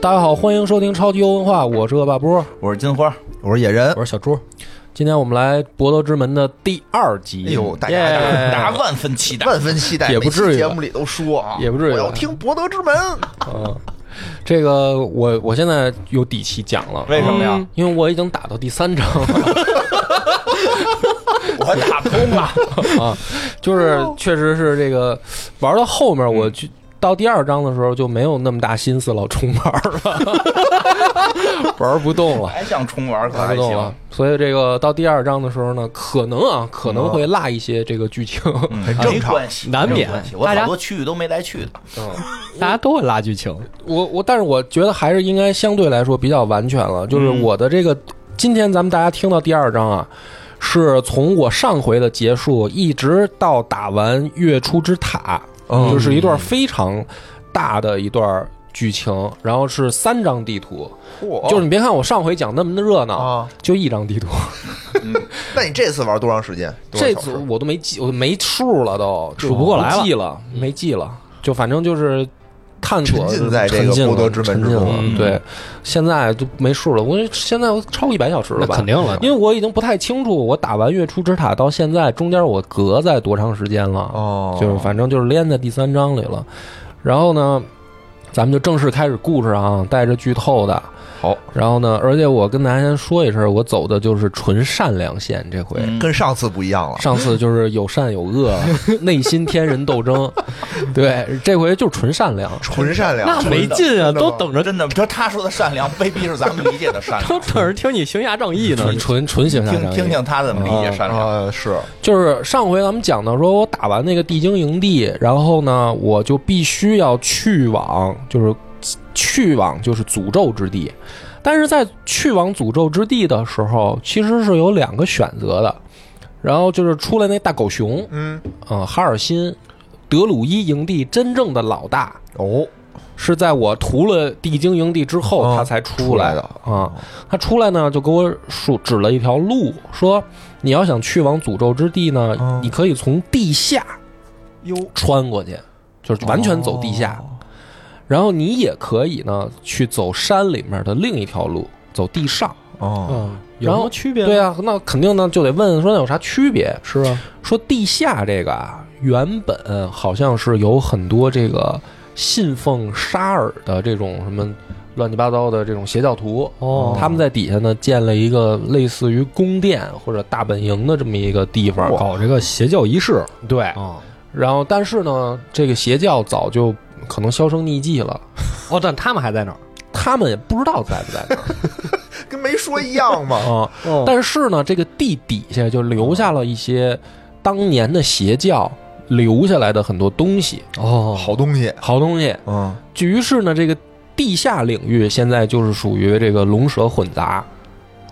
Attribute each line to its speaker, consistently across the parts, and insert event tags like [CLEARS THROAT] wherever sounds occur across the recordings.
Speaker 1: 大家好，欢迎收听超级优文化，我是恶霸波，
Speaker 2: 我是金花，我是野人。
Speaker 1: 我是小朱。今天我们来《博德之门》的第二集。
Speaker 2: 哎呦，大家
Speaker 1: 耶
Speaker 2: 大家万分期待，
Speaker 3: 万分期待，
Speaker 1: 也不至于
Speaker 3: 每期节目里都说啊，
Speaker 1: 也不至于
Speaker 3: 我要听《博德之门》。
Speaker 1: 嗯，这个我我现在有底气讲了，
Speaker 2: 为什么呀
Speaker 1: 嗯因为我已经打到第三章
Speaker 2: [LAUGHS]
Speaker 1: 了
Speaker 2: 我打通了。
Speaker 1: 啊，
Speaker 2: 哎
Speaker 1: 就是确实是这个玩到后面，
Speaker 2: 嗯
Speaker 1: 我就到第二章的时候就没有那么大心思老重玩了，
Speaker 2: [LAUGHS]
Speaker 1: 玩不动了。
Speaker 2: 还想重玩可
Speaker 1: 玩
Speaker 2: 还
Speaker 1: 不动了
Speaker 2: 哎行？，
Speaker 1: 所以这个到第二章的时候呢，可能啊，可能会落一些这个剧情，
Speaker 2: 嗯
Speaker 3: 很正常
Speaker 2: 没关系，
Speaker 4: 难免
Speaker 2: 没关系我
Speaker 4: 大家
Speaker 2: 好多区域都没来去的，
Speaker 1: 嗯，
Speaker 4: 大家都会拉剧情，
Speaker 1: 我我，但是我觉得还是应该相对来说比较完全了。就是我的这个，今天咱们大家听到第二章啊，是从我上回的结束一直到打完月初之塔，就是一段非常大的一段剧情，然后是三张地图。
Speaker 2: 哦
Speaker 3: 嚯
Speaker 1: 就是你别看我上回讲那么的热闹，
Speaker 3: 啊，
Speaker 1: 就一张地图，
Speaker 3: 那你这次玩多长时间？多少
Speaker 1: 这
Speaker 3: 小时
Speaker 2: 嗯
Speaker 1: 次我都没记，我都没数了都，
Speaker 4: 数不过来了嗯
Speaker 1: 记了，没记了，就反正就是探索
Speaker 3: 沉浸在这个
Speaker 1: 沉浸了
Speaker 3: 博德之门之中
Speaker 1: 沉浸了
Speaker 4: 嗯
Speaker 1: 对，现在都没数了，我现在我超一百小时了
Speaker 4: 那
Speaker 1: 吧？
Speaker 4: 肯定了。
Speaker 1: 因为我已经不太清楚我打完月初之塔到现在中间我隔在多长时间了，
Speaker 3: 哦
Speaker 1: 就是反正就是连在第三章里了。然后呢，咱们就正式开始故事啊，带着剧透的。
Speaker 3: 好，
Speaker 1: 然后呢，而且我跟大家先说一声，我走的就是纯善良线，这回。
Speaker 2: 嗯
Speaker 3: 跟上次不一样了。
Speaker 1: 上次就是有善有
Speaker 2: [LAUGHS]
Speaker 1: 恶，内心天人斗争，对，这回就纯善良。
Speaker 3: 纯善良，
Speaker 4: 那没劲啊，都等着，
Speaker 2: 真的，嗯你说他说的善良未必是咱们理解的
Speaker 4: [LAUGHS]
Speaker 2: 善
Speaker 4: 都
Speaker 2: 良，
Speaker 4: 等着听你行侠仗义呢。
Speaker 1: 纯纯纯形象
Speaker 2: 听
Speaker 1: 上，
Speaker 2: 听听他怎么理解善良。
Speaker 3: 啊，是
Speaker 1: 就是上回咱们讲到，说我打完那个地精营地，然后呢，我就必须要去往，就是去往就是诅咒之地。但是在去往诅咒之地的时候，其实是有两个选择的。然后就是出来那大狗熊，
Speaker 3: 嗯
Speaker 1: 嗯，哈尔辛，德鲁伊营地真正的老大，
Speaker 3: 哦，
Speaker 1: 是在我屠了地精营地之后，
Speaker 3: 哦
Speaker 1: 他才出
Speaker 3: 出来
Speaker 1: 来
Speaker 3: 的
Speaker 1: 啊。他出来呢，就给我数指了一条路，说你要想去往诅咒之地呢，
Speaker 3: 哦
Speaker 1: 你可以从地下
Speaker 3: 哟，
Speaker 1: 穿过去，就是完全走地下。
Speaker 3: 哦
Speaker 1: 然后你也可以呢，去走山里面的另一条路，走地上。
Speaker 3: 哦，
Speaker 4: 嗯，有什么区别？
Speaker 1: 对，啊，那肯定呢就得问说那有啥区别？
Speaker 4: 是啊，
Speaker 1: 说地下这个啊，原本好像是有很多这个信奉沙尔的这种什么乱七八糟的这种邪教徒，
Speaker 4: 哦
Speaker 1: 他们在底下呢建了一个类似于宫殿或者大本营的这么一个地方，
Speaker 4: 搞这个邪教仪式
Speaker 1: 对。
Speaker 3: 哦
Speaker 4: 啊。
Speaker 1: 然后，但是呢，这个邪教早就可能销声匿迹了，
Speaker 4: 哦，但他们还在那儿。
Speaker 1: 他们也不知道在不在那儿
Speaker 3: 跟没说一样嘛。
Speaker 1: 啊。
Speaker 3: 嗯
Speaker 4: 哦
Speaker 1: 但是呢，这个地底下就留下了一些当年的邪教留下来的很多东西，
Speaker 4: 哦，
Speaker 3: 好东西，
Speaker 1: 好东西。
Speaker 3: 嗯，
Speaker 1: 于是呢，这个地下领域现在就是属于这个龙蛇混杂，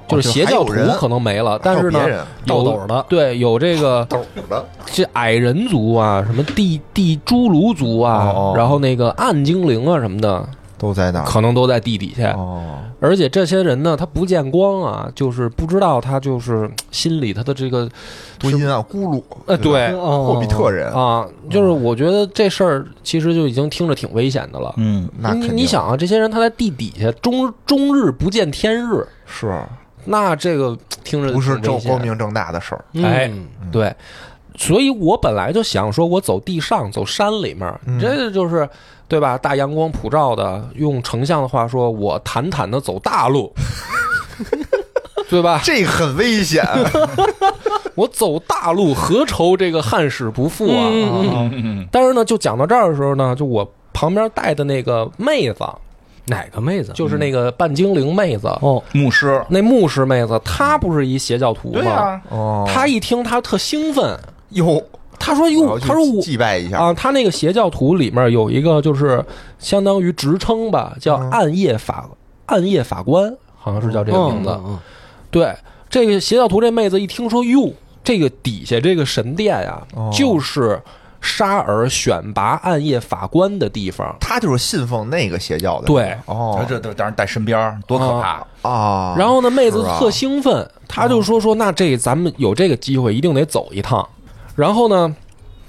Speaker 1: 就是邪教徒
Speaker 3: 哦还有人
Speaker 1: 可能没了，但是
Speaker 3: 还有别
Speaker 1: 呢，
Speaker 3: 人
Speaker 1: 有
Speaker 4: 豆豆的
Speaker 1: 对有这个
Speaker 3: [LAUGHS] 斗的，
Speaker 1: 这矮人族啊，什么地地侏儒族啊，
Speaker 3: 哦哦
Speaker 1: 然后那个暗精灵啊什么的，
Speaker 3: 都在哪儿？
Speaker 1: 可能都在地底下。
Speaker 3: 哦，
Speaker 1: 而且这些人呢，他不见光啊，就是不知道他就是心里他的这个
Speaker 3: 多阴暗，咕噜，
Speaker 1: 呃对
Speaker 4: 哦，
Speaker 3: 霍比特人，
Speaker 1: 啊，就是我觉得这事儿其实就已经听着挺危险的了。
Speaker 2: 嗯，
Speaker 3: 那
Speaker 1: 你
Speaker 3: 肯
Speaker 1: 你
Speaker 3: 定
Speaker 1: 想啊，这些人他在地底下终终日不见天日，
Speaker 3: 是
Speaker 1: 那这个听着
Speaker 3: 不是
Speaker 1: 挺
Speaker 3: 正
Speaker 1: 危险
Speaker 3: 光明正大的事儿？
Speaker 4: 嗯
Speaker 1: 哎，对，所以我本来就想说，我走地上，走山里面，
Speaker 3: 嗯
Speaker 1: 这就是对吧？大阳光普照的，用丞相的话说，我坦坦的走大
Speaker 3: [LAUGHS]
Speaker 1: 路，对吧？
Speaker 3: 这很
Speaker 1: [LAUGHS]
Speaker 3: 危险，
Speaker 1: 我走大路，何愁这个汉室不富啊？
Speaker 4: 嗯
Speaker 1: 啊但是呢，就讲到这儿的时候呢，就我旁边带的那个妹子，
Speaker 3: 嗯
Speaker 4: 哪个妹子？
Speaker 1: 就是那个半精灵妹子，
Speaker 4: 哦，
Speaker 2: 牧师，
Speaker 1: 那牧师妹子，她不是一邪教徒
Speaker 2: 对啊
Speaker 1: 吗？
Speaker 2: 呀，
Speaker 3: 哦
Speaker 1: 她一听，她特兴奋，
Speaker 3: 哟，
Speaker 1: 她说：“
Speaker 3: 我要
Speaker 1: 哟，
Speaker 3: 去
Speaker 1: 她说我
Speaker 3: 祭拜一下
Speaker 1: 啊，他那个邪教徒里面有一个就是相当于职称吧，叫
Speaker 3: 嗯
Speaker 1: 暗夜法、暗夜法官，好像是叫这个名字。
Speaker 4: 嗯
Speaker 1: 对，这个邪教徒这妹子一听说，哟，这个底下这个神殿呀、
Speaker 3: 哦
Speaker 1: 就是沙尔选拔暗夜法官的地方。
Speaker 3: 他就是信奉那个邪教的，
Speaker 1: 对
Speaker 3: 哦，
Speaker 2: 这都当然在身边儿多可怕！
Speaker 3: 啊，
Speaker 1: 然后呢，妹子
Speaker 3: 是啊
Speaker 1: 特兴奋，她就说说那这咱们有这个机会，一定得走一趟。然后呢，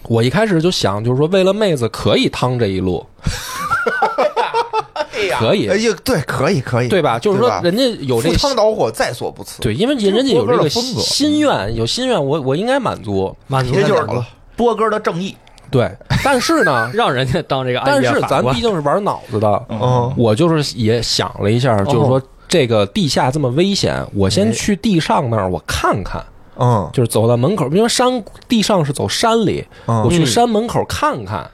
Speaker 1: 我一开始就想，就是说为了妹子可以趟这一路，
Speaker 2: 呀
Speaker 1: 可以
Speaker 3: 哎，呀，对，可以，可以，
Speaker 1: 对吧？就是说
Speaker 3: 吧，
Speaker 1: 人家有这
Speaker 3: 赴汤蹈火在所不辞，
Speaker 1: 对，因为人家有这
Speaker 3: 这
Speaker 1: 个
Speaker 3: 是风格
Speaker 1: 心愿，有心愿，我我应该满足。
Speaker 4: 满足
Speaker 2: 这就
Speaker 4: 了，
Speaker 2: 是波哥的正义，
Speaker 3: [LAUGHS]
Speaker 1: 对，但是呢
Speaker 4: [LAUGHS] 让人家当这个暗
Speaker 1: 但
Speaker 4: 夜
Speaker 1: 是
Speaker 4: 法
Speaker 1: 咱
Speaker 4: 官
Speaker 1: 毕。竟是玩脑子的，
Speaker 3: 嗯，
Speaker 1: 我就是也想了一下，就是说这个地下这么危险，我
Speaker 3: 哎
Speaker 1: 先去地上那儿我看看，
Speaker 3: 嗯
Speaker 1: 就是走到门口，因为山地上是走山里，
Speaker 3: 嗯，
Speaker 1: 我去山门口看看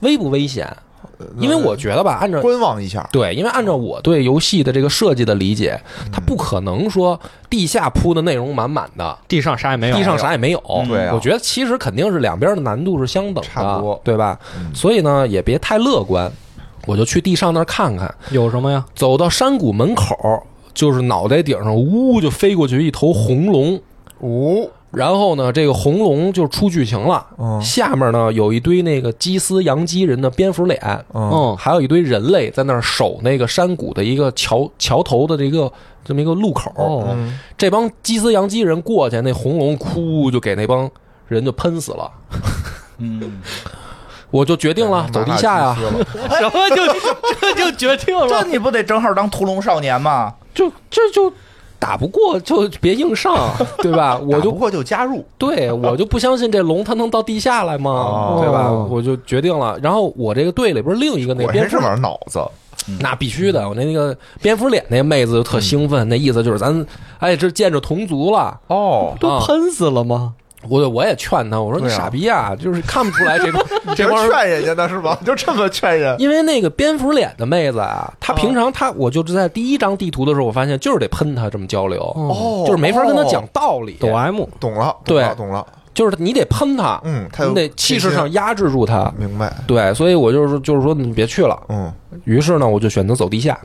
Speaker 1: 危不危险，因为
Speaker 3: 嗯
Speaker 1: 我觉得吧，按照
Speaker 3: 观望一下，
Speaker 1: 对，因为按照我对游戏的这个设计的理解，
Speaker 3: 嗯
Speaker 1: 它不可能说地下铺的内容满满的，
Speaker 4: 地上啥也没有，
Speaker 1: 地上啥也没有。
Speaker 3: 对啊
Speaker 1: 我觉得其实肯定是两边的难度是相等的，
Speaker 3: 差不多嗯
Speaker 1: 对吧？所以呢，也别太乐观，我就去地上那儿看看。
Speaker 4: 有什么呀？
Speaker 1: 走到山谷门口，就是脑袋顶上呜就飞过去一头红龙，
Speaker 3: 五，
Speaker 1: 然后呢，这个红龙就出剧情了。
Speaker 3: 哦嗯
Speaker 1: 下面呢有一堆那个基斯扬基人的蝙蝠脸，
Speaker 3: 嗯
Speaker 4: 嗯，
Speaker 1: 还有一堆人类在那儿守那个山谷的一个桥桥头的这个这么一个路口。
Speaker 4: 哦，
Speaker 3: 嗯，
Speaker 1: 这帮基斯扬基人过去，那红龙哭就给那帮人就喷死了。
Speaker 2: 嗯，
Speaker 1: 我就决
Speaker 3: 哎
Speaker 1: 定啊了走地下 [LAUGHS] 呀、
Speaker 4: [LAUGHS] 什么就这就决定
Speaker 2: 这
Speaker 4: 了？
Speaker 2: 你不得正好当屠龙少年吗？
Speaker 1: 就这就打不过就别硬
Speaker 3: [LAUGHS]
Speaker 1: 上，对吧？我
Speaker 3: 打
Speaker 1: 就
Speaker 3: 不过就加入，
Speaker 1: 对
Speaker 3: [LAUGHS]
Speaker 1: 我就不相信这龙它能到地下来吗？
Speaker 3: 哦
Speaker 1: 对吧？我就决定了。然后我这个队里边另一个那
Speaker 3: 果
Speaker 1: 个蝙
Speaker 3: 然是
Speaker 1: 蝠，
Speaker 3: 玩脑子，
Speaker 1: 那必须的。我那那个蝙蝠脸那妹子就特兴
Speaker 3: 嗯
Speaker 1: 奋，那意思就是咱哎这见着同族了。
Speaker 3: 哦，
Speaker 4: 都喷死了吗？
Speaker 1: 我我也劝他，我说你
Speaker 3: 对啊
Speaker 1: 傻逼啊，就是看不出来
Speaker 3: [LAUGHS]
Speaker 1: 这帮这
Speaker 3: 这
Speaker 1: 帮人
Speaker 3: 劝人家呢是吧？就这么劝人，
Speaker 1: 因为那个蝙蝠脸的妹子啊，她平常她，我就是在第一张地图的时候，我发现就是得喷她这么交流，嗯
Speaker 3: 哦
Speaker 1: 就是没法跟她讲道理，
Speaker 4: 抖 M
Speaker 3: 懂啊了，懂
Speaker 1: 对
Speaker 3: 了，懂了，
Speaker 1: 就是你得喷她，
Speaker 3: 嗯，他有
Speaker 1: 你得气势上压制住她。
Speaker 3: 明白，
Speaker 1: 对，所以我就是说就是说你别去了。
Speaker 3: 嗯
Speaker 1: 于是呢，我就选择走地下。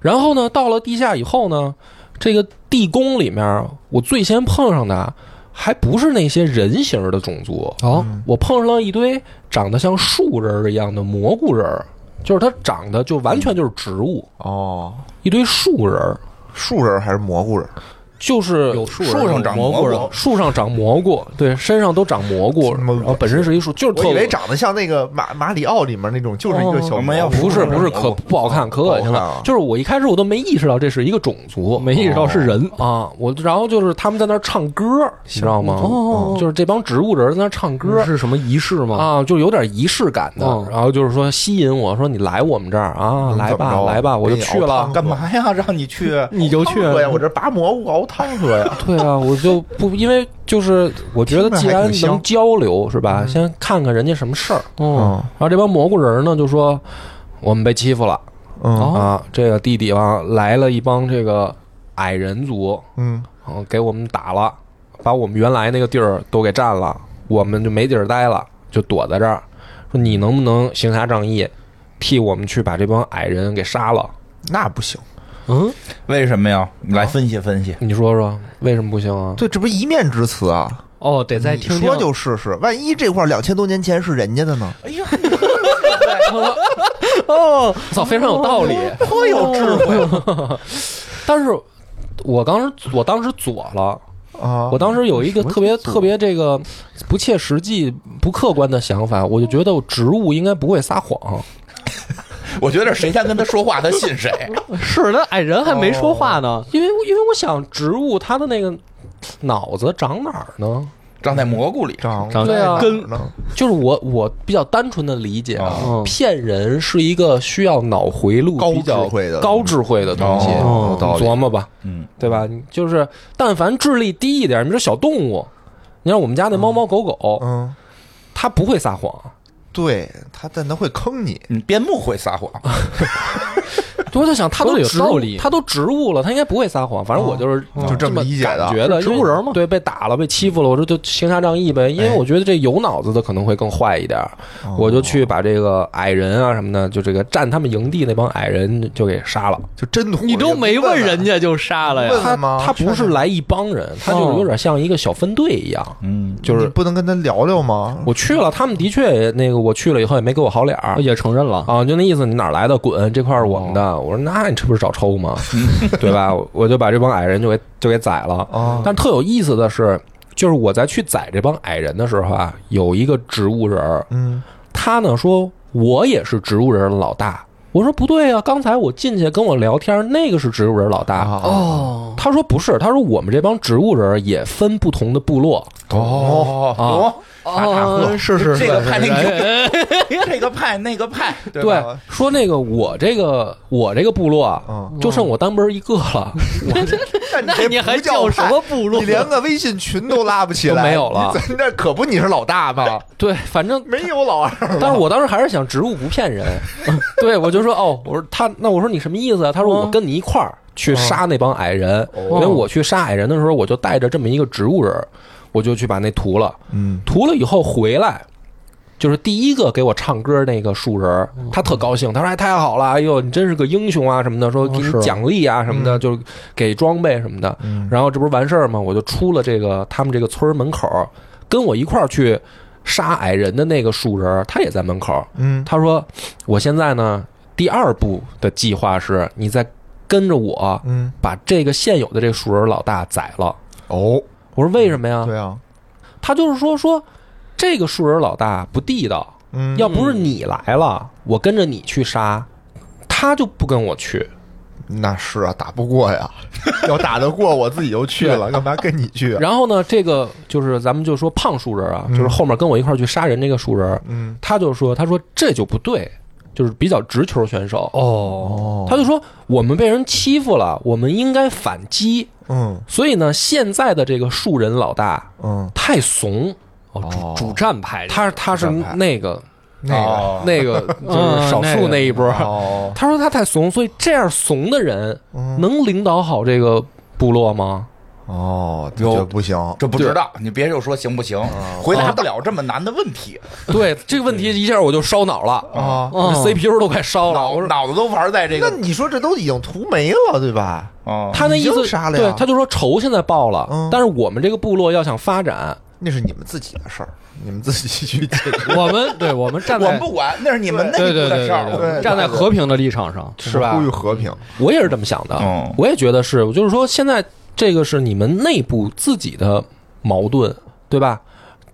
Speaker 1: 然后呢，到了地下以后呢，这个地宫里面，我最先碰上的还不是那些人形儿的种族，
Speaker 4: 哦，
Speaker 1: 我碰上了一堆长得像树人儿一样的蘑菇人儿，就是它长得就完全就是植物，
Speaker 3: 哦，
Speaker 1: 一堆树人儿，
Speaker 3: 树人还是蘑菇人？
Speaker 1: 就是
Speaker 4: 有树人
Speaker 1: 树
Speaker 2: 上长蘑菇
Speaker 1: 上树上长蘑菇，对，身上都长蘑菇，
Speaker 3: 么
Speaker 1: 然
Speaker 3: 恶心
Speaker 1: 后本身是一树，就是
Speaker 3: 我
Speaker 1: 特
Speaker 3: 以为长得像那个马马里奥里面那种，就是一个小
Speaker 2: 哦没有
Speaker 3: 蘑菇
Speaker 1: 不是不是
Speaker 2: 蘑
Speaker 1: 可
Speaker 2: 菇
Speaker 1: 不好看，可恶心
Speaker 3: 不好看
Speaker 1: 了
Speaker 3: 啊。
Speaker 1: 就是我一开始我都没意识到这是一个种族，
Speaker 4: 没意识到是人，
Speaker 1: 啊，我然后就是他们在那儿唱歌，你知道吗？嗯
Speaker 4: 哦
Speaker 1: 就是这帮植物人在那儿唱歌
Speaker 4: 歌是什么仪式吗？
Speaker 1: 哦啊，就有点仪式感的
Speaker 4: 哦。
Speaker 1: 然后就是说吸引我说你来我们这儿啊，
Speaker 3: 嗯
Speaker 1: 来
Speaker 3: 怎么
Speaker 1: 吧
Speaker 3: 着
Speaker 1: 来吧，我就去
Speaker 3: 给你熬
Speaker 1: 了
Speaker 3: 汤。
Speaker 2: 干嘛呀？让你去
Speaker 4: 你就去
Speaker 3: 喝呀，我这拔蘑菇熬汤喝呀，
Speaker 1: 对啊，我就不因为就是我觉得
Speaker 3: 听
Speaker 1: 既
Speaker 3: 着还
Speaker 1: 然
Speaker 3: 挺香嗯
Speaker 1: 能交流是吧，先看看人家什么事儿。
Speaker 4: 哦，
Speaker 1: 然后这帮蘑菇人呢就说我们被欺负了
Speaker 3: 嗯
Speaker 4: 哦
Speaker 1: 啊，这个地底啊来了一帮这个矮人族，
Speaker 3: 嗯，
Speaker 1: 嗯，给我们打了，把我们原来那个地儿都给占了，我们就没地儿待了，就躲在这儿。说你能不能行侠仗义，替我们去把这帮矮人给杀了？
Speaker 3: 那不行，
Speaker 4: 嗯，
Speaker 2: [LAUGHS] 为什么呀？你来分析分析。
Speaker 1: 你说说为什么不行啊？
Speaker 3: 对，这不一面之词啊！
Speaker 4: 哦，得再
Speaker 3: 你
Speaker 4: 听听
Speaker 3: 说就是是，万一这块两千多年前是人家的呢？
Speaker 2: 哎呀，
Speaker 4: 哦， [LAUGHS]
Speaker 1: 操，非常有道理。
Speaker 3: 颇有智
Speaker 4: 啊
Speaker 3: 慧
Speaker 1: [LAUGHS] 但是我当时我当时左了，
Speaker 3: [LAUGHS] 啊！
Speaker 1: 我当时有一个特别特别这个不切实际、不客观的想法，我就觉得植物应该不会撒谎。
Speaker 2: 我觉得谁先跟他说话，他信 [LAUGHS] 谁。
Speaker 4: 是那矮人还没说话呢，
Speaker 1: 因为因为我想植物它的那个脑子长哪儿呢？
Speaker 2: 长在蘑菇里，
Speaker 3: 长
Speaker 4: 长
Speaker 1: 对啊
Speaker 3: 在
Speaker 4: 根
Speaker 3: 哪儿呢
Speaker 1: 就是我我比较单纯的理解啊，
Speaker 4: 哦
Speaker 1: 骗人是一个需要脑回路
Speaker 3: 高
Speaker 1: 比较
Speaker 3: 智慧的
Speaker 1: 高智慧的东西，
Speaker 3: 哦有道理
Speaker 1: 你琢磨吧，
Speaker 2: 嗯，
Speaker 1: 对吧？你就是但凡智力低一点，你说小动物，你看我们家那猫猫狗狗，
Speaker 3: 嗯，
Speaker 1: 它不会撒
Speaker 3: [LAUGHS]
Speaker 1: 谎，
Speaker 3: 对他，但他会坑你，
Speaker 2: 嗯，边牧会撒谎，
Speaker 1: 我在想它
Speaker 4: 说
Speaker 1: 都
Speaker 4: 得有
Speaker 1: 植
Speaker 4: 道
Speaker 1: 物
Speaker 4: 理，
Speaker 1: 它都植物了，它应该不会撒谎。反正我就是
Speaker 3: 哦就这
Speaker 1: 么
Speaker 3: 么理解的
Speaker 1: 感觉的，
Speaker 4: 是植物人吗
Speaker 1: 对，被打了，被欺负了，我说就行侠仗义呗。因为
Speaker 3: 哎
Speaker 1: 我觉得这有脑子的可能会更坏一点儿，
Speaker 3: 哦
Speaker 1: 我就去把这个矮人啊什么的，就这个占他们营地那帮矮人就给杀了。
Speaker 3: 就真图
Speaker 4: [LAUGHS] 你都没问人家就杀了呀
Speaker 3: 问？
Speaker 1: 他
Speaker 3: 吗
Speaker 1: 他不是来一帮人，他就是有点像一个小分队一样。
Speaker 2: 嗯， [LAUGHS]
Speaker 1: 就
Speaker 3: 你
Speaker 1: 是
Speaker 3: 不能跟他聊聊吗？
Speaker 1: 我去了，他们的确也那个我去了以后也没给我好脸儿
Speaker 4: 哦也承认了，
Speaker 1: 啊，就那意思，你哪儿来的滚，这块儿是我们的。我说那你这不是找抽吗？对吧？我就把这帮矮人就给就给宰了。
Speaker 3: 啊，
Speaker 1: 但特有意思的是，就是我在去宰这帮矮人的时候啊，有一个植物人儿，
Speaker 3: 嗯
Speaker 1: 他呢说我也是植物人儿的老大，我说不对啊，刚才我进去跟我聊天，那个是植物人老大。
Speaker 4: 哦，
Speaker 1: 他说不是，他说我们这帮植物人也分不同的部落，
Speaker 2: 哦
Speaker 1: 啊
Speaker 2: 哦，塔塔赫
Speaker 3: 嗯
Speaker 4: 哦哎是是
Speaker 2: 这个
Speaker 4: 是
Speaker 2: 派那
Speaker 4: 是 [LAUGHS]
Speaker 2: 个这个派那个派，对
Speaker 1: 对
Speaker 2: 吧？，
Speaker 1: 说那个我这个我这个部落啊，
Speaker 3: 嗯
Speaker 1: 就剩我单不是一个了，
Speaker 3: 但
Speaker 4: 那
Speaker 3: 这
Speaker 4: 你还
Speaker 3: 不叫
Speaker 4: 叫什
Speaker 3: 派
Speaker 4: 么部落
Speaker 3: 你？连个微信群都拉不起来，
Speaker 1: 都没有了
Speaker 3: 你在那可不，你是老大吗？
Speaker 1: 对，反正
Speaker 3: 没有老二，
Speaker 1: 但是我当时还是想植物不骗人，对我就说哦，我说他那我说你什么意思啊？他说我跟你一块儿去杀那帮矮人，因为我去杀矮人的时候，我就带着这么一个植物人，我就去把那屠了，
Speaker 3: 嗯，
Speaker 1: 屠了以后回来。就是第一个给我唱歌那个树人，他特高兴，他说：“哎，太好了！哎呦，你真是个英雄啊什么的，说给你奖励啊什么的，就是给装备什么的。”
Speaker 3: 嗯
Speaker 1: 然后这不是完事儿吗？我就出了这个他们这个村儿门口，跟我一块儿去杀矮人的那个树人儿，他也在门口。
Speaker 3: 嗯
Speaker 1: 他说：“我现在呢，第二步的计划是，你再跟着我，
Speaker 3: 嗯，
Speaker 1: 把这个现有的这个树人老大宰了。
Speaker 3: 哦，”
Speaker 1: 我说：“为什么呀
Speaker 3: 对啊，？”
Speaker 1: 他就是说说这个树人老大不地道，
Speaker 3: 嗯，
Speaker 1: 要不是你来了，我跟着你去杀，他就不跟我去。
Speaker 3: 那是啊，打不过呀， [LAUGHS] 要打得过我自己就去了，干嘛跟你去啊？
Speaker 1: 然后呢，这个就是咱们就说胖树人啊，就是后面跟我一块儿去杀人那个树人，
Speaker 3: 嗯，
Speaker 1: 他就说：“他说这就不对，就是比较直球选手。”
Speaker 4: 哦，
Speaker 1: 他就说我们被人欺负了，我们应该反击。
Speaker 3: 嗯
Speaker 1: 所以呢，现在的这个树人老大
Speaker 3: 嗯，
Speaker 1: 太怂，
Speaker 4: 哦，主主战派的，
Speaker 1: 他他是
Speaker 3: 反派
Speaker 1: 那个
Speaker 3: 那个
Speaker 2: 哦
Speaker 1: 那 [LAUGHS] 个就是少数那一波。
Speaker 3: 哦，
Speaker 1: 他说他太怂，所以这样怂的人
Speaker 3: 嗯
Speaker 1: 能领导好这个部落吗？
Speaker 3: 哦，这
Speaker 2: 有
Speaker 3: 就不行，
Speaker 2: 这不知道，你别就说行不行，
Speaker 3: 啊
Speaker 2: 回答不了这么难的问题，
Speaker 1: [LAUGHS] 对这个问题一下我就烧脑了
Speaker 3: 啊。
Speaker 4: 哦
Speaker 1: ，CPU 都快烧了。
Speaker 2: 脑
Speaker 1: 我说
Speaker 2: 脑子都玩在这
Speaker 3: 那
Speaker 2: 个
Speaker 3: 你说这都已经涂没了，对吧？
Speaker 2: 哦，
Speaker 1: 他那意
Speaker 3: 已
Speaker 1: 思
Speaker 3: 经杀了呀
Speaker 1: 对，他就说仇现在报了，
Speaker 3: 嗯
Speaker 1: 但是我们这个部落要想发展，
Speaker 3: 那是你们自己的事儿，你们自己去解
Speaker 4: [LAUGHS]
Speaker 3: 决。
Speaker 4: 我们对我们站
Speaker 2: 我
Speaker 4: 在
Speaker 2: 们不管，那是你们内
Speaker 4: 对
Speaker 2: 部
Speaker 4: 对
Speaker 2: 的
Speaker 4: 对
Speaker 2: 事儿。
Speaker 4: 对
Speaker 2: 我们
Speaker 4: 对，站在和平的立场上，
Speaker 3: 是吧？呼吁和平，
Speaker 1: 我也是这么想的，
Speaker 2: 嗯
Speaker 1: 我也觉得是，就是说现在这个是你们内部自己的矛盾，对吧？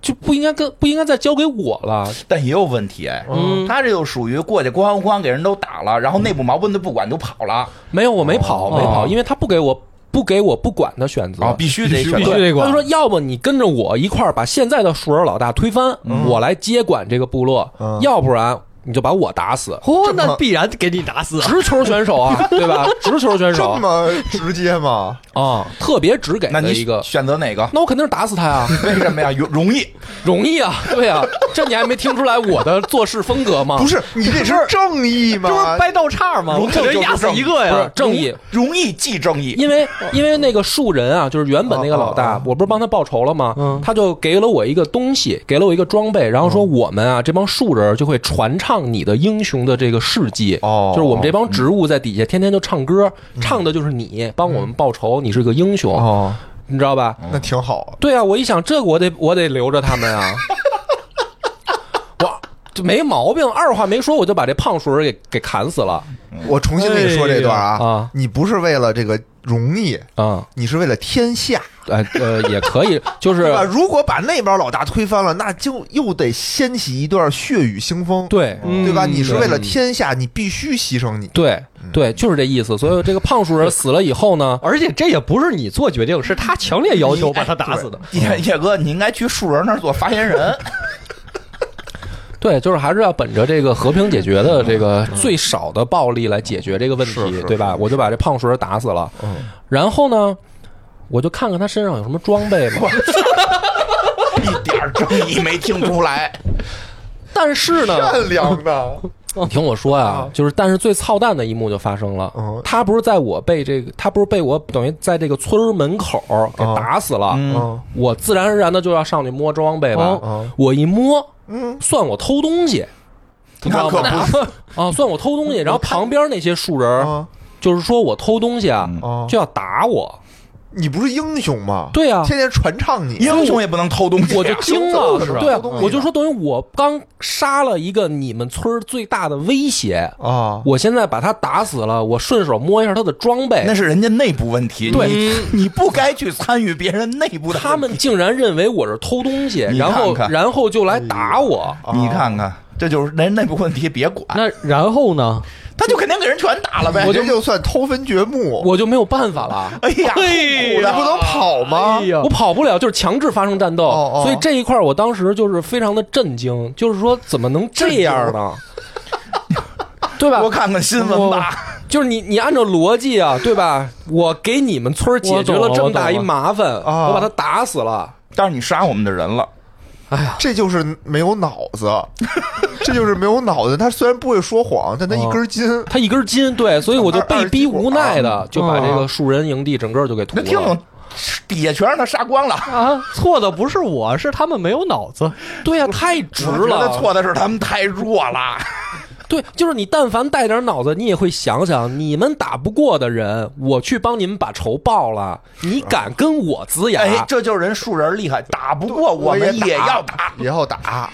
Speaker 1: 就不应该跟不应该再交给我了，
Speaker 2: 但也有问题哎，
Speaker 4: 嗯
Speaker 2: 他这就属于过去咣咣咣给人都打了，然后内部矛盾都不管就跑了，
Speaker 1: 没有我没跑、
Speaker 4: 哦
Speaker 1: 没跑，因为他不给我不给我不管的选择。
Speaker 2: 啊，必须得选
Speaker 4: 必须
Speaker 2: 择
Speaker 4: 得
Speaker 1: 他就
Speaker 4: 管
Speaker 1: 说，要么你跟着我一块儿把现在的树人老大推翻，我来接管这个部落；
Speaker 3: 嗯
Speaker 1: 要不然你就把我打死。
Speaker 4: 哦，
Speaker 3: 这
Speaker 4: 那
Speaker 3: 么
Speaker 4: 必然给你打死啊。
Speaker 1: 直球选手啊，对吧？直球选
Speaker 3: 这
Speaker 1: 手
Speaker 3: 么直接吗？
Speaker 1: 啊，特别直给
Speaker 2: 那
Speaker 1: 的
Speaker 2: 你
Speaker 1: 一个，
Speaker 2: 选择
Speaker 1: [LAUGHS]
Speaker 2: 哪个？
Speaker 1: 那我肯定是打死他呀。
Speaker 2: 为什么呀？容容易，
Speaker 1: 容易啊，对啊，这你还没听出来我的做事风格吗？
Speaker 3: 不是，你这是正义
Speaker 4: 这不是
Speaker 3: 吗？
Speaker 4: 掰道岔吗？
Speaker 2: 容
Speaker 4: 我肯定压死一个
Speaker 1: 不
Speaker 4: 呀
Speaker 1: 是！正义，
Speaker 2: 容易即正义。
Speaker 1: 因
Speaker 3: 哦
Speaker 1: 为因为那个树人啊，就是原本那个老大，我不是帮他报仇了吗？
Speaker 4: 嗯
Speaker 1: 他就给了我一个东西，给了我一个装备，然后
Speaker 3: 哦
Speaker 1: 说我们啊这帮树人就会传唱你的英雄的这个事迹，
Speaker 3: 哦嗯
Speaker 1: 就是我们这帮植物在底下天天就唱歌，唱的就是你帮我们报仇，你是个英雄，
Speaker 3: 哦，
Speaker 1: 你知道吧？
Speaker 3: 那挺好。
Speaker 1: 对啊，我一想这个我得我得留着他们
Speaker 3: [LAUGHS]
Speaker 1: 啊，我这没毛病，二话没说我就把这胖树人给给砍死了
Speaker 3: 我重新跟你说这段
Speaker 1: 哎呀啊
Speaker 3: 啊，你不是为了这个容易，
Speaker 1: 啊、
Speaker 3: 你是为了天下，
Speaker 1: 嗯，呃呃也可以，就是
Speaker 3: 对吧？如果 [LAUGHS] 把那边老大推翻了，那就又得掀起一段血雨腥风，
Speaker 1: 对
Speaker 3: 对吧？你是为了
Speaker 1: 对
Speaker 3: 天下，你必须牺牲你。
Speaker 1: 对对，就是这意思。所以这个胖树人死了以后呢，
Speaker 4: 嗯 [LAUGHS] 而且这也不是你做决定，是他强烈要求把他打死的。
Speaker 2: 叶叶哥，你应该去树人那儿做发言人。
Speaker 1: [LAUGHS] 对，就是还是要本着这个和平解决的
Speaker 4: 嗯
Speaker 1: 这个最少的暴力来解决这个问
Speaker 3: 是
Speaker 1: 题
Speaker 3: 是，
Speaker 1: 对吧？我就把这胖树人打死了，
Speaker 4: 嗯
Speaker 1: 然后呢，我就看看他身上有什么装备
Speaker 4: [LAUGHS]
Speaker 1: 嘛。
Speaker 2: 一点儿正义没听出来，
Speaker 1: 但是
Speaker 4: 啊
Speaker 1: 呢，
Speaker 3: [LAUGHS] 善良的，
Speaker 1: 你听我说啊，就是但是最操蛋的一幕就发生了
Speaker 3: 哦嗯，
Speaker 1: 他不是在我被这个，他不是被我等于在这个村儿门口给打死了，
Speaker 3: 哦嗯
Speaker 1: 我自然而然的就要上去摸装备吧
Speaker 4: 哦，
Speaker 3: 嗯
Speaker 1: 我一摸，
Speaker 3: 嗯，
Speaker 1: 算我偷东西，你知道
Speaker 2: 那可
Speaker 1: 吗？
Speaker 2: 不是。
Speaker 1: 啊，算我偷东西，然后旁边那些树人儿
Speaker 3: [LAUGHS] 啊
Speaker 1: 就是说我偷东西啊，
Speaker 3: 啊，
Speaker 1: 就要打我，
Speaker 3: 你不是英雄吗？
Speaker 1: 对啊，
Speaker 3: 天天传唱你，
Speaker 2: 英雄也不能偷东西啊呀，
Speaker 1: 我就惊了，
Speaker 3: 是吧
Speaker 1: 对啊
Speaker 3: 偷东，西
Speaker 1: 我就说等于我刚杀了一个你们村儿最大的威胁。
Speaker 3: 啊，
Speaker 1: 我现在把他打死了，我顺手摸一下他的装备，
Speaker 2: 哎那是人家内部问题。
Speaker 1: 对
Speaker 2: 你，你不该去参与别人内部的问题。
Speaker 1: 他们竟然认为我是偷东西，
Speaker 2: 你
Speaker 1: 然后
Speaker 2: 看看
Speaker 1: 然后就来打我。
Speaker 2: 啊你看看，这就是人内部问题，别管。
Speaker 4: 那然后呢？
Speaker 2: 他他就肯定给人全打了呗
Speaker 1: 我。就
Speaker 3: 哎这就算偷坟掘墓，
Speaker 1: 我就没有办法了。
Speaker 2: 哎呀，
Speaker 4: 哎
Speaker 3: 我
Speaker 4: 呀
Speaker 3: 不能跑吗
Speaker 4: 哎？呀
Speaker 1: 我，跑不了，就是强制发生战斗，
Speaker 3: 哦哦
Speaker 1: 所以这一块儿我当时就是非常的震惊，就是说怎么能这样呢？对吧 [LAUGHS]
Speaker 2: 多？看看新闻吧。
Speaker 1: 就是你你按照逻辑啊，对吧？我给你们村儿解决
Speaker 4: 我懂了
Speaker 1: 这么大
Speaker 4: 我懂
Speaker 1: 一
Speaker 4: 了
Speaker 1: 麻烦，
Speaker 3: 啊
Speaker 2: 哦
Speaker 1: 我把他打死了。
Speaker 2: 但是你杀我们的人了，
Speaker 3: 哎这就是没有脑子， [LAUGHS] 这就是没有脑子。他虽然不会说谎，但他一根筋。
Speaker 1: 他一根筋，对，所以我就被逼无奈的就把这个树人营地整个就给屠
Speaker 2: 啊哦那听
Speaker 1: 了。
Speaker 2: 懂，底下全让他杀光
Speaker 4: [LAUGHS]
Speaker 2: 了。
Speaker 4: 啊，错的不是我，是他们没有脑子。
Speaker 1: 对呀、太值
Speaker 2: 我觉得
Speaker 1: 了。
Speaker 2: 错的是他们太弱了。
Speaker 1: 对，就是你但凡带点脑子，你也会想想，你们打不过的人，我去帮你们把仇报了，你敢跟我呲
Speaker 2: 哎，
Speaker 1: 牙？
Speaker 2: 这就是人树人厉害，打不过我
Speaker 3: 也
Speaker 2: 们也要打
Speaker 3: 打，。也要打。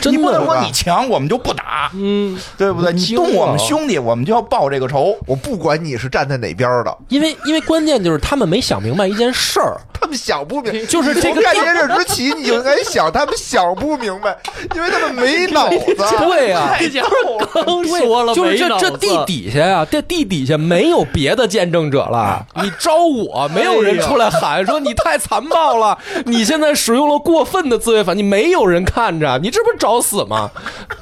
Speaker 1: 真
Speaker 2: 你不能
Speaker 1: 的，
Speaker 2: 说你强，我们就不打，
Speaker 1: 嗯，
Speaker 2: 对不对？你
Speaker 1: 惊
Speaker 2: 动我
Speaker 1: 了
Speaker 2: 们兄弟，我们就要报这个仇。
Speaker 3: 我不管你是站在哪边儿的，
Speaker 1: 因为因为关键就是他们没想明白一件事儿，
Speaker 3: 他们想不
Speaker 1: [LAUGHS]
Speaker 3: 明，
Speaker 1: 就是这个
Speaker 3: 从干这件事之前，你就应该想他们想不明白，
Speaker 1: [LAUGHS]
Speaker 3: 因为他们没脑子。
Speaker 1: 对呀、
Speaker 2: 太家伙了，
Speaker 1: [LAUGHS]
Speaker 4: 刚
Speaker 1: 对
Speaker 4: 啊说了
Speaker 1: 就是
Speaker 4: 没
Speaker 1: 这
Speaker 4: 脑
Speaker 1: 这
Speaker 4: 子
Speaker 1: 地底下呀、这地底下没有别的见证者
Speaker 4: 啊
Speaker 1: 了。你招我，没有人出来喊说你太残暴
Speaker 4: [LAUGHS]
Speaker 1: 了，你现在使用了过分的自卫反击，没有人看着，你这不是找死吗？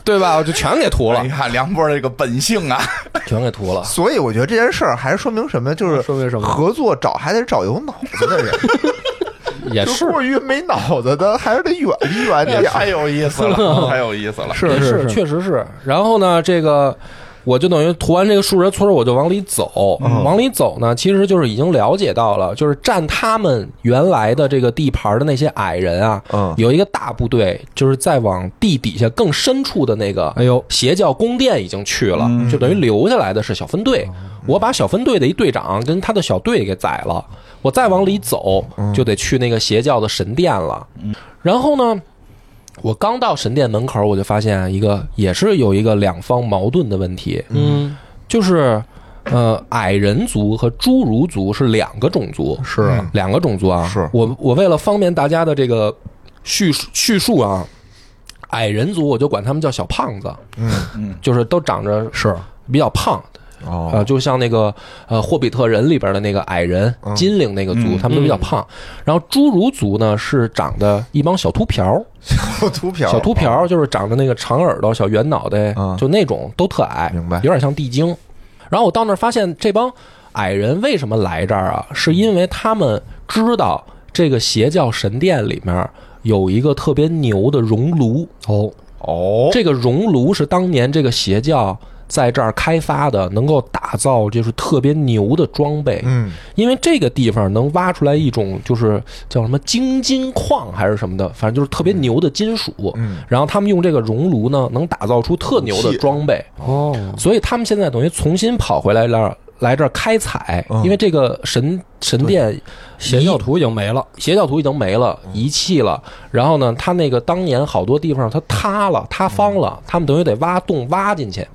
Speaker 1: 对吧？我就全给屠了
Speaker 4: 哎
Speaker 2: 你，看梁波这个本性啊，
Speaker 1: 全给屠了。
Speaker 3: 所以我觉得这件事儿还说明什么，就是
Speaker 1: 说明什么
Speaker 3: 合作找还得找有脑子的人，
Speaker 1: [LAUGHS] 也
Speaker 3: 就过于没脑子的还是得远离远
Speaker 2: 哎
Speaker 3: 点
Speaker 2: 呀太
Speaker 3: 儿。
Speaker 2: 有意思了，太有意思了。
Speaker 4: 是
Speaker 1: 是确实是。然后呢，这个我就等于涂完这个树人村儿，我就往里走。往里走呢，其实就是已经了解到了，就是占他们原来的这个地盘儿的那些矮人啊，
Speaker 3: 嗯
Speaker 1: 有一个大部队，就是再往地底下更深处的那个，哎呦，邪教宫殿已经去了，就等于留下来的是小分队。我把小分队的一队长跟他的小队给宰了，我再往里走就得去那个邪教的神殿了。然后呢，我刚到神殿门口，我就发现啊一个也是有一个两方矛盾的问题，
Speaker 4: 嗯，
Speaker 1: 就是呃，矮人族和侏儒族是两个种族，是
Speaker 3: 啊
Speaker 1: 两个种族啊。
Speaker 3: 是
Speaker 1: 我我为了方便大家的这个叙述叙述啊，矮人族我就管他们叫小胖子，
Speaker 3: 嗯
Speaker 2: 嗯，
Speaker 1: 就是都长着
Speaker 4: 是
Speaker 1: 比较胖。
Speaker 3: 哦
Speaker 1: 呃，就像那个呃《霍比特人》里边的那个矮人、金领那个族，
Speaker 2: 嗯
Speaker 1: 他们都比较胖。然后侏儒族呢是长得一帮小秃瓢儿，
Speaker 3: 小秃瓢，
Speaker 1: 小秃瓢儿就是长着那个长耳朵、小圆脑袋
Speaker 3: 嗯，
Speaker 1: 就那种都特矮，
Speaker 3: 明白
Speaker 1: 有点像地精。然后我到那儿发现，这帮矮人为什么来这儿啊？是因为他们知道这个邪教神殿里面有一个特别牛的熔炉哦，
Speaker 2: 哦，
Speaker 1: 这个熔炉是当年这个邪教在这儿开发的，能够打造就是特别牛的装备。
Speaker 3: 嗯，
Speaker 1: 因为这个地方能挖出来一种就是叫什么晶金矿还是什么的，反正就是特别牛的金属。
Speaker 3: 嗯，
Speaker 1: 然后他们用这个熔炉呢，能打造出特牛的装备，
Speaker 4: 哦，
Speaker 1: 所以他们现在等于重新跑回来那儿来这儿开采，
Speaker 3: 嗯
Speaker 1: 因为这个神神殿
Speaker 4: 邪教徒已经没了，嗯
Speaker 1: 邪教徒已经没了，遗弃了。然后呢，他那个当年好多地方它塌了、塌方
Speaker 4: 嗯
Speaker 1: 了，他们等于得挖洞挖进去。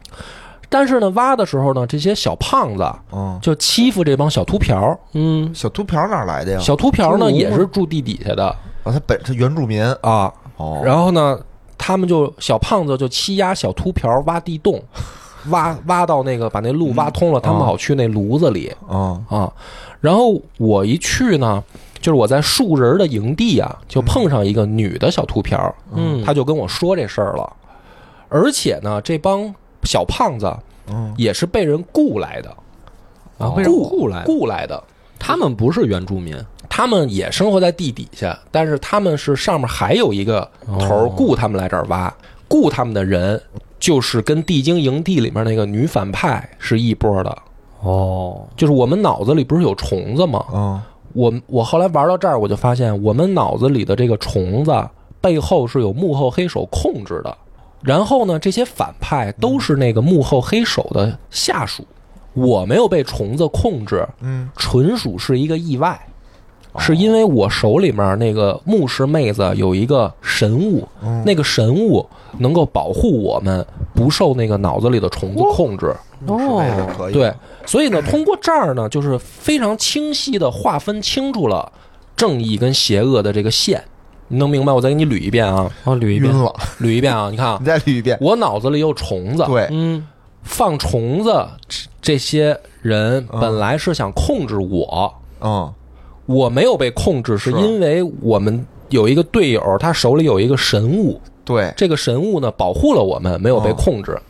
Speaker 1: 但是呢，挖的时候呢，这些小胖子
Speaker 3: 嗯，
Speaker 1: 就欺负这帮小秃瓢儿，
Speaker 4: 嗯，
Speaker 3: 小秃瓢哪儿来的呀？
Speaker 1: 小秃瓢
Speaker 4: 侏儒
Speaker 1: 呢
Speaker 4: 吗
Speaker 1: 也是住地底下的
Speaker 3: 啊，他本他原住民
Speaker 1: 啊。
Speaker 3: 哦
Speaker 1: 然后呢，他们就小胖子就欺压小秃瓢挖地洞，挖挖到那个把那路挖通了，他们好去那炉子里
Speaker 3: 嗯
Speaker 1: 啊。然后我一去呢，就是我在树人的营地啊，就碰上一个女的小秃瓢，
Speaker 4: 嗯
Speaker 1: 她就跟我说这事儿了。而且呢，这帮小胖子
Speaker 3: 嗯，
Speaker 1: 也是被人雇来的，
Speaker 4: 啊，为什么雇来？
Speaker 1: 雇来的。
Speaker 4: 他们不是原住民，
Speaker 1: 他们也生活在地底下，但是他们是上面还有一个头儿
Speaker 4: 哦
Speaker 1: 雇他们来这儿挖，雇他们的人就是跟地精营地里面那个女反派是一波的。
Speaker 4: 哦，
Speaker 1: 就是我们脑子里不是有虫子吗？
Speaker 3: 嗯
Speaker 1: 我我后来玩到这儿，我就发现我们脑子里的这个虫子背后是有幕后黑手控制的。然后呢，这些反派都是那个幕后黑手的下属。我没有被虫子控制，
Speaker 3: 嗯，
Speaker 1: 纯属是一个意外，是因为我手里面那个牧师妹子有一个神物，那个神物能够保护我们不受那个脑子里的虫子控制。
Speaker 3: 那是
Speaker 4: 哦，
Speaker 3: 可以。
Speaker 1: 对，，所以呢，通过这儿呢，就是非常清晰的划分清楚了正义跟邪恶的这个线。你能明白？我再给你捋一遍啊，
Speaker 4: 哦，捋一
Speaker 3: 晕
Speaker 4: 遍，
Speaker 3: 了， [LAUGHS]
Speaker 1: 捋一遍啊！你看啊 [LAUGHS]
Speaker 3: 你，再捋一遍。
Speaker 1: 我脑子里有虫子，
Speaker 3: 嗯对，
Speaker 4: 嗯，
Speaker 1: 放虫子这这些人本来是想控制我，
Speaker 3: 嗯
Speaker 1: 我没有被控制，是
Speaker 3: 是
Speaker 1: 因为我们有一个队友，他手里有一个神物，
Speaker 3: 对，
Speaker 1: 这个神物呢保护了我们，没有被控制。哦嗯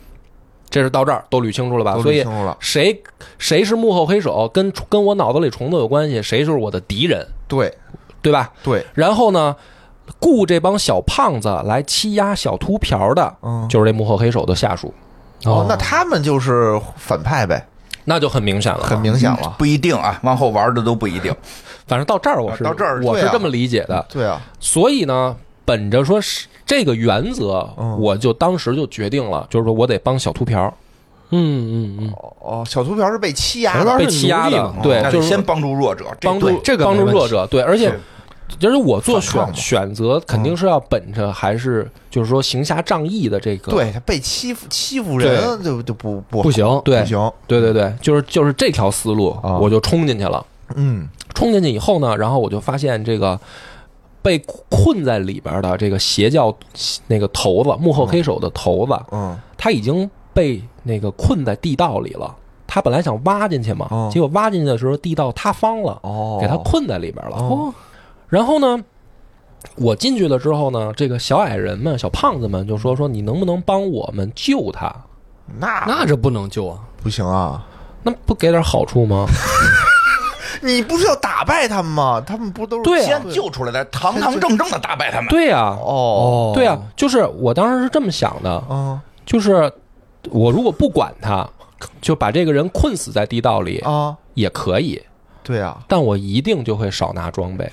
Speaker 1: 这是到这儿都捋清楚了吧？
Speaker 3: 都
Speaker 1: 啊所
Speaker 3: 捋
Speaker 1: 以
Speaker 3: 清楚了，
Speaker 1: 谁谁是幕后黑手，跟跟我脑子里虫子有关系，谁就是我的敌人，
Speaker 3: 对
Speaker 1: 对吧？
Speaker 3: 对，
Speaker 1: 然后呢，雇这帮小胖子来欺压小秃瓢的，
Speaker 3: 嗯，
Speaker 1: 就是这幕后黑手的下属，
Speaker 3: 哦，那他们就是反派呗，
Speaker 1: 那就很明显了。
Speaker 3: 很明显了，
Speaker 2: 不一定啊，往后玩的都不一定。
Speaker 1: 反正到这儿我是
Speaker 2: 到这儿
Speaker 1: 我是
Speaker 3: 对啊
Speaker 1: 这么理解的，
Speaker 3: 对啊，
Speaker 1: 所以呢，本着说是这个原则，
Speaker 3: 嗯
Speaker 1: 我就当时就决定了，就是说我得帮小秃瓢，嗯嗯嗯，
Speaker 3: 哦哦，小秃瓢是被欺压
Speaker 4: 小秃
Speaker 3: 的
Speaker 4: 瓢，
Speaker 1: 被欺压
Speaker 4: 是奴
Speaker 1: 的
Speaker 3: 嗯
Speaker 4: 隶嘛，
Speaker 1: 对
Speaker 2: 哦那，
Speaker 1: 就
Speaker 2: 得
Speaker 1: 是
Speaker 2: 先帮助弱者，
Speaker 1: 帮
Speaker 2: 对
Speaker 1: 助
Speaker 4: 这个
Speaker 1: 帮
Speaker 4: 没
Speaker 1: 助
Speaker 4: 问
Speaker 1: 弱
Speaker 4: 题
Speaker 1: 者，对，而且
Speaker 2: 是。
Speaker 1: 而且我做
Speaker 3: 反抗
Speaker 1: 选选
Speaker 3: 嘛
Speaker 1: 择肯定是要本着还是就是说行侠仗义的这个
Speaker 3: 对他被欺负欺负人就就不不
Speaker 4: 不行，
Speaker 1: 对
Speaker 3: 不行，
Speaker 1: 对对对，就是就是这条思路
Speaker 3: 啊，
Speaker 1: 我就冲进去了。
Speaker 3: 嗯
Speaker 1: 冲进去以后呢，然后我就发现这个被困在里边的这个邪教那个头子，幕后黑手的头子，
Speaker 3: 嗯
Speaker 1: 他已经被那个困在地道里了。他本来想挖进去嘛
Speaker 3: 哦，
Speaker 1: 结果挖进去的时候地道塌方了，
Speaker 3: 哦
Speaker 1: 给他困在里边了。
Speaker 3: 哦
Speaker 1: 然后呢，我进去了之后呢，这个小矮人们、小胖子们就说说你能不能帮我们救他？
Speaker 3: 那
Speaker 4: 那这不能救啊！
Speaker 3: 不行啊！
Speaker 1: 那不给点好处
Speaker 3: [LAUGHS]
Speaker 1: 吗？
Speaker 3: 你不是要打败他们吗？他们不都是
Speaker 1: 对啊
Speaker 2: 先救出来，再堂堂正正的打败他们。
Speaker 1: 对呀、
Speaker 3: 哦
Speaker 1: 对啊，就是我当时是这么想的，
Speaker 3: 嗯
Speaker 1: 就是我如果不管他，就把这个人困死在地道里
Speaker 3: 啊，
Speaker 1: 也可以，
Speaker 3: 对啊，
Speaker 1: 但我一定就会少拿装 [LAUGHS] 备。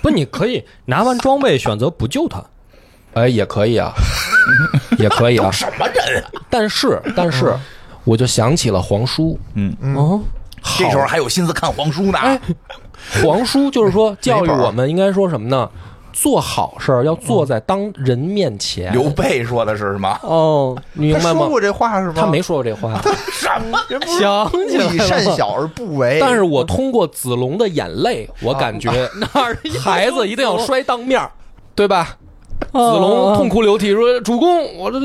Speaker 4: 不，你可以拿完装备选择不救他，
Speaker 1: 哎，也可以 [LAUGHS] 啊，也可以啊嗯
Speaker 2: 都。什么人啊？
Speaker 1: 但是，但是，我就想起了黄叔。
Speaker 2: 嗯，
Speaker 1: 哦，
Speaker 2: 这时候还有心思看黄书呢。
Speaker 1: 哎，黄叔就是 [LAUGHS] 说教育
Speaker 3: 本儿
Speaker 1: 我们应该说什么呢？做好事儿要做在当人面前。
Speaker 2: 刘备说的是什么？
Speaker 1: 哦，你明
Speaker 3: 他
Speaker 1: 白
Speaker 3: 说
Speaker 1: 吗？
Speaker 3: 过这话是
Speaker 1: [LAUGHS]
Speaker 3: 吗？
Speaker 1: 他没说过这话，
Speaker 2: 什么？
Speaker 3: 人不是
Speaker 4: 想
Speaker 3: 不
Speaker 4: 起来
Speaker 3: 以
Speaker 4: 了
Speaker 3: 善小而不为，
Speaker 1: 但是我通过子龙的眼泪，我感觉 [LAUGHS]
Speaker 4: 哪儿
Speaker 1: 孩子一定要摔当面儿，对吧？
Speaker 4: 子
Speaker 1: 子龙痛哭流涕说：“主公，我这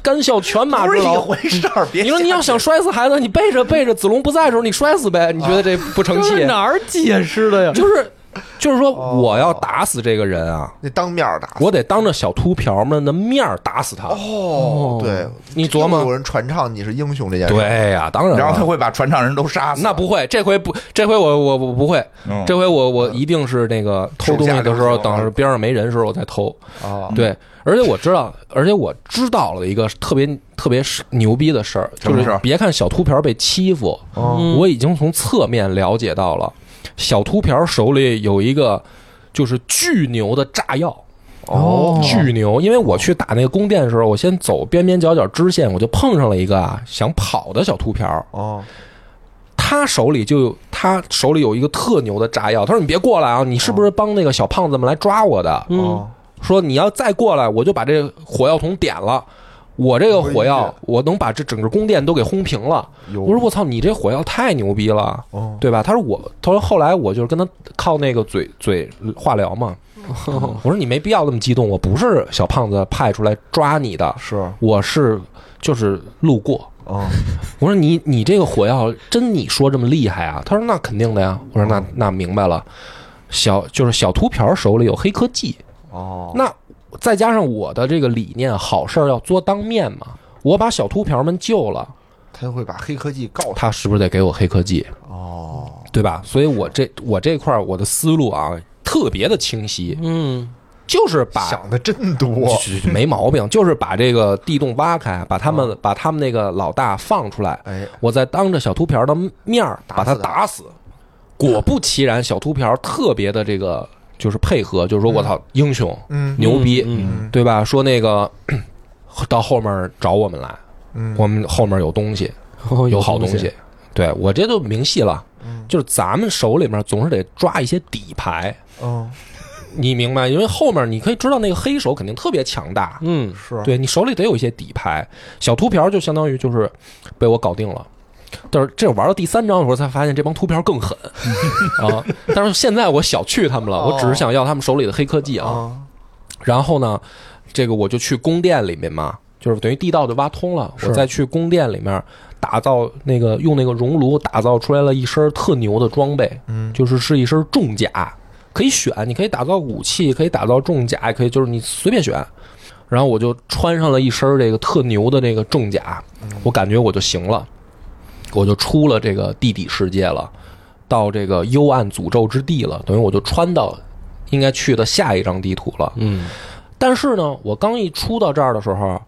Speaker 1: 干笑犬马
Speaker 2: 不
Speaker 1: 之
Speaker 2: 是一
Speaker 1: 劳。
Speaker 2: 回事儿。”别
Speaker 1: 你说你要想摔死孩子，你背着背着子龙不在的时候，你摔死呗？你觉得这不成器？
Speaker 4: 哪儿解释的呀？
Speaker 1: 啊 [LAUGHS] 就是就是说，
Speaker 2: 哦
Speaker 1: 我要打死这个人啊，
Speaker 3: 得当面打。
Speaker 1: 我得当着小秃瓢们的面儿打死他。
Speaker 3: 哦，对，
Speaker 1: 你琢磨
Speaker 3: 又有人传唱你是英雄这件事，
Speaker 1: 对呀、当然
Speaker 2: 啊然后他
Speaker 1: 了。
Speaker 2: 会把船上人都杀死。
Speaker 1: 那不会，这回不，这回我我我不会，
Speaker 2: 嗯
Speaker 1: 这回我我一定是那个偷东西的时
Speaker 2: 手下留
Speaker 1: 候，
Speaker 2: 情
Speaker 1: 等着边上没人的时候我再偷。
Speaker 3: 啊，
Speaker 1: 对，而且我知道，而且我知道了一个特别特别牛逼的事儿，
Speaker 2: 什
Speaker 1: 就
Speaker 2: 么事
Speaker 1: 是
Speaker 2: 儿
Speaker 1: 别看小秃瓢被欺负，
Speaker 3: 哦
Speaker 4: 嗯
Speaker 1: 我已经从侧面了解到了，小秃瓢手里有一个就是巨牛的炸药。
Speaker 3: 哦
Speaker 1: 巨牛！因为我去打那个宫殿的时候，我先走边边角角支线，我就碰上了一个啊想跑的小秃瓢，
Speaker 3: 哦
Speaker 1: 他手里就有他手里有一个特牛的炸药。他说：“你别过来啊！你是不是帮那个小胖子们来抓我的？”
Speaker 4: 嗯，
Speaker 3: 哦
Speaker 1: 说你要再过来，我就把这火药桶点了。我这个火药，我能把这整个宫殿都给轰平了。
Speaker 3: 有
Speaker 1: 我说我操，你这火药太牛逼了，
Speaker 3: 哦
Speaker 1: 对吧？他说我，他说后来我就是跟他靠那个嘴嘴化疗嘛。我说你没必要那么激动，我不是小胖子派出来抓你的，
Speaker 3: 是
Speaker 1: 我是就是路过。
Speaker 3: 哦
Speaker 1: 我说你你这个火药真你说这么厉害啊？他说那肯定的呀。我说那那明白了，小就是小秃瓢手里有黑科技，
Speaker 3: 哦
Speaker 1: 那再加上我的这个理念，好事儿要做当面嘛。我把小秃瓢们救了，
Speaker 3: 他就会把黑科技告他
Speaker 1: 他是不是得给我黑科技，
Speaker 3: 哦
Speaker 1: 对吧？所以我这我这块儿我的思路啊特别的清晰，
Speaker 4: 嗯，
Speaker 1: 就是把
Speaker 3: 想的真多
Speaker 1: 是 [LAUGHS] 没毛病，就是把这个地洞挖开，把他们把他们那个老大放出来，
Speaker 3: 哎
Speaker 1: 我再当着小秃瓢的面儿把他打死。果不其然，小秃瓢特别的这个就是配合，就是说我操英雄
Speaker 3: 嗯
Speaker 1: 牛逼，
Speaker 4: 嗯
Speaker 1: 对吧？说那个 [CLEARS THROAT] 到后面找我们来，
Speaker 3: 嗯
Speaker 1: 我们后面有东西，
Speaker 4: 哦
Speaker 1: 有好东西。，对我这就明细了，
Speaker 3: 嗯
Speaker 1: 就是咱们手里面总是得抓一些底牌，
Speaker 3: 嗯
Speaker 1: 你明白？因为后面你可以知道那个黑手肯定特别强大，
Speaker 4: 嗯，
Speaker 3: 是
Speaker 1: 对你手里得有一些底牌。小秃瓢就相当于就是被我搞定了。但是这玩到第三章的时候才发现这帮秃瓢更
Speaker 3: [LAUGHS]
Speaker 1: 狠啊！但是现在我小觑他们
Speaker 3: 哦
Speaker 1: 了，我只是想要他们手里的黑科技啊。
Speaker 3: 啊
Speaker 1: 然后呢，这个我就去宫殿里面嘛，就是等于地道就挖通了。
Speaker 4: 是
Speaker 1: 我再去宫殿里面打造那个用那个熔炉打造出来了一身特牛的装备，
Speaker 3: 嗯，
Speaker 1: 就是是一身重甲，可以选，你可以打造武器，可以打造重甲，也可以就是你随便选。然后我就穿上了一身这个特牛的这个重甲，我感觉我就行了，我就出了这个地底世界了，到这个幽暗诅咒之地了，等于我就穿到应该去的下一张地图了。
Speaker 4: 嗯，
Speaker 1: 但是呢，我刚一出到这儿的时候，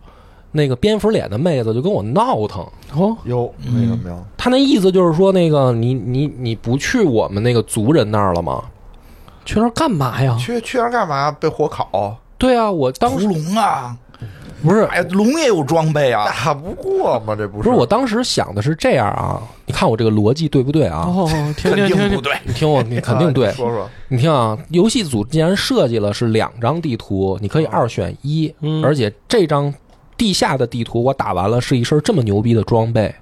Speaker 1: 那个蝙蝠脸的妹子就跟我闹腾，
Speaker 4: 哦，
Speaker 3: 哟，为什么呀？
Speaker 1: 她那意思就是说，那个你你你不去我们那个族人那儿了吗？
Speaker 4: 去那儿干嘛呀？
Speaker 3: 去去那儿干嘛？被火烤？
Speaker 1: 对啊，我当
Speaker 2: 屠
Speaker 1: 时
Speaker 2: 龙啊，
Speaker 1: 不是
Speaker 2: 哎，龙也有装备啊，
Speaker 3: 打不过嘛，这不
Speaker 1: 不
Speaker 3: 是
Speaker 1: 是，我当时想的是这样啊，你看我这个逻辑对不对啊？
Speaker 4: 哦，听
Speaker 2: 肯定
Speaker 4: 听听
Speaker 2: 不
Speaker 4: 听，
Speaker 2: 对。
Speaker 1: 你听我，你肯定
Speaker 3: 啊
Speaker 1: 对
Speaker 3: 你。说说，
Speaker 1: 你听啊，游戏组既然设计了是两张地图，你可以二选一，
Speaker 4: 嗯
Speaker 1: 而且这张地下的地图我打完了是一身这么牛逼的装备，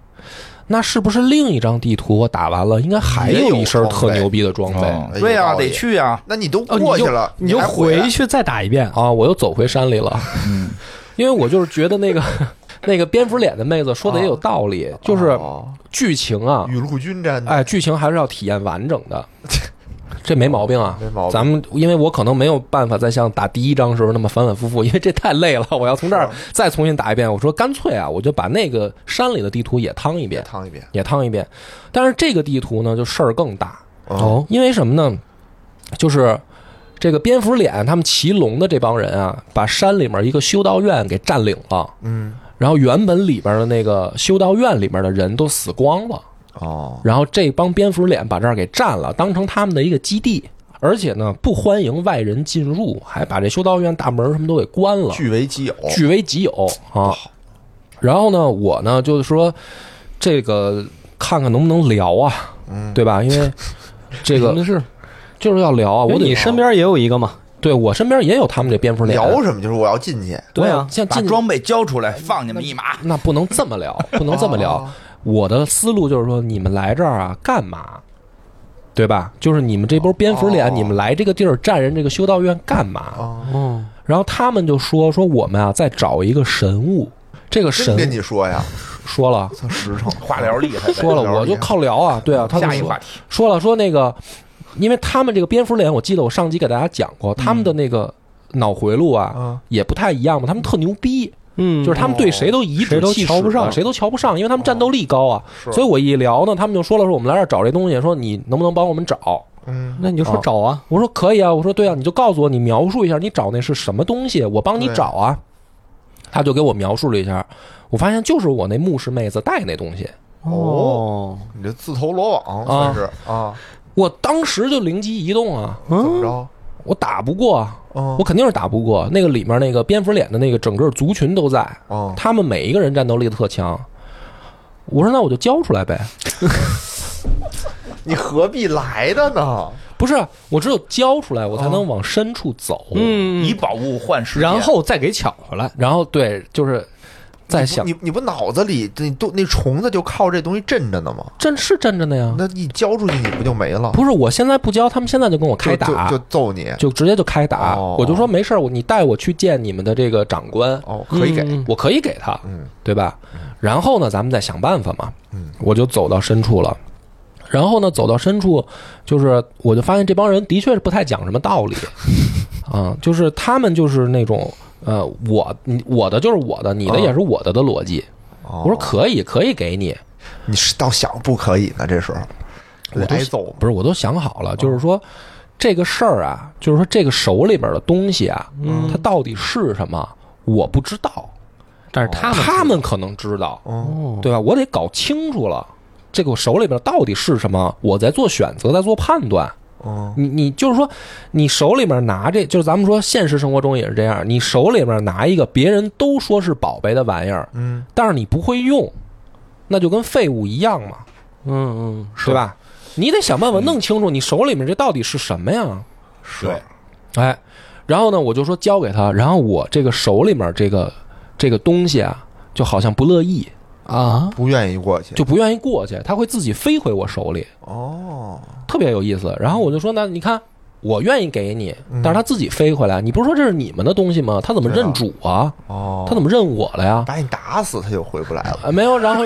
Speaker 1: 那是不是另一张地图我打完了应该还有一身特牛逼的装备？
Speaker 2: 哦对
Speaker 3: 有
Speaker 2: 啊，
Speaker 3: 道理
Speaker 2: 得去啊。
Speaker 3: 那你都
Speaker 4: 哦，
Speaker 3: 过
Speaker 4: 你
Speaker 3: 去
Speaker 4: 就
Speaker 3: 了，
Speaker 4: 你就
Speaker 3: 还回来
Speaker 4: 回去再打一遍。
Speaker 1: 啊，我又走回山里了，
Speaker 2: 嗯，
Speaker 1: 因为我就是觉得那个 [LAUGHS] 那个蝙蝠脸的妹子说的也有道理，就是
Speaker 3: 哦
Speaker 1: 剧情啊，
Speaker 3: 雨露均沾的，
Speaker 1: 哎，剧情还是要体验完整
Speaker 3: [LAUGHS]
Speaker 1: 的，这没毛病啊。
Speaker 3: 哦没毛病。
Speaker 1: 咱们因为我可能没有办法再像打第一章时候那么反反复复， [LAUGHS] 因为这太累了。
Speaker 3: 哦
Speaker 1: 我要从这儿再重新打一遍。我说干脆啊，我就把那个山里的地图也趟一
Speaker 3: 别
Speaker 1: 遍，
Speaker 3: 趟一遍
Speaker 1: 也趟一遍。但是这个地图呢，就事儿更大，
Speaker 3: 哦，
Speaker 1: 因为什么呢？就是这个蝙蝠脸他们骑龙的这帮人啊，把山里面一个修道院给占领了，
Speaker 3: 嗯
Speaker 1: 然后原本里边的那个修道院里面的人都死光了。
Speaker 3: 哦，
Speaker 1: 然后这帮蝙蝠脸把这儿给占了，当成他们的一个基地，而且呢不欢迎外人进入，还把这修道院大门什么都给关了，
Speaker 3: 据为己有，
Speaker 1: 据为己有
Speaker 3: 哦
Speaker 1: 啊。然后呢，我呢就是说，这个看看能不能聊啊，
Speaker 3: 嗯
Speaker 1: 对吧？因
Speaker 3: [LAUGHS]
Speaker 1: 为这
Speaker 4: 真
Speaker 1: 个
Speaker 4: 的是，
Speaker 1: 就是要聊啊，我
Speaker 4: 我
Speaker 1: 得
Speaker 4: 你身边也有一个嘛？
Speaker 1: 对我身边也有他们这蝙哦蝠脸，
Speaker 3: 聊什么？就是我要进去，
Speaker 1: 我
Speaker 4: 对
Speaker 1: 要
Speaker 4: 啊，
Speaker 1: 像
Speaker 2: 把
Speaker 1: 进
Speaker 2: 装备交出来，放你们一马。
Speaker 1: 那不能这么
Speaker 3: [LAUGHS]
Speaker 1: 聊，不能这么聊。
Speaker 3: 哦
Speaker 1: 我的思路就是说，你们来这儿啊，干嘛？对吧？就是你们这波蝙蝠脸，
Speaker 3: 哦
Speaker 1: 你们来这个地儿占人这个修道院干嘛？
Speaker 3: 哦，
Speaker 4: 哦，
Speaker 1: 然后他们就说说我们啊，在找一个神物。这个
Speaker 3: 真
Speaker 1: 神
Speaker 3: 跟你说呀，
Speaker 1: 说了
Speaker 3: 操，实诚，
Speaker 2: 话聊厉害，
Speaker 1: 说了，
Speaker 3: 聊
Speaker 1: 我就
Speaker 3: 你
Speaker 1: 靠聊啊，对啊，他就
Speaker 2: 下一
Speaker 1: 说
Speaker 2: 话题，
Speaker 1: 说了说那个，因为他们这个蝙蝠脸，我记得我上集给大家讲过，他们的那个脑回路啊
Speaker 3: 啊，
Speaker 1: 也不太一样嘛，他们特牛逼，
Speaker 4: 嗯，
Speaker 1: 就是他们对谁都颐指
Speaker 4: 谁都
Speaker 1: 气使
Speaker 4: 瞧不上
Speaker 1: 啊谁都瞧不上，因为他们战斗力高啊。
Speaker 3: 哦是
Speaker 1: 所以我一聊呢，他们就说了说我们来这儿找这东西，说你能不能帮我们找？
Speaker 3: 嗯，
Speaker 4: 那你就说找啊，
Speaker 1: 我说可以啊，我说对啊，你就告诉我你描述一下你找那是什么东西，我帮你
Speaker 3: 对
Speaker 1: 找啊。他就给我描述了一下，我发现就是我那牧师妹子带那东西，
Speaker 3: 哦，你这自投罗网算是啊，
Speaker 1: 我当时就灵机一动啊，
Speaker 3: 怎么着？
Speaker 1: 我打不过啊，
Speaker 3: 嗯
Speaker 1: 我肯定是打不过。那个里面那个蝙蝠脸的那个整个族群都在，
Speaker 3: 哦，
Speaker 1: 他们每一个人战斗力都特强。我说那我就教出来呗，
Speaker 3: 你何必来的呢？
Speaker 1: 不是，啊我只有教出来，我才能往深处走。，
Speaker 4: 哦嗯，
Speaker 2: 以宝物换世界。
Speaker 4: 然后再给抢回来。
Speaker 1: 然后对，就是在想，
Speaker 3: 你不你不脑子里你都那虫子就靠这东西镇着呢吗？
Speaker 1: 真是真着呢呀。
Speaker 3: 那你交出去你不就没了？
Speaker 1: 不是，我现在不教，他们现在就跟我开打，
Speaker 3: 就就就揍你
Speaker 1: 就直接就开打。
Speaker 3: 哦
Speaker 1: 我就说没事儿，我你带我去见你们的这个长官，
Speaker 3: 哦，可以给，
Speaker 4: 嗯
Speaker 1: 我可以给他，
Speaker 3: 嗯
Speaker 1: 对吧？然后呢，咱们再想办法嘛。
Speaker 3: 嗯，
Speaker 1: 我就走到深处了。然后呢，走到深处，就是我就发现这帮人的确是不太讲什么道理啊，就是他们就是那种呃，我你我的就是我的，你的
Speaker 3: 嗯
Speaker 1: 也是我的的逻辑。
Speaker 3: 我
Speaker 1: 我说可以，可以给你，
Speaker 3: 哦你是倒想不可以呢，这时候
Speaker 1: 我都
Speaker 3: 挨揍
Speaker 1: 不是我都想好了，就是说这个事儿啊，就是说这个手里边的东西啊，它到底是什么，我不知道，
Speaker 4: 但是他们
Speaker 1: 他们可能知道，
Speaker 3: 嗯，
Speaker 4: 哦，
Speaker 1: 对吧？我得搞清楚了，这个我手里边到底是什么，我在做选择，在做判断。
Speaker 3: 嗯
Speaker 1: 你你就是说，你手里面拿这，就是咱们说现实生活中也是这样，你手里面拿一个别人都说是宝贝的玩意儿，
Speaker 3: 嗯，
Speaker 1: 但是你不会用，那就跟废物一样嘛，
Speaker 4: 嗯嗯，
Speaker 1: 对吧？你得想办法弄清楚你手里面这到底是什么呀？
Speaker 3: 是
Speaker 2: 对，
Speaker 1: 哎，然后呢，我就说交给他，然后我这个手里面这个这个东西啊，就好像不乐意，
Speaker 4: 啊，
Speaker 3: 不愿意过去
Speaker 1: 就不愿意过去，他会自己飞回我手里。
Speaker 3: 哦，
Speaker 1: 特别有意思。然后我就说，那你看，我愿意给你，但是他自己飞回来，你不是说这是你们的东西吗？他怎么认主啊？
Speaker 3: 哦
Speaker 1: 他怎么认我了呀？
Speaker 3: 把你打死他就回不来
Speaker 1: [LAUGHS]
Speaker 3: 了。
Speaker 1: 啊，没有，然后，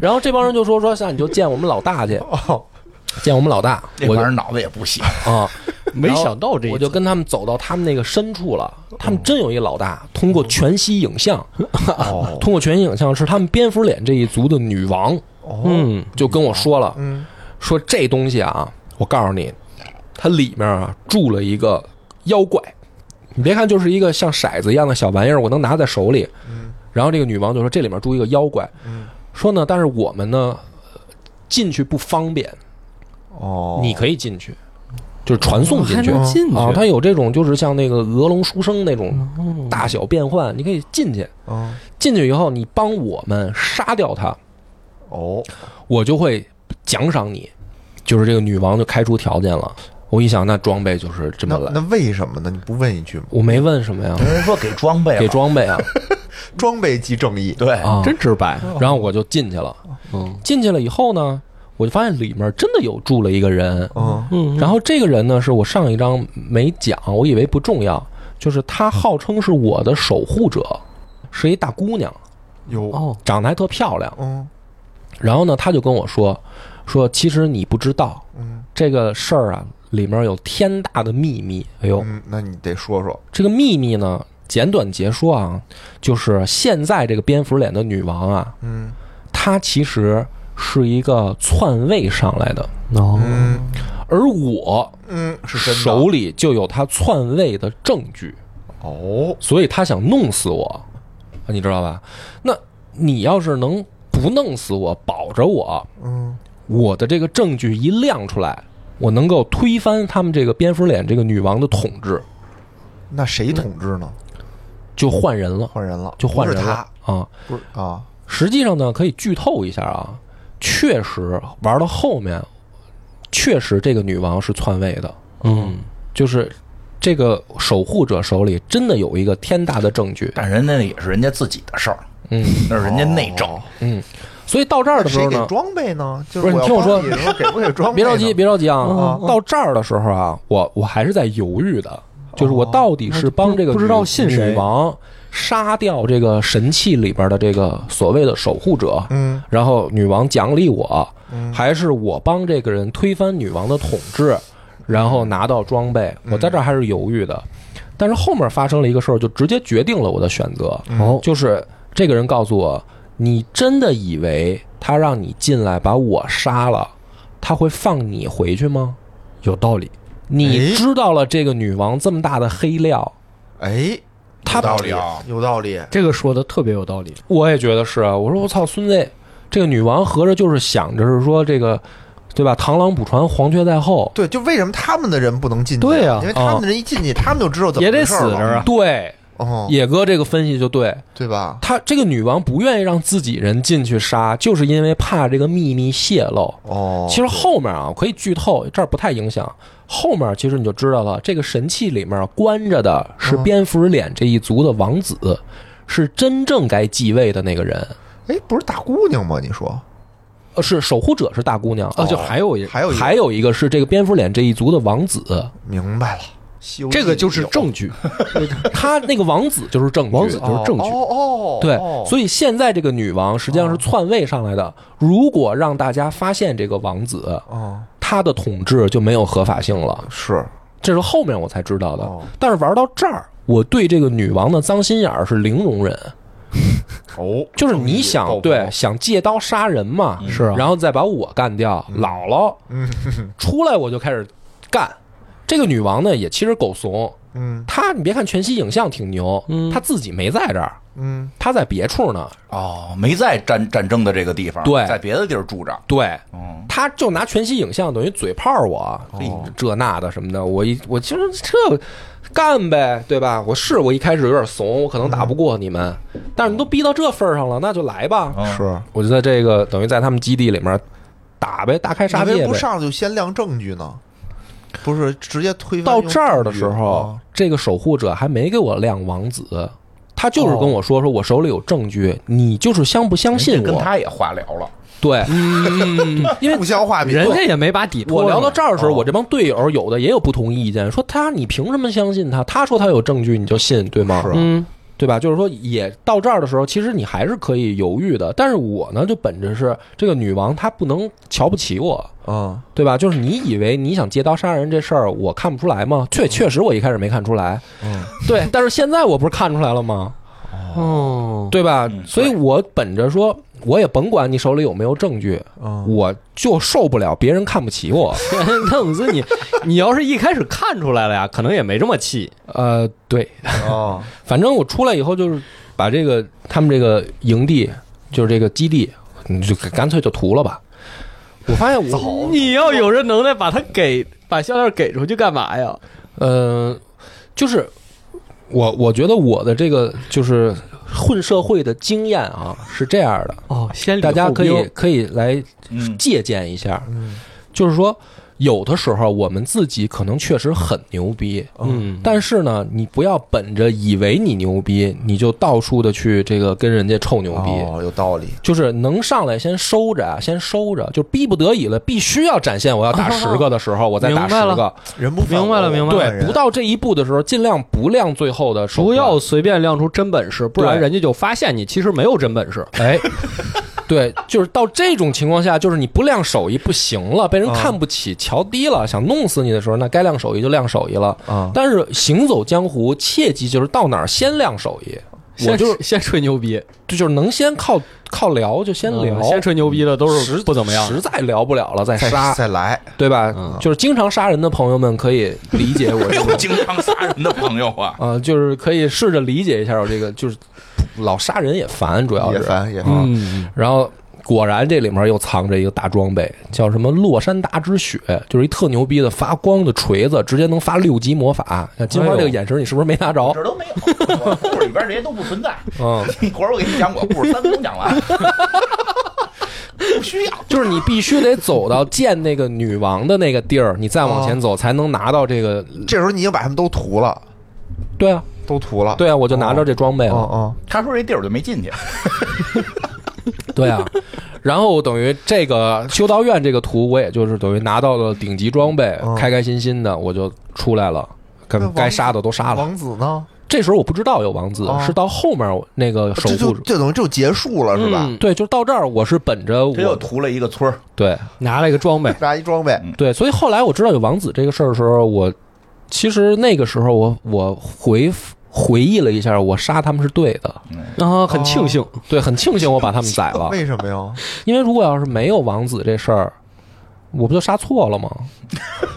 Speaker 1: 然后这帮人就说说，那你就见我们老大去，
Speaker 3: 哦，
Speaker 1: 见我们老大，
Speaker 2: 这
Speaker 1: 我
Speaker 2: 帮
Speaker 1: 就
Speaker 2: 人脑子也不行，
Speaker 1: 啊，
Speaker 4: 没想到这一
Speaker 1: 我就
Speaker 4: 层
Speaker 1: 跟他们走到他们那个深处了。他们真有一老大，通过全息影像，
Speaker 3: 哦
Speaker 1: 通过全息影像是他们蝙蝠脸这一族的女王，嗯，就跟我说了，
Speaker 3: 哦嗯，
Speaker 1: 说这东西啊，我告诉你，它里面啊住了一个妖怪。你别看就是一个像骰子一样的小玩意儿，我能拿在手里。然后这个女王就说这里面住一个妖怪，说呢，但是我们呢呃进去不方便，
Speaker 3: 哦，
Speaker 1: 你可以进去，就是传送进
Speaker 4: 哦还
Speaker 1: 去
Speaker 4: 能进去哦
Speaker 1: 啊。它有这种就是像那个鹅龙书生那种大小变换，你可以进去。
Speaker 3: 哦
Speaker 1: 进去以后，你帮我们杀掉它，
Speaker 3: 哦，
Speaker 1: 我就会奖赏你。就是这个女王就开出条件了。我一想，那装备就是这
Speaker 3: 那
Speaker 1: 么来
Speaker 3: 那。为什么呢？你不问一句吗？
Speaker 1: 我没问什么呀，
Speaker 2: 有人说给装备了，
Speaker 1: 给装备啊
Speaker 3: [LAUGHS] 装备即正义。
Speaker 2: 对，
Speaker 1: 啊！
Speaker 4: 真直白，
Speaker 1: 然后我就进去了。
Speaker 4: 嗯
Speaker 1: 进去了以后呢，我就发现里面真的有住了一个人。
Speaker 3: 嗯
Speaker 4: 嗯，
Speaker 1: 然后这个人呢，是我上一章没讲，我以为不重要，就是他号称是我的守护者，是一大姑娘，
Speaker 3: 有
Speaker 4: 哦，
Speaker 1: 长得还特漂亮。
Speaker 3: 嗯
Speaker 1: 然后呢，他就跟我说，说其实你不知道
Speaker 3: 嗯
Speaker 1: 这个事儿啊，里面有天大的秘密。哎呦，
Speaker 3: 嗯，那你得说说。
Speaker 1: 这个秘密呢，简短截说啊，就是现在这个蝙蝠脸的女王啊，
Speaker 3: 嗯
Speaker 1: 她其实是一个篡位上来的，
Speaker 4: 哦
Speaker 3: 嗯
Speaker 1: 而我
Speaker 3: 嗯，是真的
Speaker 1: 手里就有她篡位的证据，
Speaker 3: 哦，
Speaker 1: 所以她想弄死我，啊你知道吧？那你要是能不弄死我，保着我，
Speaker 3: 嗯
Speaker 1: 我的这个证据一亮出来，我能够推翻他们这个蝙蝠脸这个女王的统治，
Speaker 3: 那谁统治呢？
Speaker 1: 就换人了，
Speaker 3: 换人了，
Speaker 1: 嗯就换人
Speaker 3: 不是
Speaker 1: 了
Speaker 3: 他，
Speaker 1: 啊！
Speaker 3: 不是啊，
Speaker 1: 实际上呢，可以剧透一下啊，确实玩到后面，确实这个女王是篡位的，
Speaker 4: 嗯，
Speaker 1: 就是这个守护者手里真的有一个天大的证据，
Speaker 2: 但人家那也是人家自己的事儿，
Speaker 1: 嗯
Speaker 2: 那是人家内政。
Speaker 1: 嗯，所以到这儿的时
Speaker 3: 谁
Speaker 1: 候
Speaker 3: 给
Speaker 1: 呢，
Speaker 3: 装备呢？就
Speaker 1: 不是
Speaker 3: 我要
Speaker 1: 你听我说
Speaker 3: 帮你的时候给不给装备？
Speaker 1: 别着急，，别着急啊
Speaker 3: 嗯，
Speaker 1: 到这儿的时候啊，我我还是在犹豫的，就是我到底是帮这个
Speaker 4: 哦不知
Speaker 1: 女
Speaker 4: 道信谁
Speaker 1: 女王杀掉这个神器里边的这个所谓的守护者，
Speaker 3: 嗯
Speaker 1: 然后女王奖励我，
Speaker 3: 嗯，
Speaker 1: 还是我帮这个人推翻女王的统治，然后拿到装备。我在这儿还是犹豫的，但是后面发生了一个事儿，就直接决定了我的选择。
Speaker 4: 哦，
Speaker 1: 就是这个人告诉我，你真的以为他让你进来把我杀了，他会放你回去吗？
Speaker 4: 有道理，
Speaker 1: 你
Speaker 3: 哎
Speaker 1: 知道了这个女王这么大的黑料，
Speaker 3: 哎，
Speaker 1: 他
Speaker 2: 有道理啊，
Speaker 3: 有道理。
Speaker 4: 这个说的特别有道理，
Speaker 1: 我也觉得是啊。我说我操，孙子，这个女王合着就是想着是说这个，对吧？螳螂捕蝉，黄雀在后。
Speaker 3: 对，就为什么他们的人不能进去？
Speaker 4: 对啊
Speaker 3: 因为他们的人一
Speaker 1: 哦
Speaker 3: 进去，他们就知道怎么
Speaker 4: 也得
Speaker 3: 回事儿
Speaker 4: 死
Speaker 3: 了
Speaker 4: 着啊
Speaker 1: 对，
Speaker 3: 哦，
Speaker 1: 野哥这个分析就对，
Speaker 3: 对吧？
Speaker 1: 她这个女王不愿意让自己人进去杀，就是因为怕这个秘密泄露。
Speaker 3: 哦，
Speaker 1: 其实后面啊，可以剧透，这儿不太影响。后面其实你就知道了，这个神器里面关着的是
Speaker 3: 嗯
Speaker 1: 蝙蝠脸这一族的王子，是真正该继位的那个人，
Speaker 3: 哎，不是大姑娘吗？你说
Speaker 1: 呃，是守护者是大姑娘，
Speaker 4: 哦，
Speaker 1: 呃，
Speaker 4: 就
Speaker 1: 就
Speaker 4: 还有一，
Speaker 3: 还有一个
Speaker 1: 还有一个是这个蝙蝠脸这一族的王子，
Speaker 3: 明白了，西游记
Speaker 4: 这个就是
Speaker 3: 里有
Speaker 4: 证据，
Speaker 1: [LAUGHS] 他那个王子就是证据，
Speaker 4: 王子就是证据
Speaker 3: 哦哦，
Speaker 1: 对，
Speaker 3: 以
Speaker 1: 所以现在这个女王实际上是篡位上来的。如果让大家发现这个王子，
Speaker 3: 哦
Speaker 1: 他的统治就没有合法性了。
Speaker 3: 是
Speaker 1: 这是后面我才知道的。
Speaker 3: 哦
Speaker 1: 但是玩到这儿，我对这个女王的脏心眼儿是零容忍，
Speaker 3: 哦，
Speaker 1: 就是你想对想借刀杀人嘛，
Speaker 4: 是啊
Speaker 1: 然后再把我干掉，姥姥，出来我就开始干。这个女王呢，也其实狗怂，
Speaker 3: 嗯
Speaker 1: 她你别看全息影像挺牛，
Speaker 4: 嗯
Speaker 1: 她自己没在这儿，
Speaker 3: 嗯
Speaker 1: 她在别处呢，
Speaker 2: 哦，没在战战争的这个地方，
Speaker 1: 对
Speaker 2: 在别的地儿住着。
Speaker 1: 对，
Speaker 2: 嗯，
Speaker 1: 他就拿全息影像等于嘴炮我，这那的什么的，我一我其实这干呗，对吧？我是我一开始有点怂，我可能打不过你们，但是你们都逼到这份儿上了，那就来吧。
Speaker 2: 嗯
Speaker 3: 是。
Speaker 1: 我就在这个等于在他们基地里面打呗，大开杀
Speaker 3: 你为什
Speaker 1: 戒
Speaker 3: 么不
Speaker 1: 呗。
Speaker 3: 上来就先亮证据呢？不是直接推翻
Speaker 1: 到
Speaker 3: 用
Speaker 1: 这儿的
Speaker 3: 证据
Speaker 1: 时
Speaker 3: 啊
Speaker 1: 候，，这个守护者还没给我亮王子，他就是跟我说说我手里有证据，你就是相不相信
Speaker 2: 这跟
Speaker 1: 我？
Speaker 2: 他也话聊了，
Speaker 1: 对，因为
Speaker 3: 互相画饼，
Speaker 4: 人家也没把底
Speaker 1: 我
Speaker 4: 脱了
Speaker 1: 聊到这儿的时候，我这帮队友有的也有不同意见，说他你凭什么相信他？他说他有证据，你就信，对吗？
Speaker 3: 是
Speaker 4: 嗯，
Speaker 1: 对吧？就是说，也到这儿的时候，其实你还是可以犹豫的。但是我呢，就本着是这个女王她不能瞧不起我，
Speaker 3: 嗯，
Speaker 1: 对吧？就是你以为你想借刀杀人这事儿，我看不出来吗？确确实我一开始没看出来，
Speaker 3: 嗯，
Speaker 1: 对。但是现在我不是看出来了吗？
Speaker 4: 哦，
Speaker 1: 对吧
Speaker 2: 嗯？对
Speaker 1: 所以我本着说，我也甭管你手里有没有证据，
Speaker 3: 嗯
Speaker 1: 我就受不了别人看不起
Speaker 3: [LAUGHS]
Speaker 1: 我。
Speaker 4: [LAUGHS] 邓子，你你要是一开始看出来了呀，可能也没这么气。
Speaker 1: 呃，对，
Speaker 3: 哦，
Speaker 1: 反正我出来以后就是把这个他们这个营地，就是这个基地，你就干脆就屠了吧。我发现我，
Speaker 4: 你要有这能耐，把他给把项链给出去干嘛呀？
Speaker 1: 呃，就是我，我觉得我的这个就是混社会的经验啊是这样的，
Speaker 4: 哦，先礼
Speaker 1: 大家
Speaker 4: 后
Speaker 1: 可以
Speaker 4: 兵
Speaker 1: 可以来
Speaker 2: 嗯
Speaker 1: 借鉴一下，
Speaker 3: 嗯
Speaker 1: 就是说有的时候我们自己可能确实很牛逼，
Speaker 4: 嗯，
Speaker 1: 但是呢，你不要本着以为你牛逼，你就到处的去这个跟人家臭牛逼。
Speaker 3: 哦，有道理，
Speaker 1: 就是能上来先收着啊，先收着，就逼不得已了，必须要展现我要
Speaker 4: [LAUGHS]
Speaker 1: 打十个的时候，我再打
Speaker 4: 明
Speaker 1: 十
Speaker 4: 白
Speaker 1: 个。
Speaker 3: 人不犯
Speaker 4: 明白了
Speaker 3: 我
Speaker 4: 明白了
Speaker 1: 对，不到这一步的时候，尽量不亮最后的手
Speaker 4: 不
Speaker 1: 段。
Speaker 4: 要随便亮出真本事，不然
Speaker 1: 对
Speaker 4: 人家就发现你其实没有真本事。
Speaker 1: [LAUGHS]
Speaker 4: [LAUGHS]
Speaker 1: 哎，对，就是到这种情况下，就是你不亮手艺不行了，被人
Speaker 3: 嗯
Speaker 1: 看不起、瞧低了，想弄死你的时候，那该亮手艺就亮手艺了。
Speaker 4: 嗯
Speaker 3: 啊，
Speaker 1: 但是行走江湖，切记就是到哪儿先亮手艺，我
Speaker 4: 先
Speaker 1: 就是
Speaker 4: 先吹牛逼，
Speaker 1: 这就是能先靠靠聊就先聊，
Speaker 4: 嗯先吹牛逼的都是不怎么样。
Speaker 1: 实在聊不了了再
Speaker 3: 再
Speaker 1: 杀，
Speaker 3: 再来，
Speaker 1: 对吧？
Speaker 4: 嗯哎
Speaker 1: 就是经常杀人的朋友们可以理解我
Speaker 2: 没
Speaker 1: 这
Speaker 2: 有
Speaker 1: 个。
Speaker 2: 经常杀人的朋友啊，
Speaker 1: 啊、就是可以试着理解一下我这个，就是老杀人也烦，主要
Speaker 3: 也
Speaker 1: 是。
Speaker 3: 烦也烦，
Speaker 4: 嗯，
Speaker 1: 然后果然这里面又藏着一个大装备，叫什么洛山达之雪，就是一特牛逼的发光的锤子，直接能发六级魔法。那金花这个眼神，你是不是没拿着
Speaker 2: [LAUGHS] 我？这儿都没有，我故事里边这些都不存在。
Speaker 1: 嗯，
Speaker 2: 一会儿我给你讲我故事，三分钟讲 [LAUGHS] 完，不需要。
Speaker 1: 就是你必须得走到见那个女王的那个地儿，你再往前走才能拿到这个。
Speaker 3: 这时候你已经把他们都屠了，
Speaker 1: 对啊，
Speaker 3: 都屠了，
Speaker 1: 对啊，啊我就拿着这装备
Speaker 3: 嗯，
Speaker 1: 了。
Speaker 3: 嗯
Speaker 2: 他说这地儿我就没进去，
Speaker 1: 对啊，然后等于这个修道院这个图，我也就是等于拿到了顶级装备，
Speaker 3: 嗯
Speaker 1: 开开心心的我就出来了，该
Speaker 3: 那王
Speaker 1: 该杀的都杀了。
Speaker 3: 王子呢？
Speaker 1: 这时候我不知道有王子，
Speaker 3: 哦
Speaker 1: 是到后面我那个守
Speaker 3: 这
Speaker 1: 护
Speaker 3: 就
Speaker 1: 者。
Speaker 3: 这等于就结束了是吧？
Speaker 4: 嗯
Speaker 1: 对，就到这儿，我是本着
Speaker 2: 这又
Speaker 1: 我
Speaker 2: 屠了一个村儿。
Speaker 1: 对
Speaker 4: 拿了一个装备，
Speaker 3: 拿一装备，
Speaker 4: 嗯
Speaker 1: 对，所以后来我知道有王子这个事儿的时候，我其实那个时候我我回回忆了一下，我杀他们是对的，哦
Speaker 4: 然后很庆幸，
Speaker 1: 对，很庆幸我把他们宰了，
Speaker 3: [LAUGHS] 为什么呀？
Speaker 1: 因为如果要是没有王子这事儿，我不就杀错了吗？
Speaker 2: [LAUGHS]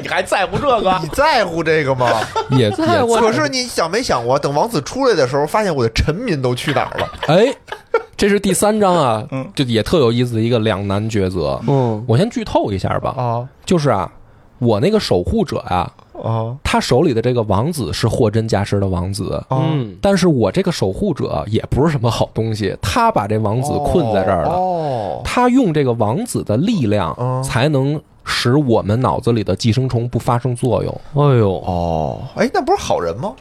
Speaker 2: 你还在乎这个
Speaker 3: 你？在乎这
Speaker 4: [LAUGHS]
Speaker 3: 个吗？
Speaker 1: 也也
Speaker 4: 在我
Speaker 3: [LAUGHS] 可是你想没想过，等王子出来的时候，发现我的臣民都去哪儿了？
Speaker 1: 哎，这是第三章啊
Speaker 2: 嗯，
Speaker 1: 就也特有意思的一个两难抉择。
Speaker 4: 嗯，
Speaker 1: 我先剧透一下吧，
Speaker 3: 啊
Speaker 1: 就是啊，我那个守护者啊，
Speaker 3: 啊
Speaker 1: 他手里的这个王子是货真价实的王子，
Speaker 3: 啊！
Speaker 4: 嗯，
Speaker 1: 但是我这个守护者啊也不是什么好东西，他把这王子困在这儿了，
Speaker 3: 哦，
Speaker 1: 他用这个王子的力量
Speaker 3: 嗯
Speaker 1: 才能使我们脑子里的寄生虫不发生作用。
Speaker 4: 哎呦，
Speaker 3: 哦，哎，那不是好人吗？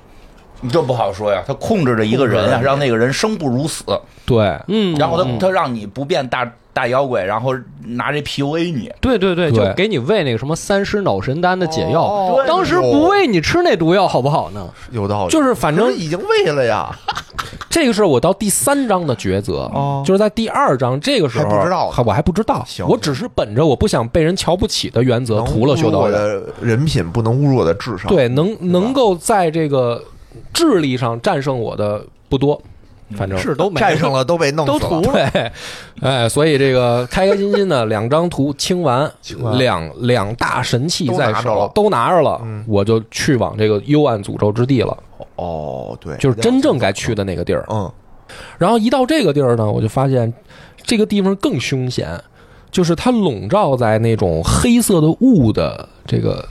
Speaker 2: 你这不好说呀。他控制着一个人呀，啊让那个人生不如死，
Speaker 1: 对，
Speaker 4: 嗯，
Speaker 2: 然
Speaker 1: 哦
Speaker 2: 后他他让你不变大大妖怪，然后拿这 PUA 你。
Speaker 4: 对对对，
Speaker 1: 对
Speaker 4: 就给你喂那个什么三尸脑神丹的解药，
Speaker 3: 哦
Speaker 4: 当时不喂你吃那毒药好不好呢？
Speaker 3: 有道理，
Speaker 1: 就是反正
Speaker 3: 可是已经喂了呀。
Speaker 1: 这个是我到第三章的抉择，
Speaker 3: 哦
Speaker 1: 就是在第二章这个时候
Speaker 3: 还不知道呢
Speaker 1: 还我还不知道，
Speaker 3: 行
Speaker 1: 我只是本着我不想被人瞧不起的原则
Speaker 3: 能
Speaker 1: 涂了修
Speaker 3: 侮辱
Speaker 1: 道
Speaker 3: 我
Speaker 1: 院。
Speaker 3: 的人品，不能侮辱我的智商。
Speaker 1: 对，能能够在这个智力上战胜我的不多，反正
Speaker 4: 是都没
Speaker 3: 战胜了都被弄
Speaker 4: 都
Speaker 3: 死了
Speaker 4: 涂。了，
Speaker 1: 对，哎，所以这个开开心心的两张图清完，
Speaker 3: 清完
Speaker 1: 两两大神器在
Speaker 3: 都拿着了
Speaker 1: 手都拿着了
Speaker 3: 嗯，
Speaker 1: 我就去往这个幽暗诅咒之地了，
Speaker 3: 哦，对，
Speaker 1: 就是真正该去的那个地儿。
Speaker 3: 嗯
Speaker 1: 然后一到这个地儿呢，我就发现这个地方更凶险，就是它笼罩在那种黑色的雾的这个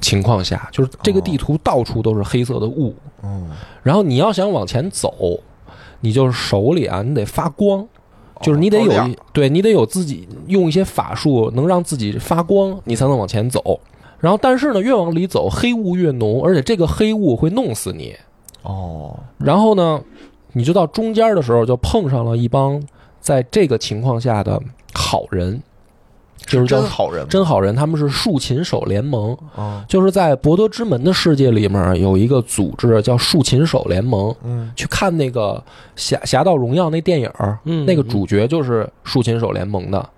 Speaker 1: 情况下，就是这个地图到处都是黑色的雾。
Speaker 3: 嗯，
Speaker 1: 然后你要想往前走，你就是手里啊，你得发光。就是你得
Speaker 3: 哦
Speaker 1: 有
Speaker 3: 高亮
Speaker 1: 一，对你得有自己用一些法术能让自己发光，你才能往前走。然后，但是呢，越往里走，黑雾越浓，而且这个黑雾会弄死你。
Speaker 3: 哦，
Speaker 1: 然后呢，你就到中间的时候就碰上了一帮在这个情况下的好人，就是叫
Speaker 3: 真好人吗，
Speaker 1: 真好人，他们是竖琴手联盟，
Speaker 3: 哦，
Speaker 1: 就是在博德之门的世界里面有一个组织叫竖琴手联盟。
Speaker 3: 嗯，
Speaker 1: 去看那个《侠侠盗荣耀》那电影儿，
Speaker 4: 嗯
Speaker 1: 那个主角就是竖琴手联盟的，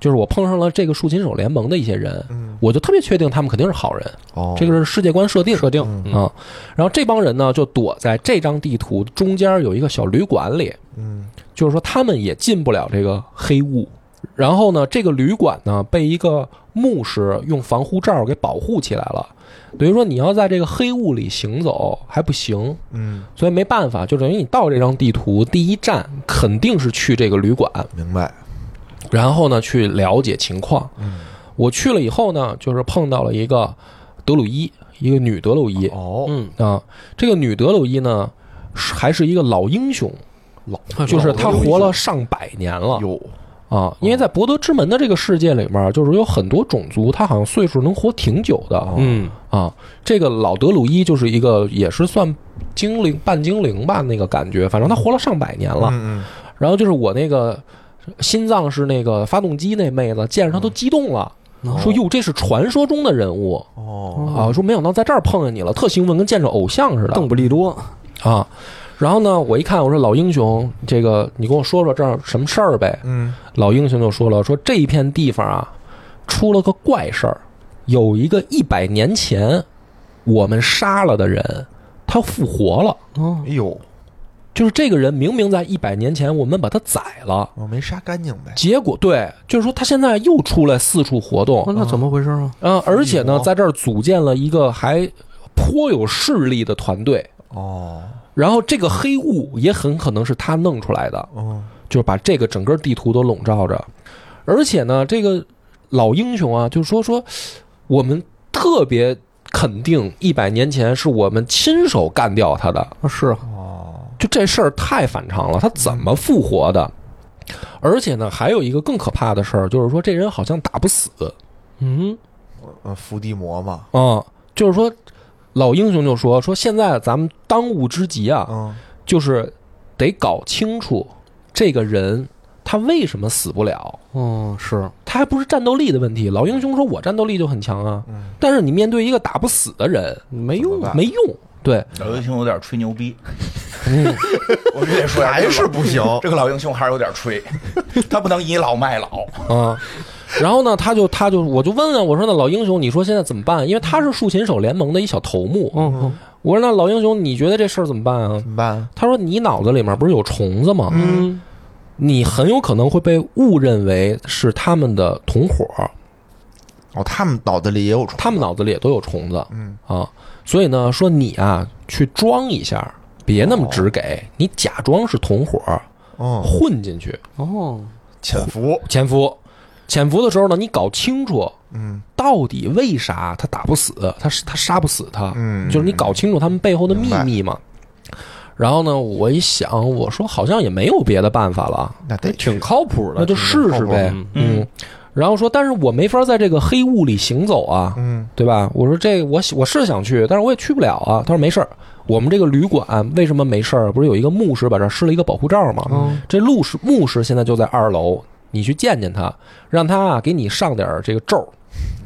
Speaker 1: 就是我碰上了这个竖琴手联盟的一些人，
Speaker 3: 嗯
Speaker 1: 我就特别确定他们肯定是好人，
Speaker 3: 哦，
Speaker 1: 这个是世界观设定设定
Speaker 3: 嗯
Speaker 1: 啊。然后这帮人呢，就躲在这张地图中间有一个小旅馆里，
Speaker 3: 嗯，
Speaker 1: 就是说他们也进不了这个黑雾。然后呢，这个旅馆呢被一个牧师用防护罩给保护起来了，等于说你要在这个黑雾里行走还不行，
Speaker 3: 嗯，
Speaker 1: 所以没办法，就等于你到这张地图第一站肯定是去这个旅馆，
Speaker 3: 明白，
Speaker 1: 然后呢去了解情况。
Speaker 3: 嗯
Speaker 1: 我去了以后呢，就是碰到了一个德鲁伊，一个女德鲁伊啊、
Speaker 3: 哦，
Speaker 4: 嗯，
Speaker 1: 这个女德鲁伊呢，是还是一个老英雄，
Speaker 4: 嗯
Speaker 1: 就是她
Speaker 3: 英雄
Speaker 1: 活了上百年了
Speaker 3: 有，
Speaker 1: 啊。因为在博德之门的这个世界里面，就是有很多种族，她好像岁数能活挺久的啊。
Speaker 4: 嗯
Speaker 1: 啊，这个老德鲁伊就是一个也是算精灵半精灵吧，那个感觉，反正他活了上百年了。
Speaker 3: 嗯嗯，
Speaker 1: 然后就是我那个心脏是那个发动机那妹子，见着她都激动了，说哟，这是传说中的人物
Speaker 3: 哦，
Speaker 1: 啊，说没想到在这儿碰见你了，特兴奋，跟见着偶像似
Speaker 4: 邓
Speaker 1: 的
Speaker 4: 布利多，
Speaker 1: 啊。然后呢，我一看，我说老英雄，这个你跟我说说这儿什么事儿呗？
Speaker 3: 嗯，
Speaker 1: 老英雄就说了，说这一片地方啊，出了个怪事儿，有一个一百年前我们杀了的人，他复活了。
Speaker 4: 哦
Speaker 3: 哎呦，
Speaker 1: 就是这个人明明在一百年前我们把他宰了，
Speaker 3: 我没杀干净呗，
Speaker 1: 结果对，就是说他现在又出来四处活动，
Speaker 4: 那怎么回事啊？
Speaker 1: 嗯，而且呢，
Speaker 3: 哦
Speaker 1: 在这儿组建了一个还颇有势力的团队，
Speaker 3: 哦，
Speaker 1: 然后这个黑雾也很可能是他弄出来的，
Speaker 3: 嗯，
Speaker 1: 就是把这个整个地图都笼罩着，而且呢，这个老英雄啊，就说说我们特别肯定一百年前是我们亲手干掉他的，
Speaker 4: 啊是啊，
Speaker 3: 哦，
Speaker 1: 就这事儿太反常了，他怎么复活的？而且呢，还有一个更可怕的事儿，就是说这人好像打不死，
Speaker 4: 嗯，
Speaker 3: 呃，伏地魔嘛，
Speaker 1: 嗯，就是说老英雄就说说现在咱们当务之急啊，
Speaker 3: 嗯，
Speaker 1: 就是得搞清楚这个人他为什么死不了。
Speaker 4: 哦是，
Speaker 1: 他还不是战斗力的问题，老英雄说我战斗力就很强啊，
Speaker 3: 嗯
Speaker 1: 但是你面对一个打不死的人
Speaker 4: 没用啊，
Speaker 1: 没用。对，
Speaker 2: 老英雄有点吹牛逼，我这得说点
Speaker 3: [LAUGHS] 还是不行
Speaker 2: 这个老英雄还是有点吹， [LAUGHS] 他不能倚老卖老。
Speaker 1: 啊，然后呢，他就他就我就问啊，我说那老英雄，你说现在怎么办？因为他是竖琴手联盟的一小头目，
Speaker 4: 嗯
Speaker 1: 我说那老英雄，你觉得这事儿怎么办啊？
Speaker 3: 怎么办？
Speaker 1: 他说你脑子里面不是有虫子吗？
Speaker 4: 嗯
Speaker 1: 你很有可能会被误认为是他们的同伙，
Speaker 3: 哦，他们脑子里也有虫，
Speaker 1: 他们脑子里也都有虫子
Speaker 3: 嗯，
Speaker 1: 啊，所以呢，说你啊去装一下，别那么直给，你假装是同伙
Speaker 3: 哦，
Speaker 1: 混进去，
Speaker 4: 哦，
Speaker 3: 潜伏，
Speaker 1: 潜伏，潜伏的时候呢，你搞清楚
Speaker 3: 嗯
Speaker 1: 到底为啥他打不死，他是他杀不死他，
Speaker 3: 嗯，
Speaker 1: 就是你搞清楚他们背后的秘
Speaker 3: 明白
Speaker 1: 密嘛。然后呢，我一想，我说好像也没有别的办法了。
Speaker 3: 那得
Speaker 4: 挺靠谱的，
Speaker 1: 那就
Speaker 4: 挺
Speaker 1: 试
Speaker 4: 靠
Speaker 1: 试
Speaker 4: 谱
Speaker 1: 呗
Speaker 4: 嗯。
Speaker 1: 嗯，然后说，但是我没法在这个黑雾里行走啊，
Speaker 3: 嗯
Speaker 1: 对吧？我说这我我是想去，但是我也去不了啊。他说没事儿，我们这个旅馆为什么没事儿？不是有一个牧师把这儿施了一个保护罩吗？
Speaker 4: 嗯
Speaker 1: 这牧师牧师现在就在二楼，你去见见他，让他啊给你上点儿这个咒，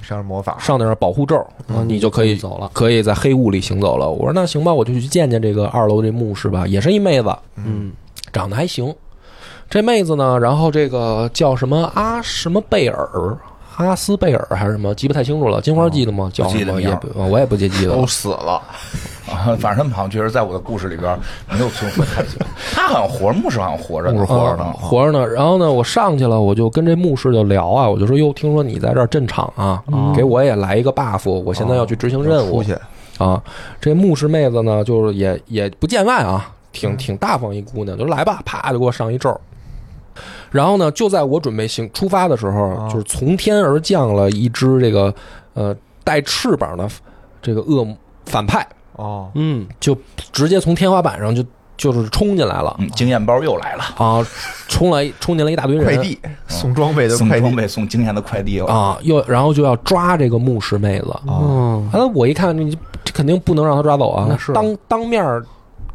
Speaker 3: 上魔法，
Speaker 1: 上点儿保护咒，
Speaker 4: 嗯
Speaker 1: 你就可以
Speaker 4: 走了。
Speaker 1: 可以在黑雾里行走了。我说那行吧，我就去见见这个二楼这牧师吧，也是一妹子，
Speaker 4: 嗯，
Speaker 1: 长得还行。这妹子呢，然后这个叫什么阿什么贝尔，阿斯贝尔还是什么，记不太清楚了。金花记得吗？叫什
Speaker 2: 记得
Speaker 1: 么？
Speaker 2: 名
Speaker 1: 也
Speaker 2: 儿
Speaker 1: 不哦我也不记记得
Speaker 3: 都
Speaker 1: 了。
Speaker 3: 死了，
Speaker 2: 哦啊，反正他们好像觉得在我的故事里边没有孙悟空太强，他好像活着，牧师好像活着，
Speaker 3: 牧师活着
Speaker 1: 嗯
Speaker 3: 呢
Speaker 1: 活着呢。然后呢，我上去了，我就跟这牧师就聊啊，我就说哟，听说你在这儿镇场啊，给我也来一个 buff，我现在要去执行任务
Speaker 3: 出去，
Speaker 1: 啊。这牧师妹子呢，就是也也不见外啊，
Speaker 3: 嗯
Speaker 1: 挺挺大方一姑娘，就说来吧，啪就给我上一咒。然后呢，就在我准备行出发的时候，
Speaker 3: 啊
Speaker 1: 就是从天而降了一只这个呃带翅膀的这个恶魔反派，
Speaker 3: 哦，
Speaker 4: 嗯，
Speaker 1: 直接从天花板上就就是冲进来了
Speaker 2: 嗯，经验包又来了，
Speaker 1: 啊，冲来冲进来一大堆人嗯
Speaker 3: 快递送装备的
Speaker 2: 送
Speaker 3: 快
Speaker 2: 装
Speaker 3: 递，
Speaker 2: 备送经验的快递了，
Speaker 1: 啊，又然后就要抓这个牧师妹子。
Speaker 3: 哦
Speaker 4: 哦，
Speaker 1: 完了，我一看你这肯定不能让他抓走啊，
Speaker 4: 那是
Speaker 1: 当当面儿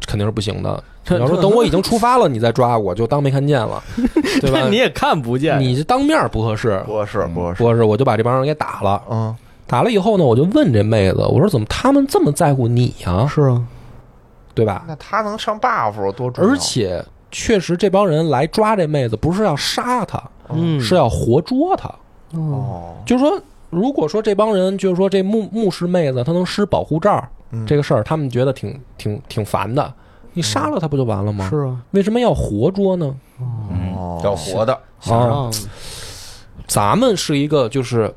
Speaker 1: 肯定是不行的。
Speaker 4: 这
Speaker 1: 你要说等
Speaker 4: [LAUGHS]
Speaker 1: 我已经出发了，你再抓我就当没看见了，对吧
Speaker 4: 但？你也看不见，
Speaker 1: 你这当面不合适，
Speaker 3: 不合
Speaker 2: 嗯
Speaker 3: 适，不合适。
Speaker 1: 不合适，我就把这帮人给打了。
Speaker 3: 嗯，
Speaker 1: 打了以后呢，我就问这妹子，我说怎么他们这么在乎你啊？
Speaker 4: 是啊，
Speaker 1: 对吧？
Speaker 3: 那他能上 buff 多重要
Speaker 1: 而且确实这帮人来抓这妹子，不是要杀她，
Speaker 4: 嗯，
Speaker 1: 是要活捉她。
Speaker 4: 哦，
Speaker 3: 哦，
Speaker 1: 就是说，如果说这帮人就是说这牧牧师妹子她能施保护罩、
Speaker 3: 嗯
Speaker 1: 这个事儿，他们觉得挺挺挺烦的。你杀了她不就完了吗？
Speaker 4: 是啊，
Speaker 1: 为什么要活捉呢？
Speaker 2: 嗯
Speaker 3: 哦，
Speaker 2: 要活的，
Speaker 4: 想让
Speaker 1: 咱们是一个就是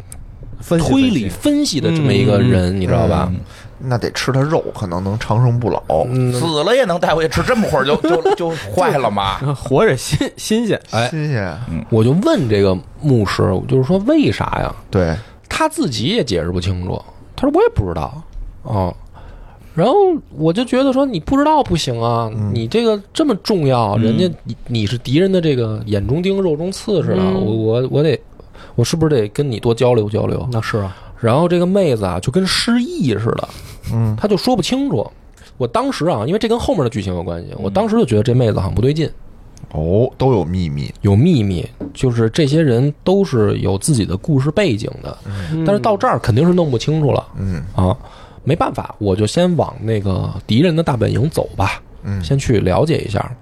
Speaker 4: 分析嗯
Speaker 1: 推
Speaker 4: 分析
Speaker 1: 理分析的这么一个人，你知道吧？
Speaker 2: 嗯
Speaker 3: 那得吃他肉，可能能长生不老。
Speaker 1: 嗯，
Speaker 2: 死了也能带回去，吃这么会儿就 [LAUGHS] 就就坏了
Speaker 4: [LAUGHS]
Speaker 2: 吗？
Speaker 4: [LAUGHS] 活着新新鲜，
Speaker 1: 哎
Speaker 3: 新鲜，
Speaker 1: 我就问这个牧师，我就是说为啥呀？
Speaker 3: 对，
Speaker 1: 他自己也解释不清楚，他说我也不知道，哦，然后我就觉得说你不知道不行啊，
Speaker 4: 嗯
Speaker 1: 你这个这么重要，人家你你是敌人的这个眼中钉肉中刺似的，
Speaker 4: 嗯
Speaker 1: 我我我得我是不是得跟你多交流交流？
Speaker 4: 那是啊，
Speaker 1: 然后这个妹子啊就跟失忆似的，
Speaker 3: 嗯，
Speaker 1: 她就说不清楚。我当时啊，因为这跟后面的剧情有关系，我当时就觉得这妹子好像不对劲，
Speaker 3: 哦，都有秘密，
Speaker 1: 有秘密，就是这些人都是有自己的故事背景的，
Speaker 4: 嗯
Speaker 1: 但是到这儿肯定是弄不清楚了。
Speaker 3: 嗯
Speaker 1: 啊，没办法，我就先往那个敌人的大本营走吧，
Speaker 3: 嗯
Speaker 1: 先去了解一下，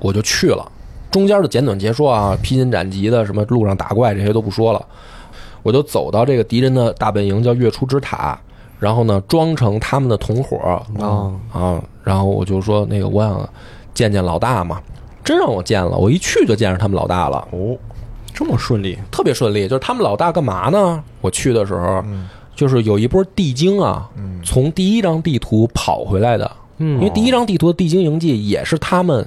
Speaker 1: 我就去了。中间的简短截说啊，披荆斩棘的，什么路上打怪这些都不说了，我就走到这个敌人的大本营，叫月出之塔，然后呢，装成他们的同伙
Speaker 4: 啊，
Speaker 1: 啊，然后我就说那个我想见见老大嘛，真让我见了，我一去就见着他们老大了，
Speaker 3: 哦，
Speaker 4: 这么顺利，
Speaker 1: 特别顺利。就是他们老大干嘛呢？我去的时候，就是有一波地精啊，从第一张地图跑回来的，因
Speaker 4: 嗯
Speaker 1: 为第一张地图的地精营记也是他们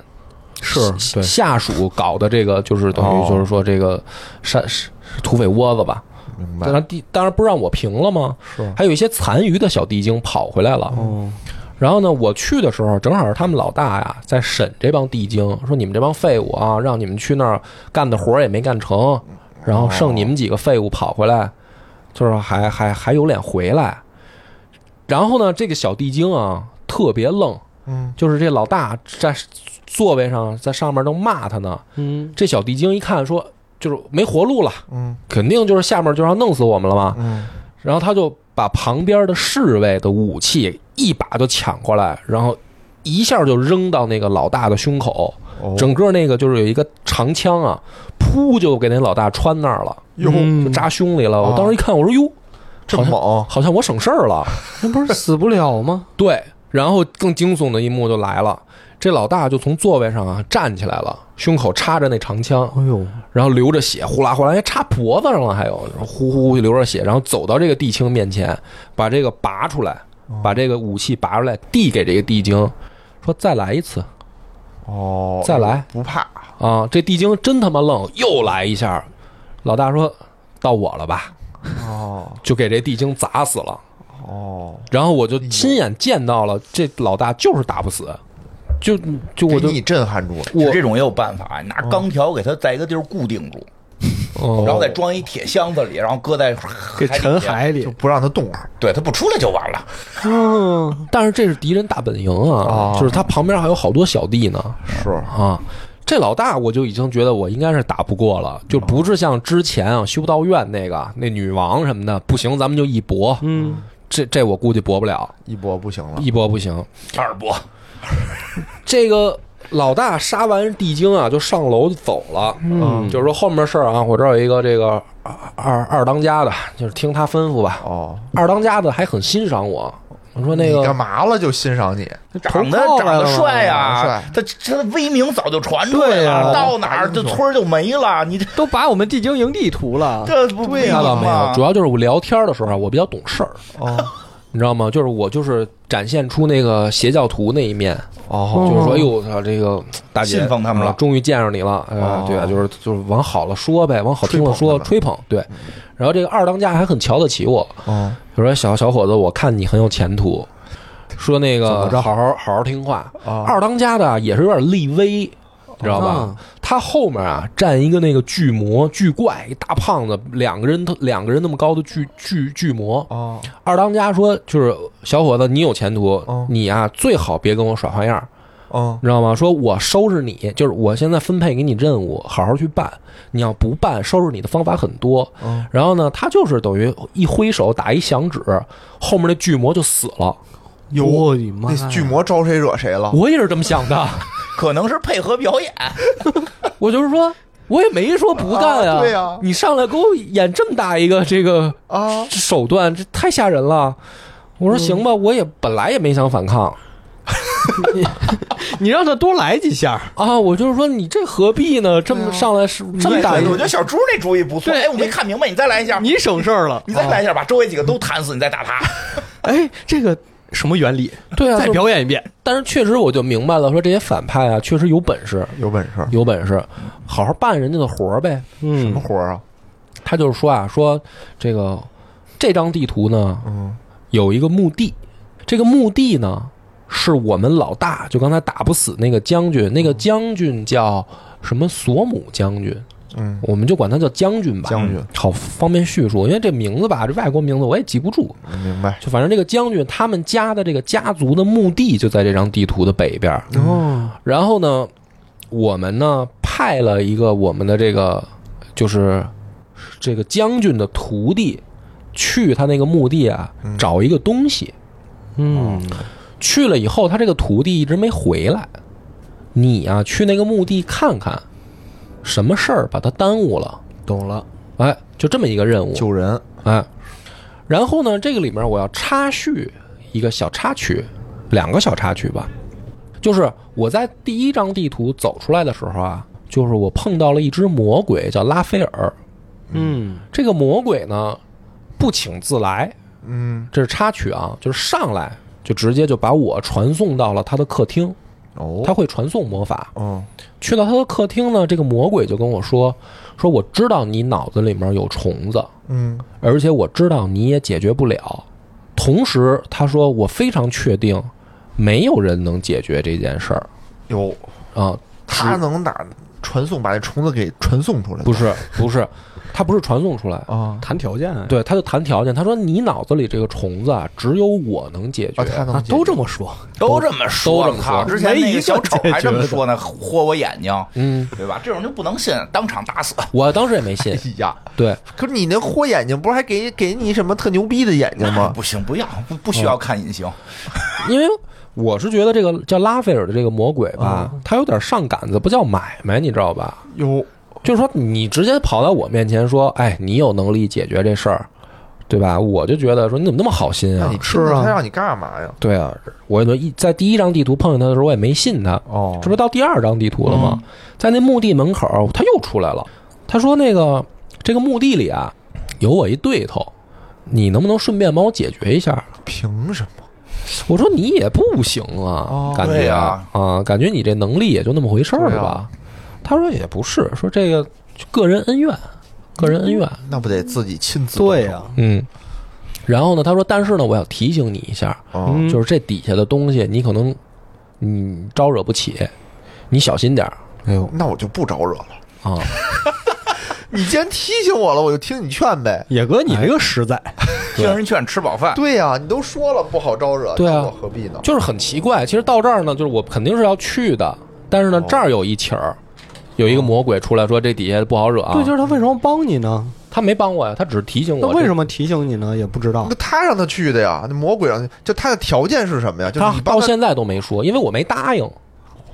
Speaker 4: 是对
Speaker 1: 下属搞的这个，就是等于就是说这个山是土匪窝子吧。
Speaker 3: 明白
Speaker 1: 当。然地当然不让我平了吗？
Speaker 3: 是
Speaker 1: 还有一些残余的小地精跑回来了。
Speaker 4: 哦，
Speaker 1: 然后呢，我去的时候正好是他们老大呀在审这帮地精，说你们这帮废物啊，让你们去那儿干的活儿也没干成，然后剩你们几个废物跑回来，就是还还还有脸回来。然后呢，这个小地精啊特别愣，
Speaker 3: 嗯，
Speaker 1: 就是这老大在座位上在上面正骂他呢，
Speaker 4: 嗯，
Speaker 1: 这小地精一看说就是没活路了，
Speaker 3: 嗯
Speaker 1: 肯定就是下面就要弄死我们了嘛，
Speaker 3: 嗯，
Speaker 1: 然后他就把旁边的侍卫的武器一把就抢过来，然后一下就扔到那个老大的胸口，
Speaker 3: 哦
Speaker 1: 整个那个就是有一个长枪啊，噗就给那老大穿那儿了，
Speaker 3: 哟
Speaker 4: 嗯
Speaker 1: 就扎胸里了。
Speaker 3: 啊
Speaker 1: 我当时一看，我说哟，
Speaker 3: 这么猛，
Speaker 1: 好像我省事儿了。
Speaker 4: 那不是死不了吗？
Speaker 1: [LAUGHS] 对，然后更惊悚的一幕就来了，这老大就从座位上啊站起来了，胸口插着那长枪，
Speaker 4: 哎呦，
Speaker 1: 然后流着血，呼啦呼啦，还插脖子上了，还有然后呼呼呼流着血，然后走到这个地精面前，把这个拔出来，
Speaker 3: 哦
Speaker 1: 把这个武器拔出来，递给这个地精，说再来一次
Speaker 3: 哦，
Speaker 1: 再来
Speaker 3: 不怕，
Speaker 1: 啊！这地精真他妈愣，又来一下。老大说到我了吧，
Speaker 3: 哦
Speaker 1: 就给这地精砸死了。
Speaker 3: 哦，
Speaker 1: 然后我就亲眼见到了，这老大就是打不死，就就我就
Speaker 3: 哎给你震撼住了，
Speaker 1: 我
Speaker 2: 这种也有办法，拿钢条给它在一个地儿固定住，
Speaker 1: 哦
Speaker 2: 然后再装一铁箱子里，然后搁在海
Speaker 4: 给
Speaker 2: 里
Speaker 4: 沉海里
Speaker 3: 就，不让他动啊了。
Speaker 2: 对，它不出来就完了。
Speaker 4: 嗯，
Speaker 1: 但是这是敌人大本营啊
Speaker 3: 哦，
Speaker 1: 就是他旁边还有好多小弟呢。
Speaker 3: 是，
Speaker 1: 啊，这老大我就已经觉得我应该是打不过了，就不是像之前啊修道院那个那女王什么的，不行，咱们就一搏。
Speaker 4: 嗯，
Speaker 1: 这这我估计搏不了，
Speaker 3: 一波不行了，
Speaker 1: 一搏不行。
Speaker 2: 二波，
Speaker 1: 这个老大杀完地精啊，就上楼走了。嗯，就是说后面事儿啊，我这儿有一个这个啊二二当家的，就是听他吩咐吧。
Speaker 3: 哦，
Speaker 1: 二当家的还很欣赏我，我说那
Speaker 3: 你
Speaker 1: 个
Speaker 3: 干嘛了就欣赏你？
Speaker 2: 长得
Speaker 4: 头套
Speaker 2: 长
Speaker 4: 来了
Speaker 2: 得
Speaker 4: 吗
Speaker 2: 帅呀、
Speaker 3: 长得帅
Speaker 2: 他他威名早就传出来
Speaker 4: 啊对
Speaker 2: 了，
Speaker 4: 呀
Speaker 2: 到哪儿这村儿就没了。你这
Speaker 4: 都把我们地精营地图了，
Speaker 2: 这不
Speaker 1: 那
Speaker 2: 威名
Speaker 1: 啊倒没有，
Speaker 2: 吗
Speaker 1: 主？要就是我聊天的时候啊，我比较懂事儿。
Speaker 3: 哦
Speaker 1: 你知道吗？就是我就是展现出那个邪教徒那一面，
Speaker 3: 哦，
Speaker 1: 就是说，哎呦，我操，这个大姐
Speaker 2: 信奉他们了
Speaker 1: 啊终于见着你了，哎、
Speaker 3: 哦
Speaker 1: 对啊，就是就是往好了说呗，往好听了说，吹
Speaker 3: 吹
Speaker 1: 捧，对。然后这个二当家还很瞧得起我，
Speaker 3: 哦， [LAUGHS]
Speaker 1: 就说哎小小伙子，我看你很有前途，说那个好好好好听话。
Speaker 3: 哦
Speaker 1: 二当家的啊也是有点立威。知道吧
Speaker 4: 啊？
Speaker 1: 他后面啊站一个那个巨魔巨怪，一大胖子，两个人两个人那么高的巨巨巨魔，
Speaker 3: 哦，
Speaker 1: 二当家说：“就是小伙子，你有前途
Speaker 3: 哦，
Speaker 1: 你啊最好别跟我耍花样儿，
Speaker 3: 嗯
Speaker 1: 你知道吗？说我收拾你，就是我现在分配给你任务，好好去办。你要不办，收拾你的方法很多。
Speaker 3: 嗯
Speaker 1: 然后呢，他就是等于一挥手打一响指，后面那巨魔就死了。
Speaker 3: 哦有
Speaker 4: 我的妈
Speaker 3: 那
Speaker 4: 呀！
Speaker 3: 巨魔招谁惹谁了？
Speaker 1: 我也是这么想
Speaker 3: [LAUGHS]
Speaker 1: 的，
Speaker 2: 可能是配合表演，
Speaker 1: 我就是说。我也没说不干
Speaker 3: 啊对
Speaker 1: 呀
Speaker 3: 呀
Speaker 1: 你上来给我演这么大一个这个
Speaker 3: 啊，
Speaker 1: 手段，这太吓人了。我
Speaker 3: 嗯
Speaker 1: 说行吧，我也本来也没想反抗
Speaker 4: 你让他多来几下，
Speaker 1: 啊，我就是说你这何必呢？这么
Speaker 3: 对啊
Speaker 1: 上来是这么大
Speaker 2: 对
Speaker 1: 一
Speaker 2: 我觉得小猪那主意不错。
Speaker 4: 对
Speaker 2: 哎，我没看明白，你再来一下，你
Speaker 4: 你省事儿了。
Speaker 2: 再来一下，把周围几个都弹死，你再打他。
Speaker 4: [LAUGHS] 哎，这个什么原理？
Speaker 1: 对啊，
Speaker 4: 再
Speaker 1: 就
Speaker 4: 表演一遍。
Speaker 1: 但是确实我就明白了，说这些反派啊，确实有本事，
Speaker 3: 有本事
Speaker 1: 有本事，好好办人家的活儿呗。
Speaker 3: 什
Speaker 4: 嗯，
Speaker 3: 么活儿啊？
Speaker 1: 他就是说啊，说这个这张地图呢
Speaker 3: 嗯
Speaker 1: 有一个墓地，这个墓地呢是我们老大，就刚才打不死那个将军，那个将军叫什么索姆将军，
Speaker 3: 嗯，
Speaker 1: 我们就管他叫将军吧，
Speaker 3: 将军
Speaker 1: 好方便叙述，因为这名字吧，这外国名字我也记不住。
Speaker 3: 嗯明白。
Speaker 1: 就反正这个将军他们家的这个家族的墓地就在这张地图的北边儿，
Speaker 4: 哦，
Speaker 1: 然后呢，我们呢派了一个我们的这个就是这个将军的徒弟去他那个墓地啊
Speaker 3: 嗯
Speaker 1: 找一个东西。
Speaker 4: 嗯，
Speaker 1: 去了以后，他这个徒弟一直没回来。你啊，去那个墓地看看，什么事儿把他耽误了？
Speaker 4: 懂了。
Speaker 1: 哎，就这么一个任务。
Speaker 3: 救人，
Speaker 1: 哎，然后呢，这个里面我要插叙一个小插曲，两个小插曲吧。就是我在第一张地图走出来的时候啊，就是我碰到了一只魔鬼，叫拉斐尔。
Speaker 4: 嗯
Speaker 1: 这个魔鬼呢，不请自来，
Speaker 3: 嗯，
Speaker 1: 这是插曲啊，就是上来就直接就把我传送到了他的客厅，
Speaker 3: 哦，
Speaker 1: 他会传送魔法。
Speaker 3: 嗯
Speaker 1: 去到他的客厅呢，这个魔鬼就跟我说：“说我知道你脑子里面有虫子，
Speaker 3: 嗯
Speaker 1: 而且我知道你也解决不了。同时，他说我非常确定，没有人能解决这件事儿
Speaker 3: 有，
Speaker 1: 啊。
Speaker 3: 他能哪传送把那虫子给传送出来？
Speaker 1: 不
Speaker 3: [LAUGHS]
Speaker 1: 是，不是，他不是传送出来，
Speaker 3: 啊
Speaker 4: 谈条件啊，
Speaker 1: 对，他就谈条件。他说你脑子里这个虫子啊，只有我能解决。
Speaker 3: 啊，他
Speaker 4: 啊
Speaker 3: 能，
Speaker 4: 都这么说。
Speaker 2: 都这么说，
Speaker 1: 都这么说
Speaker 2: 靠之前那个小丑还这
Speaker 4: 没
Speaker 2: 么
Speaker 4: 一个
Speaker 2: 说呢，豁我眼睛，
Speaker 1: 嗯，
Speaker 2: 对吧？这种就不能信，当场打死。
Speaker 1: 我当时也没信。
Speaker 3: 解哎呀？
Speaker 1: 对，
Speaker 3: 可是你那豁眼睛不是还给给你什么特牛逼的眼睛吗？
Speaker 2: 不行，不要，不不需要看隐形。
Speaker 1: 因为我是觉得这个叫拉斐尔的这个魔鬼
Speaker 3: 啊
Speaker 1: 吧，他有点上杆子，不叫买卖，你知道吧？
Speaker 3: 有，
Speaker 1: 就是说你直接跑到我面前说，哎，你有能力解决这事儿，对吧？我就觉得说你怎么那么好心
Speaker 3: 那
Speaker 1: 啊
Speaker 3: 你？听听他让你干嘛呀？
Speaker 1: 对啊，我也一在第一张地图碰见他的时候，我也没信他，
Speaker 3: 哦嗯
Speaker 1: 这不到第二张地图了吗？在那墓地门口，他又出来了。他说：“那个这个墓地里啊，有我一对头，你能不能顺便帮我解决一下
Speaker 3: 凭什么？？”
Speaker 1: 我说：“你也不行啊，
Speaker 3: 哦
Speaker 1: 感觉啊啊，感觉你这能力也就那么回事儿
Speaker 3: 对
Speaker 1: 了
Speaker 3: 啊
Speaker 1: 吧？”他说：“也不是，说这个个人恩怨，个人恩怨。”
Speaker 3: 那不得自己亲自
Speaker 4: 对呀、
Speaker 1: 嗯，然后呢，他说：“但是呢，我要提醒你一下，
Speaker 4: 啊
Speaker 3: 动手？
Speaker 4: 嗯
Speaker 1: 就是这底下的东西，你可能你招惹不起，你小心点儿
Speaker 4: 哎呦
Speaker 3: 哦，，那我就不招惹了。
Speaker 1: 啊。
Speaker 3: 你既然提醒我了，我就听你劝呗。
Speaker 4: 野哥，你
Speaker 1: 哎
Speaker 4: 这个实在，
Speaker 2: 听人劝，吃饱饭。
Speaker 3: 对呀、你都说了不好招惹，
Speaker 1: 对啊
Speaker 3: 那我何必呢？
Speaker 1: 就是很奇怪。其实到这儿呢，就是我肯定是要去的，但
Speaker 4: 哦
Speaker 1: 是呢，这儿有一起儿，有一个魔鬼出来说这底下不好惹啊。
Speaker 4: 对，就是他为什么帮你呢？
Speaker 1: 他没帮我呀，他只是提醒
Speaker 4: 那
Speaker 1: 我。
Speaker 4: 为什
Speaker 1: 么？
Speaker 4: 么提醒你呢？也不知道
Speaker 3: 那。他让他去的呀，那魔鬼让他就他的条件是什么呀？就是
Speaker 1: 他
Speaker 3: 你帮
Speaker 1: 到
Speaker 3: 他
Speaker 1: 现在都没说，因为我没答应。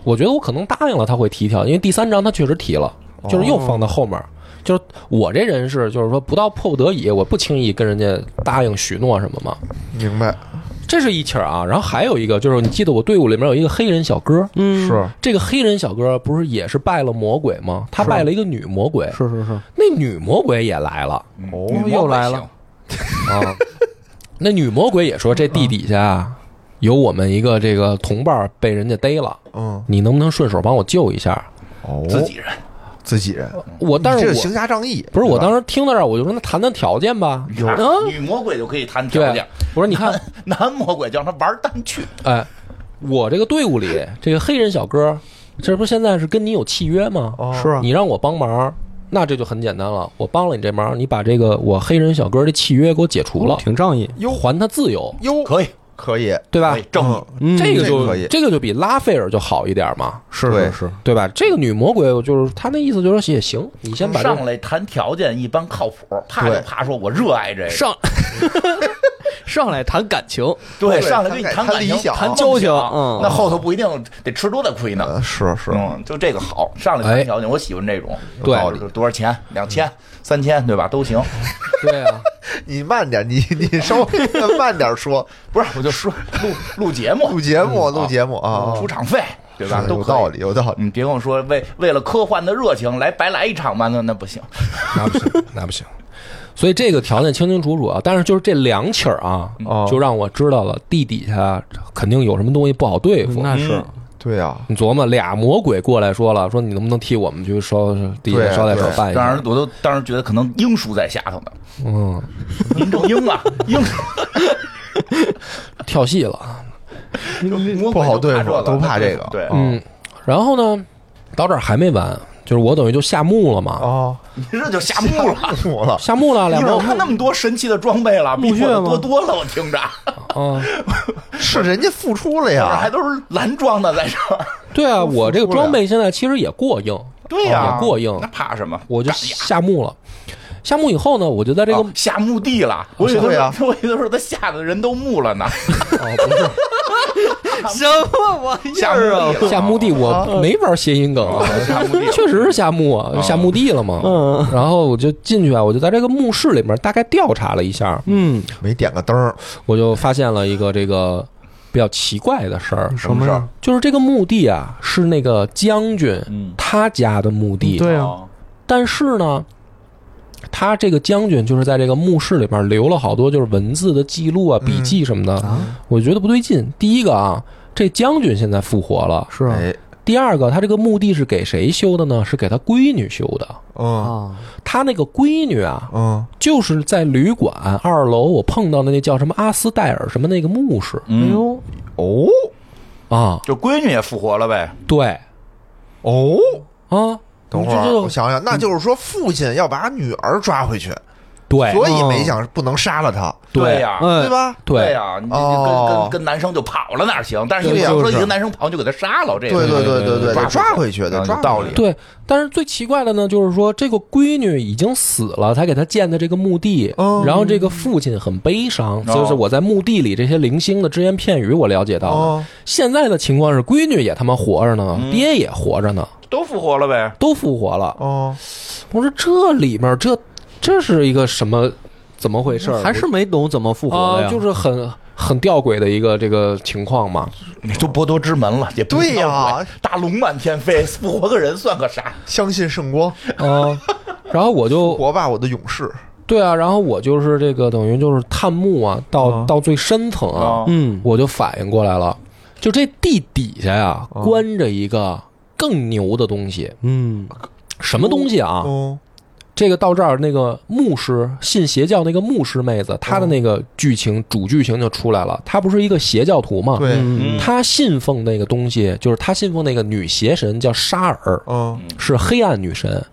Speaker 1: 我觉得我可能答应了，他会提条，因为第三章他确实提了，就是
Speaker 4: 哦
Speaker 1: 又放到后面儿。就是我这人是，就是说不到迫不得已，我不轻易跟人家答应许诺什么嘛。
Speaker 3: 明白
Speaker 1: 这是一起儿啊，然后还有一个就是，你记得我队伍里面有一个黑人小哥，
Speaker 4: 嗯，
Speaker 1: 这个黑人小哥不是也是拜了魔鬼吗？他拜了一个女魔鬼，
Speaker 4: 是是是，
Speaker 1: 那女魔鬼也来了
Speaker 2: 嗯
Speaker 3: 哦
Speaker 2: 女魔鬼
Speaker 4: 又来了
Speaker 2: 行
Speaker 1: 啊。那女魔鬼也说，这地底下啊有我们一个这个同伴被人家逮了，
Speaker 3: 嗯
Speaker 1: 你能不能顺手帮我救一下？
Speaker 3: 哦
Speaker 2: 自己人。
Speaker 3: 自己人，
Speaker 1: 我但是
Speaker 3: 你这
Speaker 1: 我
Speaker 3: 是行侠仗义，
Speaker 1: 不是我当
Speaker 3: 时
Speaker 1: 时听到这儿，我就说那谈谈条件吧。
Speaker 2: 你看
Speaker 1: 嗯
Speaker 2: 啊女魔鬼就可以谈条
Speaker 1: 对
Speaker 2: 件，，
Speaker 1: 我说你
Speaker 2: [LAUGHS]
Speaker 1: 看，
Speaker 2: 男魔鬼就让他玩单去。
Speaker 1: 哎，我这个队伍里这个黑人小哥，这不现在是跟你有契约吗？
Speaker 4: 是
Speaker 1: 哦
Speaker 4: 啊
Speaker 1: 你让我帮忙，那这就很简单了。我帮了你这忙，你把这个我黑人小哥的契约给我解除了，
Speaker 4: 挺仗义。
Speaker 1: 还他自由。
Speaker 3: 哟
Speaker 2: 可以，
Speaker 3: 可以，
Speaker 1: 对吧
Speaker 2: 可以？正义
Speaker 4: 嗯
Speaker 1: 这个
Speaker 3: 这
Speaker 1: 就
Speaker 3: 可以
Speaker 1: 这个就比拉斐尔就好一点嘛，
Speaker 4: 是
Speaker 3: 对
Speaker 4: 是，
Speaker 1: 对吧？这个女魔鬼就是她那意思，就是说也行，你先把这
Speaker 2: 上来谈条件一般靠谱，怕就
Speaker 3: 对
Speaker 2: 怕说我热爱
Speaker 1: 哎
Speaker 2: 这个，
Speaker 4: 上 [LAUGHS] 上来谈感情，
Speaker 1: 哦
Speaker 2: 对
Speaker 3: 对
Speaker 2: 上来跟你
Speaker 3: 谈
Speaker 2: 谈
Speaker 3: 谈
Speaker 2: 感
Speaker 3: 理
Speaker 2: 情
Speaker 3: 想
Speaker 2: 谈
Speaker 4: 交
Speaker 2: 情
Speaker 4: 情，嗯
Speaker 2: 那后头不一定得吃多大亏呢。
Speaker 3: 呃，是是，
Speaker 2: 嗯，就这个好，上来谈条件，我喜欢这种，有
Speaker 1: 对
Speaker 2: 道理多少钱？两千、三千，对吧？都行。
Speaker 1: 对啊，
Speaker 3: 你慢点，你你稍微慢点
Speaker 2: [LAUGHS]
Speaker 3: 说，
Speaker 2: 不是，我就说录录节目，
Speaker 3: 录节目，
Speaker 2: 啊
Speaker 3: 录节目啊，
Speaker 2: 出场费，对吧？
Speaker 3: 是
Speaker 2: 都
Speaker 3: 有
Speaker 2: 可以
Speaker 3: 道理，。有道理。
Speaker 2: 你别跟我说为为了科幻的热情来白来一场吧，那那不行。
Speaker 1: 那不行， [LAUGHS] 那不行。所以这个条件清清楚楚啊，但是就是这两起儿啊，
Speaker 3: 哦
Speaker 1: 就让我知道了地底下肯定有什么东西不好对
Speaker 3: 嗯
Speaker 1: 付。嗯
Speaker 4: 那是
Speaker 3: 对啊，
Speaker 1: 你琢磨，俩魔鬼过来说了，说你能不能替我们去烧地
Speaker 3: 对
Speaker 1: 下捎
Speaker 3: 啊
Speaker 1: 带手
Speaker 3: 对
Speaker 1: 办一
Speaker 2: 当
Speaker 1: 下
Speaker 2: 然？，我都当时觉得可能英叔在下头呢，
Speaker 1: 嗯，
Speaker 2: 林正英
Speaker 1: [LAUGHS]
Speaker 2: 啊，英叔
Speaker 1: 跳戏了。
Speaker 3: 不好对付
Speaker 2: 这个
Speaker 3: 都怕这个
Speaker 2: 对，
Speaker 1: 嗯，然后呢，到这儿还没完，就是我等于就下墓了嘛，
Speaker 3: 哦，
Speaker 2: 你这就下墓了。
Speaker 3: 我了，
Speaker 1: 下墓了，
Speaker 2: 不
Speaker 1: 俩
Speaker 2: 是，
Speaker 1: 魔
Speaker 2: 我
Speaker 1: 鬼
Speaker 2: 看那么多神奇的装备了，比
Speaker 1: 墓
Speaker 2: 我
Speaker 1: 穴
Speaker 2: 的
Speaker 1: 吗
Speaker 2: 多多了。我听着，
Speaker 1: 啊，
Speaker 3: 是人家付出了
Speaker 2: 这还
Speaker 3: 呀，
Speaker 2: 都是蓝装的，在这儿。
Speaker 1: 对啊，我这个
Speaker 3: 付出了
Speaker 1: 装备现在其实也过硬，
Speaker 2: 对哎呀，
Speaker 1: 也过硬
Speaker 2: 那，怕什么？
Speaker 1: 我就
Speaker 2: 干呀
Speaker 1: 下墓了。下墓以后呢，我就在这个
Speaker 2: 哦下墓地了。我以为他
Speaker 3: 对呀
Speaker 2: 说， [LAUGHS] 我以为他说他下的人都墓了呢。
Speaker 1: 哦不是
Speaker 4: 什么玩意
Speaker 2: 下墓
Speaker 4: 儿啊？
Speaker 2: 地了，
Speaker 1: 下墓地，我没玩谐音梗啊，
Speaker 2: 哦下墓地了。
Speaker 1: [LAUGHS]
Speaker 2: 哦
Speaker 1: 确实是下墓啊，下墓地了嘛。
Speaker 4: 嗯
Speaker 1: 然后我就进去啊，我就在这个墓室里面大概调查了一下，
Speaker 4: 嗯，
Speaker 3: 没点个灯儿，
Speaker 1: 我就发现了一个这个比较奇怪的事儿，
Speaker 3: 什么事儿？
Speaker 1: 就是这个墓地啊是那个将军
Speaker 2: 嗯
Speaker 1: 他家的墓地，
Speaker 4: 对啊，
Speaker 2: 哦
Speaker 1: 但是呢。他这个将军就是在这个墓室里面留了好多就是文字的记录啊、笔记什么
Speaker 3: 嗯
Speaker 1: 的，
Speaker 3: 啊
Speaker 1: 我觉得不对劲。第一个啊，这将军现在复活了，
Speaker 4: 是啊
Speaker 3: 哎，
Speaker 1: 第二个，他这个墓地是给谁修的呢？是给他闺女修的。
Speaker 3: 嗯
Speaker 4: 啊，
Speaker 1: 他那个闺女啊，
Speaker 3: 嗯，
Speaker 1: 就是在旅馆二楼我碰到的那叫什么阿斯戴尔什么那个牧师
Speaker 4: 哎
Speaker 2: 嗯，
Speaker 4: 呦，
Speaker 3: 哦
Speaker 1: 啊，
Speaker 2: 就闺女也复活了呗。
Speaker 1: 对
Speaker 3: 哦，
Speaker 1: 啊，
Speaker 3: 等会
Speaker 1: 你
Speaker 3: 儿
Speaker 1: 这嗯
Speaker 3: 我想想，那就是说父亲要把女儿抓回去，
Speaker 1: 对
Speaker 3: 所以没想不能杀了他，
Speaker 1: 对
Speaker 2: 呀，
Speaker 3: 对
Speaker 4: 嗯，
Speaker 3: 吧？
Speaker 1: 对，
Speaker 2: 呀，你你跟
Speaker 3: 哦
Speaker 2: 跟跟男生就跑了哪儿行？但是
Speaker 3: 对
Speaker 2: 你
Speaker 3: 呀
Speaker 2: 要说
Speaker 4: 就是
Speaker 2: 一个男生跑，你就给他杀了，这个
Speaker 3: 对对
Speaker 1: 对
Speaker 3: 对
Speaker 2: 对对
Speaker 3: 对，得抓回去，得
Speaker 2: 啊有
Speaker 3: 抓回去
Speaker 2: 道理
Speaker 1: 对，但是最奇怪的呢，就是说这个闺女已经死了，才给她建的这个墓地，
Speaker 3: 嗯
Speaker 1: 然后这个父亲很悲伤，
Speaker 2: 哦
Speaker 1: 就是我在墓地里这些零星的只言片语，我了解到了。
Speaker 3: 哦
Speaker 1: 现在的情况是，闺女也他妈活着
Speaker 4: 嗯
Speaker 1: 呢，爹也活着呢，
Speaker 2: 都复活了呗。
Speaker 1: 都复活了。
Speaker 3: 哦，
Speaker 1: 我说这里面这这是一个什么怎么回事儿？
Speaker 4: 还是没懂怎么复活的
Speaker 1: 啊，
Speaker 4: 呀？
Speaker 1: 就是很很吊诡的一个这个情况嘛。
Speaker 2: 你都博多之门了，也不
Speaker 3: 对呀
Speaker 2: 要管大龙漫天飞，复活个人算个啥？
Speaker 3: 相信圣光，
Speaker 1: 啊，然后我就
Speaker 3: 活吧，我的勇士，
Speaker 1: 对啊，然后我就是这个等于就是探墓啊，到、
Speaker 3: 啊
Speaker 1: 到最深层啊，
Speaker 2: 啊
Speaker 4: 嗯，
Speaker 1: 我就反应过来了，就这地底下呀、
Speaker 3: 啊
Speaker 1: 关着一个更牛的东西，
Speaker 4: 嗯，
Speaker 1: 什么东西啊？
Speaker 3: 哦，
Speaker 1: 这个到这儿，那个牧师信邪教那个牧师妹子，
Speaker 3: 哦
Speaker 1: 她的那个剧情主剧情就出来了。她不是一个邪教徒嘛？
Speaker 3: 对，
Speaker 4: 嗯，
Speaker 1: 她信奉那个东西，就是她信奉那个女邪神叫沙尔，
Speaker 3: 嗯
Speaker 1: 是黑暗女神。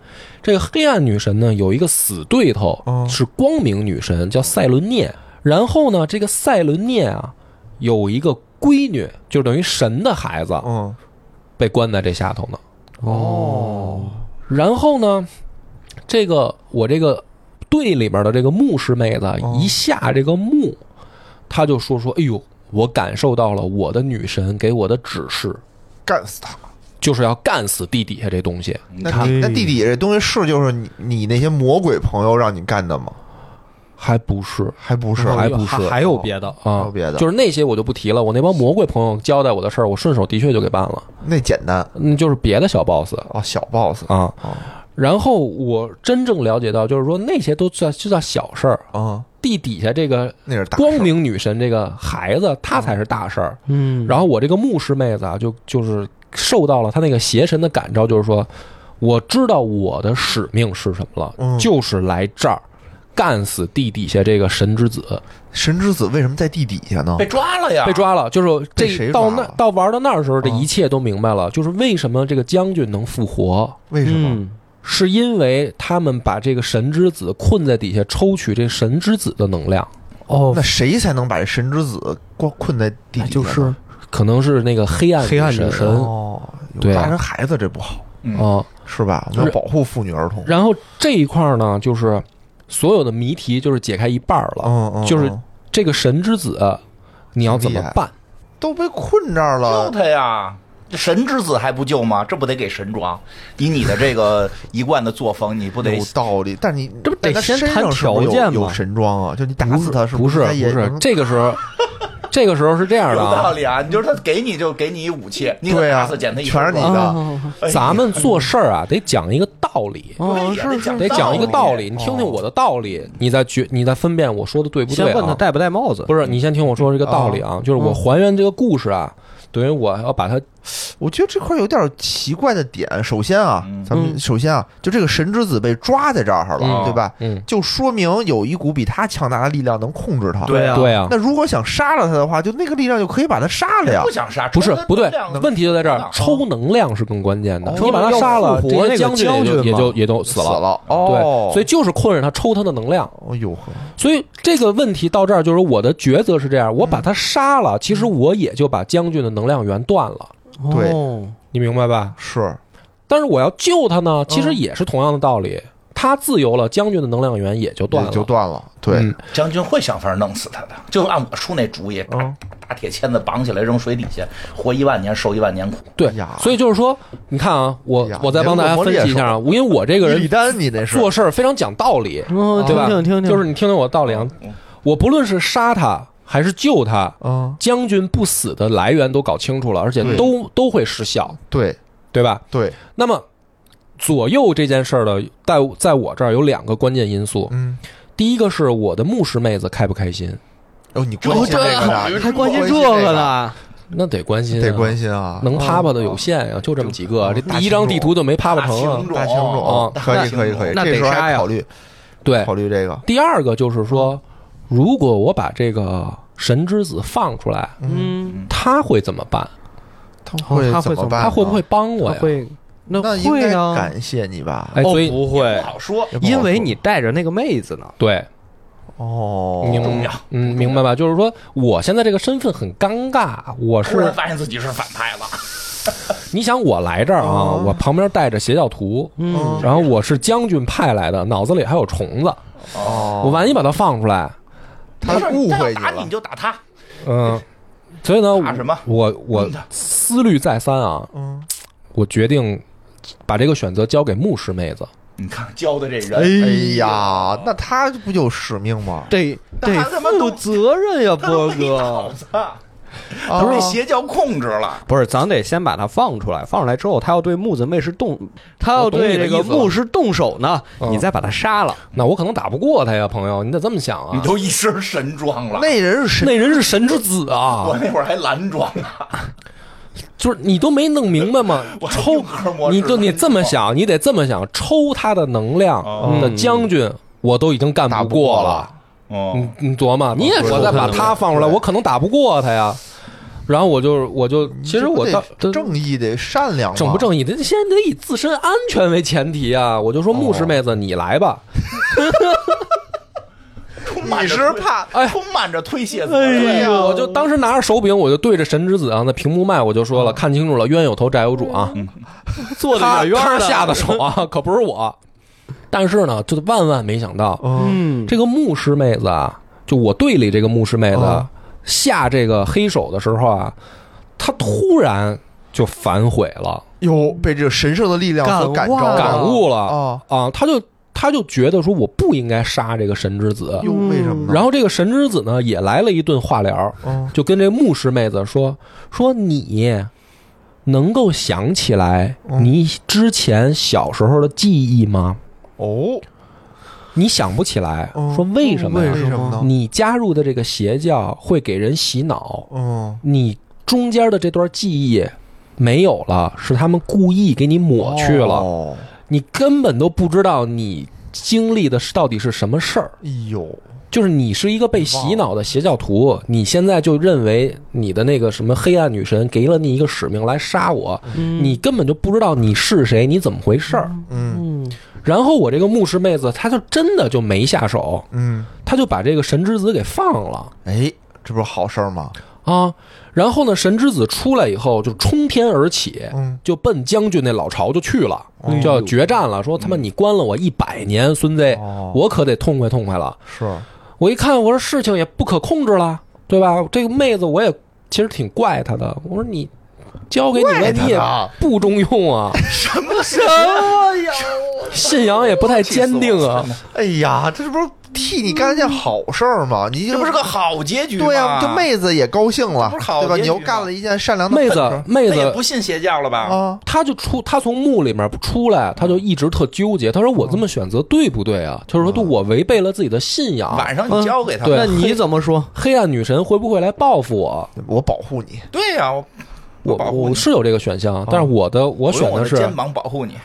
Speaker 1: 这个黑暗女神呢，有一个死对头
Speaker 3: 哦，
Speaker 1: 是光明女神，叫赛伦涅。然后呢，这个赛伦涅啊，有一个闺女，就等于神的孩子，
Speaker 3: 嗯，
Speaker 1: 被关在这下头呢。
Speaker 4: 哦，
Speaker 1: 然后呢，这个我这个队里边的这个牧师妹子
Speaker 3: 哦
Speaker 1: 一下这个墓，她就说说：“哎呦，我感受到了我的女神给我的指示，
Speaker 3: 干死他。
Speaker 1: 就是要干死地底下这东西。
Speaker 2: 你
Speaker 3: 那
Speaker 2: 看，
Speaker 1: 哎
Speaker 3: 地那地底下这东西是就是你你那些魔鬼朋友让你干的吗？”
Speaker 1: 还不是
Speaker 3: 还不是，
Speaker 1: 还不是
Speaker 4: 还哦有别的？
Speaker 3: 还
Speaker 1: 啊
Speaker 3: 有，别的
Speaker 1: 就是那些我就不提了。我那帮魔鬼朋友交代我的事儿，我顺手的确就给办了。
Speaker 3: 那简单
Speaker 1: 嗯，就是别的小 boss
Speaker 3: 哦，小 boss
Speaker 1: 啊
Speaker 3: 哦。
Speaker 1: 然后我真正了解到，就是说那些都算就叫小事儿，
Speaker 3: 啊，
Speaker 1: 地底下这个
Speaker 3: 那是大事
Speaker 1: 光明女神这个孩子，她才是大事儿。
Speaker 4: 嗯，
Speaker 1: 然后我这个牧师妹子啊，就就是受到了她那个邪神的感召，就是说，我知道我的使命是什么了，
Speaker 3: 嗯
Speaker 1: 就是来这儿干死地底下这个神之子。
Speaker 3: 神之子为什么在地底下呢
Speaker 1: 哎
Speaker 2: 被？抓了呀，
Speaker 1: 被抓了，就是
Speaker 3: 哦被谁
Speaker 1: 这
Speaker 3: 抓
Speaker 1: 到
Speaker 3: 了
Speaker 1: 那到玩到那儿的时候，这
Speaker 3: 啊
Speaker 1: 一切都明白了，就是为什么这个将军能复活。
Speaker 3: 为什么？
Speaker 4: 嗯
Speaker 1: 是因为他们把这个神之子困在底下，抽取这神之子的能量。哦
Speaker 3: 那，谁才能把这神之子关困在地底下呢？
Speaker 1: 哎就是可能是那个黑暗
Speaker 4: 黑暗
Speaker 1: 女
Speaker 4: 女
Speaker 1: 神
Speaker 4: 神
Speaker 3: 哦，有
Speaker 1: 对啊
Speaker 3: 大人孩子这不好
Speaker 2: 嗯
Speaker 1: 啊。
Speaker 3: 是吧？我们
Speaker 1: 是
Speaker 3: 要保护妇女儿童。
Speaker 1: 然后这一块儿呢，就是所有的谜题就是解开一半儿了，
Speaker 3: 嗯嗯，
Speaker 1: 就是
Speaker 3: 嗯
Speaker 1: 这个神之子你要怎么办？
Speaker 3: 都被困这儿
Speaker 2: 救
Speaker 3: 了，
Speaker 2: 他呀！这神之子还不救吗？这不得给神装？以你的这个一贯的作风，你不得
Speaker 3: 有道理。但你
Speaker 4: 这不得
Speaker 3: 但他
Speaker 4: 先
Speaker 3: 身
Speaker 4: 谈
Speaker 3: 上是不是
Speaker 4: 条件
Speaker 3: 有有
Speaker 4: 吗
Speaker 3: 神装啊？就你打死他
Speaker 1: 不
Speaker 3: 是
Speaker 1: 是
Speaker 3: 他
Speaker 1: 不
Speaker 3: 也
Speaker 1: 是
Speaker 3: 能，
Speaker 1: 这个时候，这个时候是这样
Speaker 2: 有
Speaker 1: 的
Speaker 2: 道
Speaker 1: 啊，
Speaker 2: 理啊？你就是他给你就给你一武器，你
Speaker 3: 对啊
Speaker 2: 打死捡他一
Speaker 3: 全是你
Speaker 2: 手
Speaker 3: 的
Speaker 2: 吧
Speaker 4: 哦
Speaker 2: 哎呀
Speaker 1: 咱
Speaker 3: [LAUGHS]
Speaker 1: 们做事儿啊得讲一个道理。
Speaker 4: 哦，是是，
Speaker 1: 得讲一个道理，
Speaker 2: 哦
Speaker 1: 你听听我的道理，你再决，你再分辨我说的对不对、啊。
Speaker 4: 先问他戴不戴帽子，
Speaker 1: 不是，你先听我说这个道理啊，就是我还原这个故事啊，等于我要把它
Speaker 3: 我觉得这块有点奇怪的点。首先啊
Speaker 2: 嗯，
Speaker 3: 咱们首先啊，就这个神之子被抓在这儿
Speaker 1: 嗯
Speaker 3: 了，对吧？
Speaker 1: 嗯，
Speaker 3: 就说明有一股比他强大的力量能控制他。
Speaker 2: 对啊
Speaker 1: 对啊，
Speaker 3: 那如果想杀了他的话，就那个力量就可以把他杀了呀
Speaker 2: 不。想杀，
Speaker 1: 不是
Speaker 2: 抽他
Speaker 1: 不对
Speaker 2: 能量，
Speaker 1: 问题就在这儿
Speaker 2: 能，量
Speaker 1: 抽能量是更关键的
Speaker 3: 哦。
Speaker 1: 你把他杀了，
Speaker 4: 要复
Speaker 1: 这
Speaker 4: 活
Speaker 1: 些
Speaker 4: 那
Speaker 1: 将
Speaker 4: 个
Speaker 1: 军也就
Speaker 4: 将军
Speaker 1: 也
Speaker 4: 嘛
Speaker 1: 就也都死
Speaker 3: 死
Speaker 1: 了。
Speaker 3: 了
Speaker 1: 对
Speaker 3: 哦，，
Speaker 1: 所以就是困着他抽他的能量，
Speaker 3: 哦呦呵，
Speaker 1: 所以这个问题到这儿就是我的抉择是这样：我把他杀了，其实我也就把将军的能量源断了，
Speaker 3: 对
Speaker 4: 哦
Speaker 1: 你明白吧？
Speaker 3: 是
Speaker 1: 但是我要救他
Speaker 3: 嗯
Speaker 1: 呢，其实也是同样的道理，他自由了，将军的能量源也就断
Speaker 3: 也
Speaker 1: 了，
Speaker 3: 就断了。对
Speaker 1: 嗯，
Speaker 2: 将军会想法弄死他的，就按我出那主意，
Speaker 3: 嗯
Speaker 2: 打打铁签子绑起来扔水底下，活一万年受一万年苦。
Speaker 1: 对
Speaker 3: 哎呀，
Speaker 1: 所以就是说，你看啊，我
Speaker 3: 哎呀
Speaker 1: 我再帮大家分析一下啊，因为我这个
Speaker 3: 李
Speaker 1: 人
Speaker 3: 丹，你那是嗯
Speaker 1: 做事儿非常讲道理，
Speaker 4: 哦，
Speaker 1: 对
Speaker 4: 听
Speaker 1: 吧？
Speaker 4: 听听听，
Speaker 1: 就是你听听我的道理啊，我不论是杀他还是救他，
Speaker 3: 嗯，
Speaker 1: 将军不死的来源都搞清楚了，而且
Speaker 2: 对
Speaker 1: 都都会失效，
Speaker 3: 对
Speaker 1: 对吧？
Speaker 3: 对，
Speaker 1: 那么左右这件事儿的，在在我这儿有两个关键因素，
Speaker 3: 嗯，
Speaker 1: 第一个是我的牧师妹子开不开心，
Speaker 3: 哦，你关心这个呢？
Speaker 4: 还关心这个呢，
Speaker 1: 那得关心、啊，
Speaker 3: 得关心啊。
Speaker 1: 能啪啪的有限呀、就这么几个，
Speaker 3: 嗯
Speaker 1: 这第一张地图就没啪啪成啊。
Speaker 3: 大情
Speaker 1: 哦
Speaker 3: 种，可以可以可以，
Speaker 4: 那
Speaker 3: 这时候
Speaker 4: 得杀
Speaker 3: 还
Speaker 4: 呀
Speaker 3: 考虑
Speaker 1: 对，
Speaker 3: 考虑这个，
Speaker 1: 第二个就是说，
Speaker 3: 啊
Speaker 1: 如果我把这个神之子放出来，
Speaker 4: 嗯，
Speaker 1: 他会怎么办？
Speaker 3: 他
Speaker 4: 哦
Speaker 3: 会
Speaker 4: 他会怎
Speaker 3: 怎么
Speaker 4: 么
Speaker 3: 办？啊
Speaker 1: 他会不会？帮我
Speaker 4: 他
Speaker 1: 呀？
Speaker 4: 会那
Speaker 3: 那应
Speaker 4: 会
Speaker 3: 该
Speaker 4: 啊，
Speaker 3: 感谢你吧？
Speaker 1: 哎，所以
Speaker 2: 不
Speaker 4: 不会，
Speaker 2: 好说，
Speaker 3: 也不好
Speaker 4: 因为
Speaker 3: 说
Speaker 4: 你带着那个妹子呢，
Speaker 1: 对，
Speaker 3: 哦，
Speaker 1: 明嗯明白吧？就是说，我现在这个身份很尴尬，我
Speaker 2: 突然
Speaker 1: 是
Speaker 2: 发现自己是反派了，
Speaker 1: 你想我来这儿啊，
Speaker 3: 哦
Speaker 1: 我旁边带着邪教徒，
Speaker 4: 嗯，
Speaker 1: 然后我是将军派来的，脑子里还有虫子，
Speaker 3: 哦，
Speaker 1: 我万一把他放出来，
Speaker 3: 他
Speaker 2: 没事儿
Speaker 3: 误
Speaker 2: 要
Speaker 3: 会
Speaker 2: 打你
Speaker 3: 了
Speaker 2: 你，就打他，
Speaker 1: 嗯，所以呢，
Speaker 2: 打什么
Speaker 1: 我我
Speaker 2: 嗯
Speaker 1: 思虑再三啊，
Speaker 3: 嗯，
Speaker 1: 我决定把这个选择交给牧师妹子。
Speaker 2: 你看教的这
Speaker 4: 哎
Speaker 2: 人，
Speaker 3: 哎呀，那他不有使命吗？
Speaker 4: 得得
Speaker 2: 他他妈都
Speaker 4: 负责任呀，
Speaker 2: 他都
Speaker 4: 波
Speaker 2: 没脑
Speaker 4: 哥。
Speaker 2: 子， [LAUGHS]
Speaker 3: 啊
Speaker 2: 都被邪教控制
Speaker 1: 啊
Speaker 2: 了。
Speaker 4: 不是，咱得先把他放出来，放出来之后，他要对木子妹是动，他要
Speaker 1: 我懂你
Speaker 4: 对
Speaker 1: 的
Speaker 4: 这
Speaker 1: 意
Speaker 4: 个
Speaker 1: 思了
Speaker 4: 牧师动手呢，
Speaker 3: 哦
Speaker 4: 你再把他杀了。
Speaker 1: 那我可能打不过他呀，朋友，你得这么想
Speaker 2: 你
Speaker 1: 啊。
Speaker 2: 都一身神装了，
Speaker 3: 那人是
Speaker 1: [LAUGHS]
Speaker 3: 神，
Speaker 1: 那人是神之子
Speaker 2: 我
Speaker 1: 啊，
Speaker 2: 那会儿还蓝装呢，
Speaker 1: 就是你都没弄明白吗？
Speaker 2: [LAUGHS] 我还
Speaker 1: 抽
Speaker 2: 硬核模，式
Speaker 1: 你就你这么想，你得这么想，抽他的能量的将军，
Speaker 2: 哦
Speaker 1: 我都已经干
Speaker 3: 打
Speaker 1: 不
Speaker 3: 不过
Speaker 1: 了
Speaker 3: 了。
Speaker 2: 嗯
Speaker 1: 你，你琢磨，你也
Speaker 3: 对
Speaker 1: 说再把
Speaker 4: 对
Speaker 1: 他放出来，
Speaker 3: 对
Speaker 1: 我可能打不过他呀。然后我就我就，其实我到
Speaker 3: 嗯这不得正义得善良嘛，
Speaker 1: 正不正义，得先得以自身安全为前提啊！我就说牧师妹子，你来吧，
Speaker 2: 充满
Speaker 3: 你
Speaker 2: 着
Speaker 3: 是
Speaker 2: 推
Speaker 3: 怕
Speaker 1: 哎
Speaker 2: 充满着推卸责任，
Speaker 3: 呀
Speaker 1: 我就当时拿着手柄，我就对着神之子啊，那屏幕卖我就
Speaker 3: 嗯
Speaker 1: 说了，看清楚了，冤有头债有主啊，
Speaker 4: 坐的
Speaker 1: 他
Speaker 4: 远远
Speaker 1: 他
Speaker 4: 的，
Speaker 1: 下的手啊，可不是我。但是呢，就是万万没想到，
Speaker 3: 嗯，
Speaker 4: 嗯，
Speaker 1: 这个牧师妹子啊，就我队里这个牧师妹子
Speaker 3: 嗯
Speaker 1: 下这个黑手的时候啊，她突然就反悔了，
Speaker 3: 哟，被这个神圣的力量所感召
Speaker 4: 感
Speaker 3: 了，
Speaker 4: 啊
Speaker 1: 感悟了
Speaker 3: 啊，
Speaker 1: 啊，她就她就觉得说我不应该杀这个神之子，
Speaker 3: 哟，为什么呢？
Speaker 1: 然后这个神之子呢，也来了一顿化疗，
Speaker 3: 嗯
Speaker 1: 就跟这牧师妹子说说你能够想起来
Speaker 3: 嗯
Speaker 1: 你之前小时候的记忆吗？
Speaker 3: 哦，
Speaker 1: 你想不起来，
Speaker 3: 嗯
Speaker 1: 说为什么呀
Speaker 3: 为？什么呢？
Speaker 1: 你加入的这个邪教会给人洗脑，
Speaker 3: 嗯，
Speaker 1: 你中间的这段记忆没有了，是他们故意给你抹去了，
Speaker 3: 哦，
Speaker 1: 你根本都不知道你经历的是到底是什么事儿。
Speaker 3: 哎呦，
Speaker 1: 就是你是一个被洗脑的邪教徒，你现在就认为你的那个什么黑暗女神给了你一个使命来杀我，
Speaker 4: 嗯
Speaker 1: 你根本就不知道你是谁，你怎么回事儿。
Speaker 3: 嗯，
Speaker 4: 嗯
Speaker 1: 然后我这个牧师妹子，她就真的就没下手，
Speaker 3: 嗯，
Speaker 1: 她就把这个神之子给放了
Speaker 3: 哎，这不是好事儿吗？
Speaker 1: 啊。然后呢，神之子出来以后就冲天而起，
Speaker 3: 嗯哎
Speaker 1: 就奔将军那老巢就去了，就要决战了。说他妈你关了我一百年，孙子
Speaker 3: 嗯哦，
Speaker 1: 我可得痛快痛快了。
Speaker 3: 是，
Speaker 1: 我一看，我说事情也不可控制了，对吧？这个妹子我也其实挺怪她的，我说你交给你
Speaker 3: 怪
Speaker 1: 了，
Speaker 3: 她
Speaker 1: 你也
Speaker 3: 呢
Speaker 1: 不中用
Speaker 2: [LAUGHS]
Speaker 1: 啊，
Speaker 2: 什么什么呀？
Speaker 1: 信仰也不太坚定啊。
Speaker 3: 哎呀，这不是替你干了件好事儿吗？你
Speaker 2: 这不是个好结局吗？
Speaker 3: 对啊
Speaker 1: 啊
Speaker 3: 呀，这妹子也高兴了
Speaker 2: 这不是，好
Speaker 3: 对吧？
Speaker 2: 结
Speaker 3: 你
Speaker 2: 局
Speaker 3: 又
Speaker 2: 吗
Speaker 3: 干了一件善良的
Speaker 1: 妹
Speaker 3: 本
Speaker 1: 子
Speaker 3: 事，
Speaker 1: 妹
Speaker 2: 那也
Speaker 1: 子哦
Speaker 2: 不，信邪教了吧？
Speaker 3: 啊，
Speaker 1: 她就出，她从墓里面出来，她就一直特纠结。她说：“我这么选择对不对啊？就是说，对我违背了自己的信仰。
Speaker 2: 嗯晚上你交给他
Speaker 1: 嗯对
Speaker 4: 那
Speaker 2: 们。
Speaker 4: 你怎么说？
Speaker 1: 黑暗女神会不会来报复我？
Speaker 3: 我保护你，
Speaker 2: 对啊呀，我
Speaker 1: 我
Speaker 2: 保护
Speaker 1: 我
Speaker 2: 你，
Speaker 1: 是有这个选项，但是我的我
Speaker 2: 我
Speaker 1: 选
Speaker 2: 用我
Speaker 1: 的
Speaker 2: 的
Speaker 1: 是
Speaker 2: 肩膀保
Speaker 1: [LAUGHS]
Speaker 2: 护你。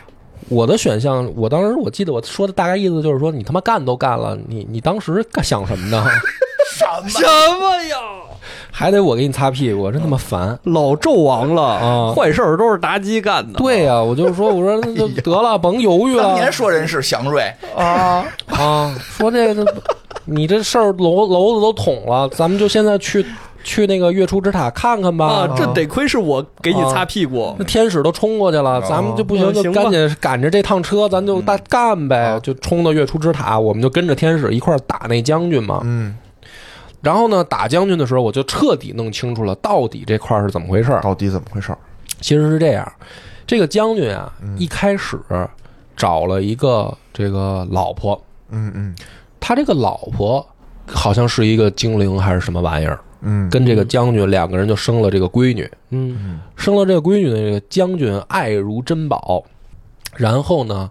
Speaker 1: 我的选项，我当时我记得我说的大概意思就是说，你他妈干都干了，你你当时干想什么呢？ [LAUGHS]
Speaker 2: 什么？
Speaker 1: 啊
Speaker 4: 么呀？
Speaker 1: 还得我给你擦屁股，真他妈烦。
Speaker 4: 老纣王了，
Speaker 3: 哦
Speaker 1: 啊
Speaker 4: 坏事儿都是妲己干的。
Speaker 1: 对呀、我就说，我说那就得了，甭犹豫
Speaker 2: 当
Speaker 1: 了
Speaker 2: 年说人是祥瑞，
Speaker 1: 啊！说这个，你这事儿楼楼子都捅了，咱们就现在去去那个月出之塔看看吧。
Speaker 3: 哦
Speaker 4: 啊，这得亏是我给你擦屁股
Speaker 1: 那。天使都冲过去了，咱们就不行，
Speaker 4: 嗯
Speaker 1: 就
Speaker 4: 行吧
Speaker 1: 赶紧赶着这趟车，咱就大干呗，就冲到月出之塔，我们就跟着天使一块儿打那将军嘛。
Speaker 3: 嗯，
Speaker 1: 然后呢，打将军的时候，我就彻底弄清楚了到底这块儿是怎么回事儿。
Speaker 3: 到底怎么回事儿？
Speaker 1: 其实是这样，这个将军啊，
Speaker 3: 嗯
Speaker 1: 一开始找了一个这个老婆，
Speaker 3: 嗯嗯
Speaker 1: 他这个老婆好像是一个精灵还是什么玩意儿，
Speaker 3: 嗯，
Speaker 1: 跟这个将军两个人就生了这个闺女，
Speaker 4: 嗯，
Speaker 1: 生了这个闺女呢，这个将军爱如珍宝。然后呢，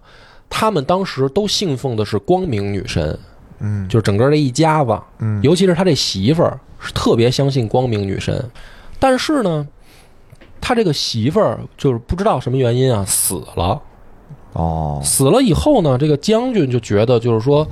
Speaker 1: 他们当时都信奉的是光明女神，
Speaker 3: 嗯
Speaker 1: 就是整个这一家子，
Speaker 3: 嗯
Speaker 1: 尤其是他这媳妇儿是特别相信光明女神，但是呢，他这个媳妇儿就是不知道什么原因啊死了，
Speaker 3: 哦，
Speaker 1: 死了以后呢，这个将军就觉得就是说，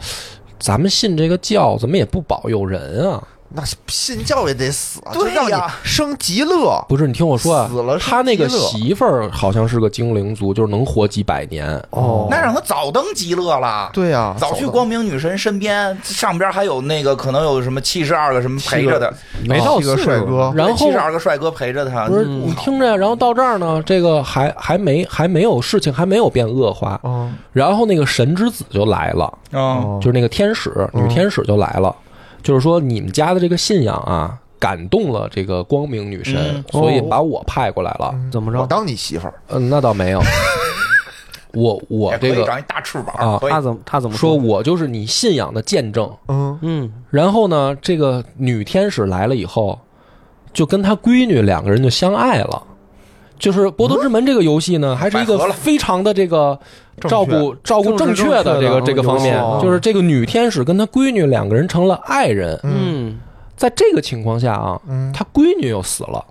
Speaker 1: 咱们信这个教怎么也不保佑人啊？
Speaker 3: 那信教也得死啊，
Speaker 2: 对
Speaker 3: 就
Speaker 2: 呀
Speaker 3: 让你生极乐，
Speaker 1: 不是，你听我说啊，
Speaker 3: 死了是
Speaker 1: 他那个
Speaker 3: 极乐
Speaker 1: 媳妇儿好像是个精灵族，就是能活几百年
Speaker 3: 哦
Speaker 2: 那让他早登极乐了。
Speaker 3: 对
Speaker 1: 啊
Speaker 3: 呀，
Speaker 2: 早去
Speaker 3: 的
Speaker 2: 光明女神身边，上边还有那个可能有什么七十二个什么陪着的，
Speaker 1: 没到
Speaker 3: 七个
Speaker 1: 四
Speaker 3: 帅
Speaker 1: 十
Speaker 3: 哥
Speaker 1: 然后
Speaker 2: 七十二个帅哥陪着他。
Speaker 1: 不是
Speaker 2: 嗯
Speaker 1: 你听着呀，然后到这儿呢，这个还还没还没有事情，还没有变恶化，
Speaker 3: 嗯
Speaker 1: 然后那个神之子就来了，
Speaker 4: 哦
Speaker 3: 哦
Speaker 2: 嗯，
Speaker 1: 就是那个天使女天使就来了，就是说你们家的这个信仰啊，感动了这个光明女神，
Speaker 2: 嗯
Speaker 1: 所以把我派过来了。嗯、
Speaker 4: 怎么
Speaker 3: 我
Speaker 4: 着？
Speaker 3: 当你媳妇儿，
Speaker 1: 那倒
Speaker 4: [LAUGHS]
Speaker 1: 没有，我我
Speaker 2: 哎也可
Speaker 1: 这
Speaker 2: 以
Speaker 1: 个
Speaker 2: 长一大翅
Speaker 1: 啊
Speaker 2: 膀，可以
Speaker 4: 他怎么他怎么
Speaker 1: 说我就是你信仰的见证。
Speaker 3: 嗯
Speaker 4: 嗯，
Speaker 1: 然后呢，这个女天使来了以后，就跟她闺女两个人就相爱了。就是《博德之门》这个游戏呢，还是一
Speaker 2: 嗯百合
Speaker 1: 个
Speaker 2: 了
Speaker 1: 非常的这个
Speaker 3: 正确
Speaker 1: 照顾照顾正确的这个
Speaker 4: 正确的
Speaker 1: 这个方面
Speaker 3: 哦，
Speaker 1: 就是这个女天使跟她闺女两个人成了爱人。
Speaker 4: 嗯，
Speaker 1: 在这个情况下啊，
Speaker 3: 嗯，
Speaker 1: 她闺女又死了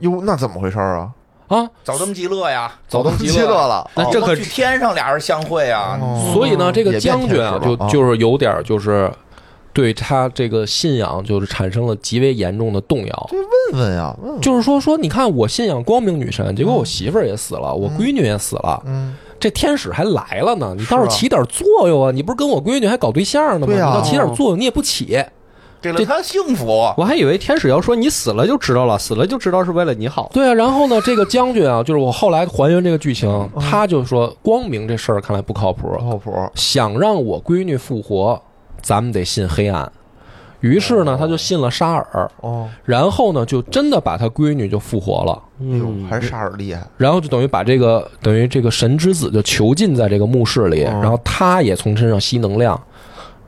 Speaker 3: 哟，那怎么回事儿啊？
Speaker 1: 啊，
Speaker 2: 早登极乐呀，
Speaker 1: 早登
Speaker 3: [LAUGHS] 极乐了，
Speaker 4: 那
Speaker 3: 哦
Speaker 4: 这可
Speaker 2: 去天上俩人相会啊。
Speaker 3: 哦
Speaker 1: 所以呢，这
Speaker 3: 也
Speaker 1: 个
Speaker 3: 变
Speaker 1: 将军啊，
Speaker 3: 天
Speaker 1: 就
Speaker 3: 使了啊
Speaker 1: 就是有点儿就是对他这个信仰就是产生了极为严重的动摇。
Speaker 3: 问问呀，问问，
Speaker 1: 就是说说，你看我信仰光明女神，结果我媳妇儿也死了，我闺女也死了，
Speaker 3: 嗯，
Speaker 1: 这天使还来了呢，你倒
Speaker 3: 是
Speaker 1: 是
Speaker 3: 啊
Speaker 1: 起点作用啊！你不是跟我闺女还搞对象呢吗？
Speaker 3: 对
Speaker 1: 你
Speaker 3: 啊
Speaker 1: 倒起点作用，你也不起。
Speaker 2: 给了
Speaker 1: 这
Speaker 2: 他幸福，
Speaker 4: 我还以为天使要说你死了就知道了，死了就知道是为了你好。
Speaker 1: 对啊，然后呢，这个将军啊，就是我后来还原这个剧情，
Speaker 3: 嗯
Speaker 1: 他就说光明这事儿看来不靠谱，
Speaker 3: 不靠谱，
Speaker 1: 想让我闺女复活，咱们得信黑暗。于是呢，他就信了沙尔，
Speaker 3: 哦，
Speaker 1: 然后呢，就真的把他闺女就复活了，
Speaker 3: 哎
Speaker 4: 嗯
Speaker 3: 呦，还是沙尔厉害，
Speaker 1: 然后就等于把这个等于这个神之子就囚禁在这个墓室里，
Speaker 3: 哦
Speaker 1: 然后他也从身上吸能量。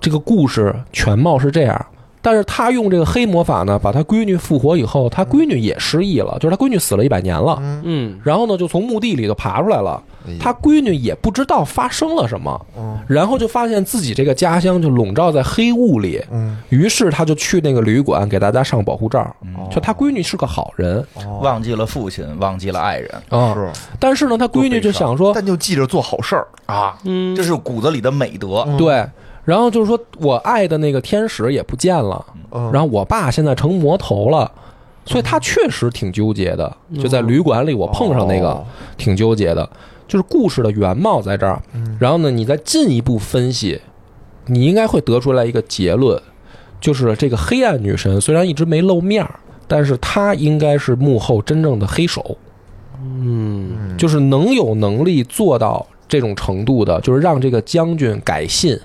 Speaker 1: 这个故事全貌是这样，但是他用这个黑魔法呢，把他闺女复活以后，他闺女也失忆了，就是他闺女死了一百年了，
Speaker 3: 嗯，
Speaker 4: 嗯，
Speaker 1: 然后呢就从墓地里就爬出来了。
Speaker 3: 哎呀
Speaker 1: 他闺女也不知道发生了什么，
Speaker 3: 嗯
Speaker 1: 然后就发现自己这个家乡就笼罩在黑雾里，
Speaker 3: 嗯，
Speaker 1: 于是他就去那个旅馆给大家上保护罩。
Speaker 3: 哦
Speaker 1: 就他闺女是个好人
Speaker 3: 哦
Speaker 2: 忘记了父亲，忘记了爱人
Speaker 4: 嗯
Speaker 1: 啊，
Speaker 3: 是，
Speaker 1: 但是呢，他闺女就想说，
Speaker 3: 但就记着做好事儿，
Speaker 2: 啊，
Speaker 4: 嗯
Speaker 2: 这是骨子里的美德。
Speaker 1: 对，然后就是说我爱的那个天使也不见了，
Speaker 3: 嗯，
Speaker 1: 然后我爸现在成魔头了。所以他确实挺纠结的，就在旅馆里我碰上那个，
Speaker 3: 嗯哦
Speaker 1: 挺纠结的。就是故事的原貌在这儿。
Speaker 4: 嗯
Speaker 1: 然后呢，你再进一步分析，你应该会得出来一个结论，就是这个黑暗女神虽然一直没露面儿，但是她应该是幕后真正的黑手，
Speaker 4: 嗯，
Speaker 3: 嗯
Speaker 1: 就是能有能力做到这种程度的，就是让这个将军改信，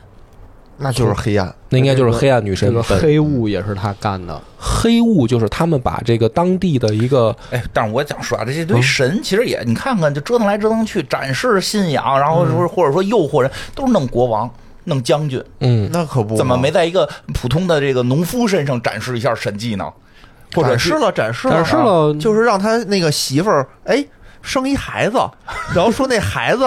Speaker 3: 那就是黑暗，
Speaker 1: 那应该就是黑暗女
Speaker 4: 这
Speaker 1: 神
Speaker 4: 个
Speaker 1: 本
Speaker 4: 黑雾也是他干的，
Speaker 1: 黑雾，就是他们把这个当地的一个
Speaker 2: 哎，但是我想说啊，这这
Speaker 1: 嗯
Speaker 2: 堆神其实也，你看看，就折腾来折腾去，展示信仰，然后
Speaker 1: 嗯
Speaker 2: 说或者说诱惑人，都是弄国王、弄将军，
Speaker 1: 嗯，
Speaker 3: 那可不嘛
Speaker 2: 怎么没在一个普通的这个农夫身上展示一下神迹呢？或者
Speaker 3: 展
Speaker 2: 是
Speaker 3: 示了，展示了，
Speaker 4: 展示了
Speaker 3: 就是让他那个媳妇儿哎生一孩
Speaker 1: [LAUGHS]
Speaker 3: 子，然后说那孩子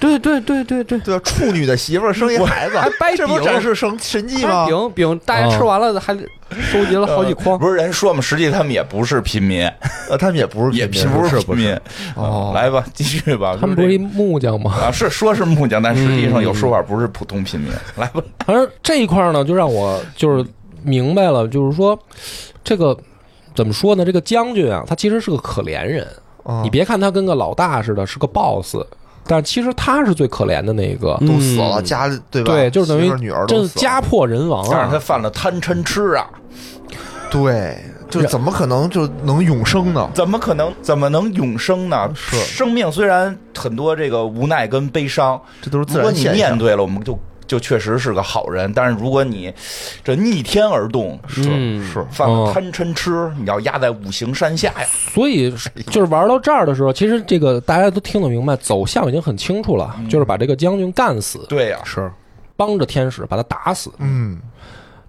Speaker 4: 对对对对对。
Speaker 3: 对吧处女的媳妇儿生一孩子
Speaker 4: 还，掰
Speaker 3: 这不
Speaker 4: 饼
Speaker 3: 展示神神迹吗？
Speaker 4: 饼饼，大家吃完了还收集了好几
Speaker 3: 啊
Speaker 4: 筐。
Speaker 2: 不是人说嘛，实际他们也不是平民，
Speaker 3: 呃，他们也不是
Speaker 2: 也
Speaker 3: 平
Speaker 2: 贫
Speaker 3: 民
Speaker 2: 不
Speaker 3: 不
Speaker 2: 是
Speaker 3: 不
Speaker 2: 平民。
Speaker 3: 哦
Speaker 2: 来吧，继续吧。
Speaker 1: 他们不
Speaker 2: 就是是
Speaker 1: 一
Speaker 2: 这
Speaker 1: 木匠吗？
Speaker 2: 啊，是说是木匠，但实际上
Speaker 3: 嗯
Speaker 2: 有说法不是普通平民。来吧，
Speaker 1: 反正这一块儿呢，就让我就是明白了，就是说这个怎么说呢？这个将军啊，他其实是个可怜人。
Speaker 3: 啊
Speaker 4: 哦
Speaker 1: 你别看他跟个老大似的，是个 boss，但其实他是最可怜的那一个。
Speaker 3: 都死了，家里对
Speaker 1: 嗯
Speaker 3: 吧？
Speaker 1: 对，就是等
Speaker 3: 媳妇儿
Speaker 1: 于
Speaker 3: 女儿
Speaker 1: 真
Speaker 3: 都
Speaker 1: 是
Speaker 3: 死了
Speaker 1: 家破人
Speaker 3: 哦
Speaker 1: 亡
Speaker 2: 但是他
Speaker 1: 啊！
Speaker 2: 犯了贪嗔痴啊，
Speaker 3: 对，就怎么可能就能永生呢？
Speaker 2: 怎么可能怎么能永生呢？
Speaker 3: 是
Speaker 2: 生命虽然很多这个无奈跟悲伤，
Speaker 3: 这都是
Speaker 2: 如
Speaker 3: 自
Speaker 2: 果
Speaker 3: 然
Speaker 2: 你
Speaker 3: 现
Speaker 2: 面
Speaker 3: 象。
Speaker 2: 对了，我们就就确实是个好人。但是如果你这逆天而动，
Speaker 4: 嗯
Speaker 3: 是
Speaker 2: 犯
Speaker 1: 哦
Speaker 2: 了贪嗔痴，你要压在五行山下呀。
Speaker 1: 所以就是玩到这儿的时候，其实这个大家都听得明白，走向已经很清楚了，就是把这个将军干死，
Speaker 2: 对呀、
Speaker 4: 是，
Speaker 1: 帮着天使把他打死。
Speaker 3: 嗯，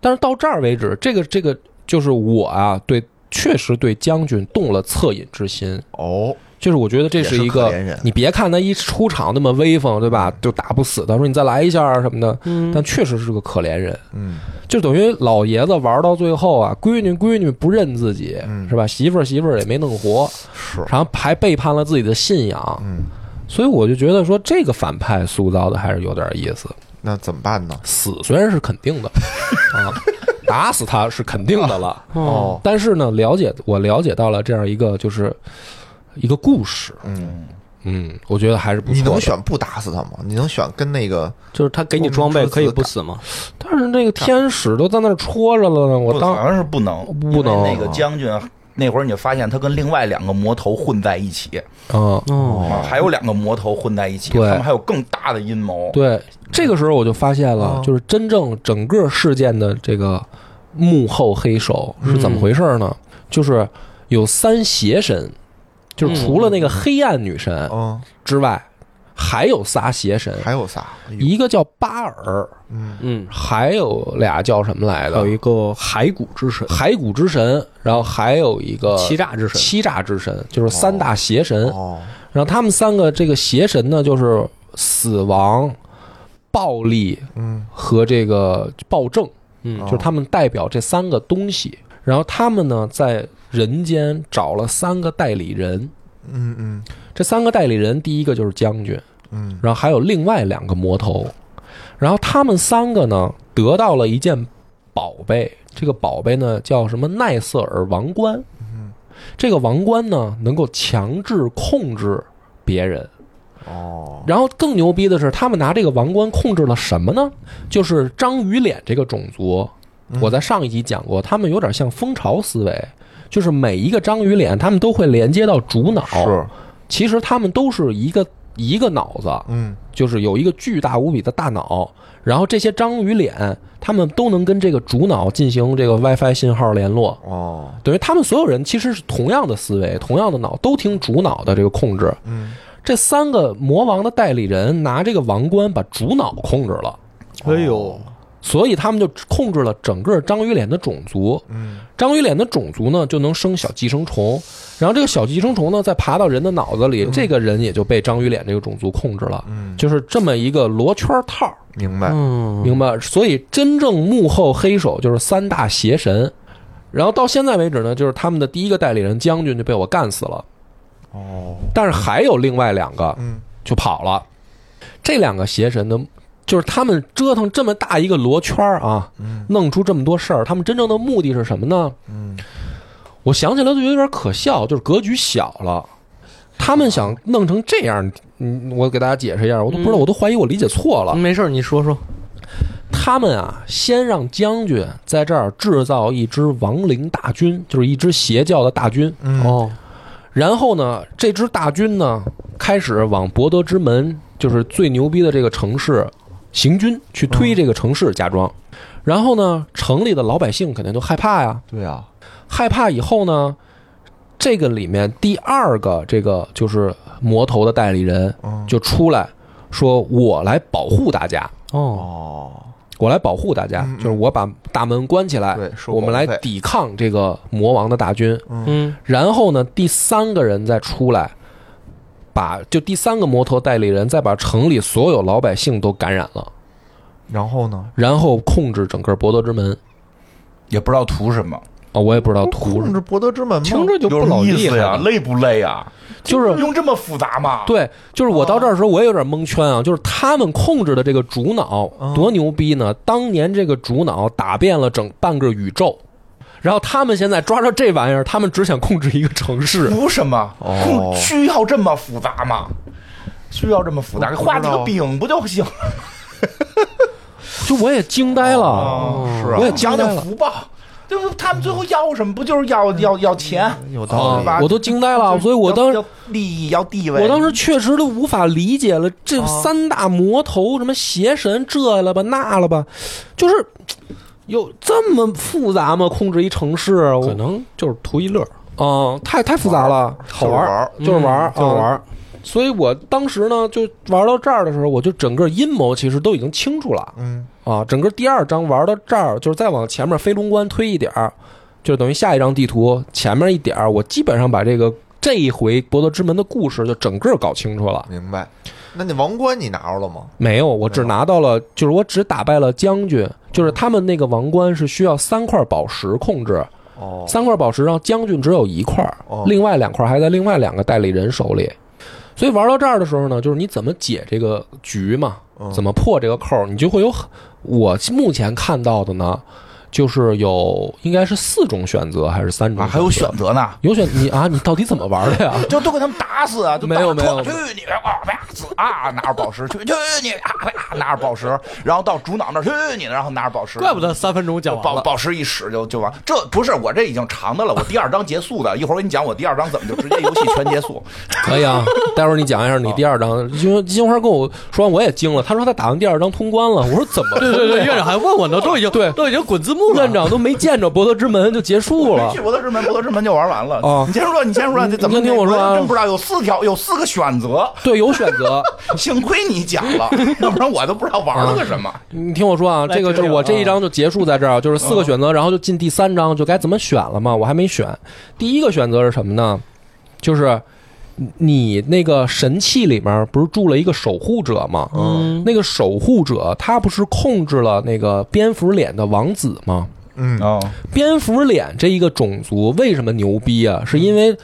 Speaker 1: 但是到这儿为止，这个这个就是我啊，对，确实对将军动了恻隐之心，
Speaker 3: 哦，
Speaker 1: 就是我觉得这
Speaker 3: 也是
Speaker 1: 一
Speaker 3: 可
Speaker 1: 个
Speaker 3: 怜人，
Speaker 1: 你别看他一出场那么威风，对吧？就打不死，他说你再来一下啊什么的，但确实是个可怜人，
Speaker 3: 嗯，
Speaker 1: 就等于老爷子玩到最后啊，闺女闺女不认自己，
Speaker 3: 嗯
Speaker 1: 是吧？媳妇儿媳妇儿也没弄活，
Speaker 3: 是，
Speaker 1: 然后还背叛了自己的信仰，
Speaker 3: 嗯，
Speaker 1: 所以我就觉得说这个反派塑造的还是有点意思。
Speaker 3: 那怎么办呢？
Speaker 1: 死虽然是肯定的啊，打死他是肯定的了，
Speaker 4: 嗯
Speaker 3: 哦，
Speaker 1: 但是呢，了解我了解到了这样一个就是一个故事，
Speaker 3: 嗯，
Speaker 1: 嗯，我觉得还是不错的。
Speaker 3: 你能选不打死他吗？你能选跟那个
Speaker 4: 就是他给你装备可以不死吗？
Speaker 1: 但是那个天使都在那儿戳着了呢，我
Speaker 2: 不
Speaker 1: 当
Speaker 2: 好像是不能，
Speaker 1: 不能
Speaker 2: 因为那个将军。啊那会儿你就发现他跟另外两个魔头混在一起，
Speaker 1: 嗯，
Speaker 4: 哦，
Speaker 2: 啊，还有两个魔头混在一起，他
Speaker 1: 对
Speaker 2: 们还有更大的阴谋。
Speaker 1: 对，这个时候我就发现了
Speaker 3: 哦，
Speaker 1: 就是真正整个事件的这个幕后黑手是
Speaker 3: 嗯
Speaker 1: 怎么回事呢？就是有三邪神，就是除了那个黑暗女神
Speaker 3: 嗯，
Speaker 1: 之外，还有仨邪神，
Speaker 3: 还有仨，哎呦
Speaker 1: 嗯一个叫巴尔，
Speaker 3: 嗯，
Speaker 4: 嗯，
Speaker 1: 还有俩叫什么来
Speaker 4: 还有
Speaker 1: 的？
Speaker 4: 一个骸骨之神、
Speaker 1: 骸骨之神，然后还有一个
Speaker 4: 欺诈之神，
Speaker 1: 欺诈之神，就是三大邪神。
Speaker 3: 哦，
Speaker 1: 然后他们三个这个邪神呢，就是死亡、暴力
Speaker 3: 嗯，
Speaker 1: 和这个暴政，
Speaker 4: 嗯
Speaker 1: 就是他们代表这三个东西。然后他们呢，在人间找了三个代理人，
Speaker 3: 嗯嗯
Speaker 1: 这三个代理人，第一个就是将军，
Speaker 3: 嗯，
Speaker 1: 然后还有另外两个魔头，然后他们三个呢得到了一件宝贝，这个宝贝呢叫什么奈瑟尔王冠，这个王冠呢能够强制控制别人。
Speaker 3: 哦，
Speaker 1: 然后更牛逼的是，他们拿这个王冠控制了什么呢？就是章鱼脸这个种族，我在上一集讲过，他们有点像蜂巢思维，就是每一个章鱼脸，他们都会连接到主脑，
Speaker 3: 是，
Speaker 1: 其实他们都是一个一个脑子，
Speaker 3: 嗯，
Speaker 1: 就是有一个巨大无比的大脑，然后这些章鱼脸，他们都能跟这个主脑进行这个 WiFi 信号联络，
Speaker 3: 哦，
Speaker 1: 等于他们所有人其实是同样的思维、同样的脑，都听主脑的这个控制。
Speaker 3: 嗯，
Speaker 1: 这三个魔王的代理人拿这个王冠把主脑控制了，
Speaker 4: 哎呦，
Speaker 1: 所以他们就控制了整个章鱼脸的种族。
Speaker 3: 嗯，
Speaker 1: 章鱼脸的种族呢，就能生小寄生虫，然后这个小寄生虫呢，再爬到人的脑子里，这个人也就被章鱼脸这个种族控制了。
Speaker 3: 嗯
Speaker 1: 就是这么一个罗圈套。
Speaker 3: 明白，
Speaker 4: 嗯，
Speaker 1: 明白。所以真正幕后黑手就是三大邪神。然后到现在为止呢，就是他们的第一个代理人将军就被我干死了，
Speaker 3: 哦，
Speaker 1: 但是还有另外两个
Speaker 3: 嗯，
Speaker 1: 就跑了。这两个邪神的，就是他们折腾这么大一个罗圈儿啊，弄出这么多事儿，他们真正的目的是什么呢？
Speaker 3: 嗯，
Speaker 1: 我想起来就有点可笑，就是格局小了。他们想弄成这样，嗯，我给大家解释一下，我都不知道，
Speaker 4: 嗯
Speaker 1: 我都怀疑我理解错了。
Speaker 4: 没事儿，你说说。
Speaker 1: 他们啊，先让将军在这儿制造一支亡灵大军，就是一支邪教的大军。
Speaker 3: 嗯
Speaker 4: 哦，
Speaker 1: 然后呢，这支大军呢，开始往博德之门，就是最牛逼的这个城市行军，去推这个城市，假装。然后呢，城里的老百姓肯定都害怕呀，
Speaker 3: 对啊，
Speaker 1: 害怕以后呢，这个里面第二个这个就是魔头的代理人
Speaker 3: 嗯
Speaker 1: 就出来说：“我来保护大家，
Speaker 4: 哦，
Speaker 3: 哦，
Speaker 1: 我来保护大家，
Speaker 3: 嗯嗯
Speaker 1: 就是我把大门关起来
Speaker 3: 对，收
Speaker 1: 我们
Speaker 3: 保
Speaker 1: 来
Speaker 3: 护费
Speaker 1: 抵抗这个魔王的大军。
Speaker 4: 嗯，
Speaker 1: 然后呢，第三个人再出来，把就第三个魔头代理人再把城里所有老百姓都感染了，
Speaker 3: 然后呢？
Speaker 1: 然后控制整个博德之门
Speaker 2: 也不知道图什么，
Speaker 1: 啊！我也不知道图什
Speaker 3: 控
Speaker 1: 么，
Speaker 3: 制博德之门吗？
Speaker 1: 听着就
Speaker 2: 有
Speaker 1: 不
Speaker 2: 什
Speaker 1: 老
Speaker 2: 么意
Speaker 1: 厉害
Speaker 2: 思呀？
Speaker 1: 了，
Speaker 2: 累不累呀？
Speaker 1: 就是
Speaker 2: 用这么复杂吗？，
Speaker 1: 对，就是我到这儿的时候，我也有点蒙圈啊。就是他们控制的这个主脑
Speaker 3: 嗯
Speaker 1: 多牛逼呢！当年这个主脑打遍了整半个宇宙，然后他们现在抓着这玩意儿，他们只想控制一个城市。
Speaker 2: 图什么？
Speaker 3: 哦
Speaker 2: 需要这么复杂吗？需要这么复杂？
Speaker 3: 我不知道
Speaker 2: 画几个饼不就行？
Speaker 1: 就我也惊呆了，
Speaker 3: 哦是啊
Speaker 1: 我也惊
Speaker 2: 讲
Speaker 1: 呆
Speaker 2: 讲
Speaker 1: 了。
Speaker 2: 福报，就是他们最后要什么？不就是要要要钱？
Speaker 3: 有道
Speaker 1: 啊
Speaker 3: 理
Speaker 2: 吧，
Speaker 1: 我都惊呆了，
Speaker 2: 就是
Speaker 1: 所以我
Speaker 2: 要
Speaker 1: 当
Speaker 2: 要利益要地位，
Speaker 1: 我当时确实都无法理解了，这三大魔头什么邪神这了吧那了吧，就是有这么复杂吗？控制一城市，啊我
Speaker 4: 可能就是图一乐儿，
Speaker 1: 嗯，太太复杂了，好
Speaker 3: 玩
Speaker 1: 儿
Speaker 3: 儿，
Speaker 1: 就是玩儿，
Speaker 4: 嗯就是玩
Speaker 1: 啊
Speaker 4: 儿。
Speaker 1: 所以我当时呢，就玩到这儿的时候，我就整个阴谋其实都已经清楚了
Speaker 3: 嗯，
Speaker 1: 啊。整个第二章玩到这儿，就是再往前面飞龙关推一点儿，就是等于下一张地图前面一点儿，我基本上把这个这一回博德之门的故事就整个搞清楚了。
Speaker 3: 明白。那你王冠你拿着了吗？
Speaker 1: 没有，嗯我只拿到了，就是我只打败了将军，就是他们那个王冠是需要三块宝石控制，
Speaker 3: 哦，
Speaker 1: 三块宝石，然后将军只有一块儿
Speaker 3: 哦，
Speaker 1: 另外两块儿还在另外两个代理人手里。所以玩到这儿的时候呢，就是你怎么解这个局嘛，
Speaker 3: 嗯
Speaker 1: 怎么破这个扣儿，你就会有很我目前看到的呢，就是有应该是四种选择还是三种
Speaker 2: 啊
Speaker 1: 择
Speaker 2: 还有选择呢。
Speaker 1: 有选你啊，你到底怎么玩的
Speaker 4: [LAUGHS]
Speaker 1: 呀？
Speaker 2: 就都给他们打死啊！就
Speaker 1: 没有
Speaker 2: 打
Speaker 1: 没有
Speaker 2: 去你的啊！啪死啊！拿着宝石去去你啊！啪拿着宝石，然后到主脑那儿去你的，然后拿着宝石，嗯
Speaker 4: 怪不得三分钟讲完
Speaker 2: 宝
Speaker 4: 了。
Speaker 2: 宝石一使就就完。这不是我这已经长的了，我第二章结束的。一会儿我给你讲我第二章怎么就直接游戏全
Speaker 1: [LAUGHS]
Speaker 2: 结束。
Speaker 1: 可以啊，待会儿你讲一下
Speaker 4: 哦
Speaker 1: 你第二章。因为金花跟我说，我也惊了，他说他打完第二章通关了，我说怎么
Speaker 4: 对对对，院长还问我呢，都已经
Speaker 1: 对
Speaker 4: 都已经滚字幕了
Speaker 1: 院。长都没见着博德之门就结束了
Speaker 2: 去？博德之门，博德之门就玩完了。
Speaker 1: 哦
Speaker 2: 你先说，你先说，
Speaker 1: 你
Speaker 2: 这怎么？
Speaker 1: 你先听我说啊
Speaker 2: 我真不知道有四条，有四个选择，
Speaker 1: [LAUGHS] 对，有选择。
Speaker 2: 幸亏你讲
Speaker 1: [LAUGHS]
Speaker 2: 了，要不然我都不知道玩了个什么。
Speaker 1: 你听我说啊，嗯
Speaker 4: 来
Speaker 1: 这个
Speaker 4: 这
Speaker 1: 就
Speaker 4: 个
Speaker 1: 是我这一章就结束在这儿，啊就是四个选择，然后就进第三章，就该怎么选了嘛？我还没选。第一个选择是什么呢？就是你那个神器里面不是住了一个守护者吗？
Speaker 4: 嗯，
Speaker 1: 那个守护者他不是控制了那个蝙蝠脸的王子吗？
Speaker 3: 嗯，
Speaker 2: 哦，
Speaker 1: 蝙蝠脸这一个种族为什么牛逼啊？是因为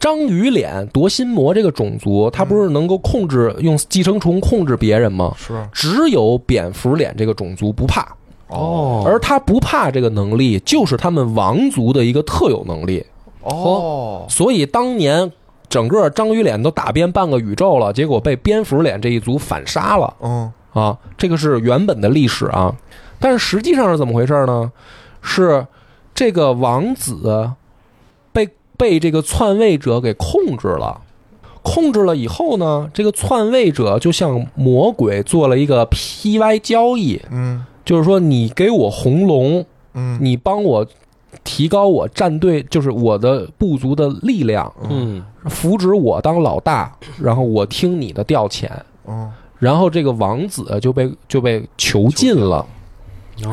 Speaker 1: 章鱼脸夺心魔这个种族，它不是能够控制用寄生虫控制别人吗？
Speaker 3: 是
Speaker 1: 只有蝙蝠脸这个种族不怕，
Speaker 4: 哦
Speaker 1: 而他不怕这个能力，就是他们王族的一个特有能力。
Speaker 3: 哦，
Speaker 1: 所以当年整个章鱼脸都打遍半个宇宙了，结果被蝙蝠脸这一族反杀了
Speaker 3: 嗯，
Speaker 1: 啊！这个是原本的历史啊，但是实际上是怎么回事呢？是这个王子被被这个篡位者给控制了。控制了以后呢，这个篡位者就向魔鬼做了一个 PY 交易，
Speaker 3: 嗯
Speaker 1: 就是说你给我红龙，
Speaker 3: 嗯，
Speaker 1: 你帮我提高我战队，就是我的部族的力量，
Speaker 4: 嗯，
Speaker 1: 扶植我当老大，然后我听你的调遣，
Speaker 3: 嗯，
Speaker 1: 然后这个王子就被就被囚禁了，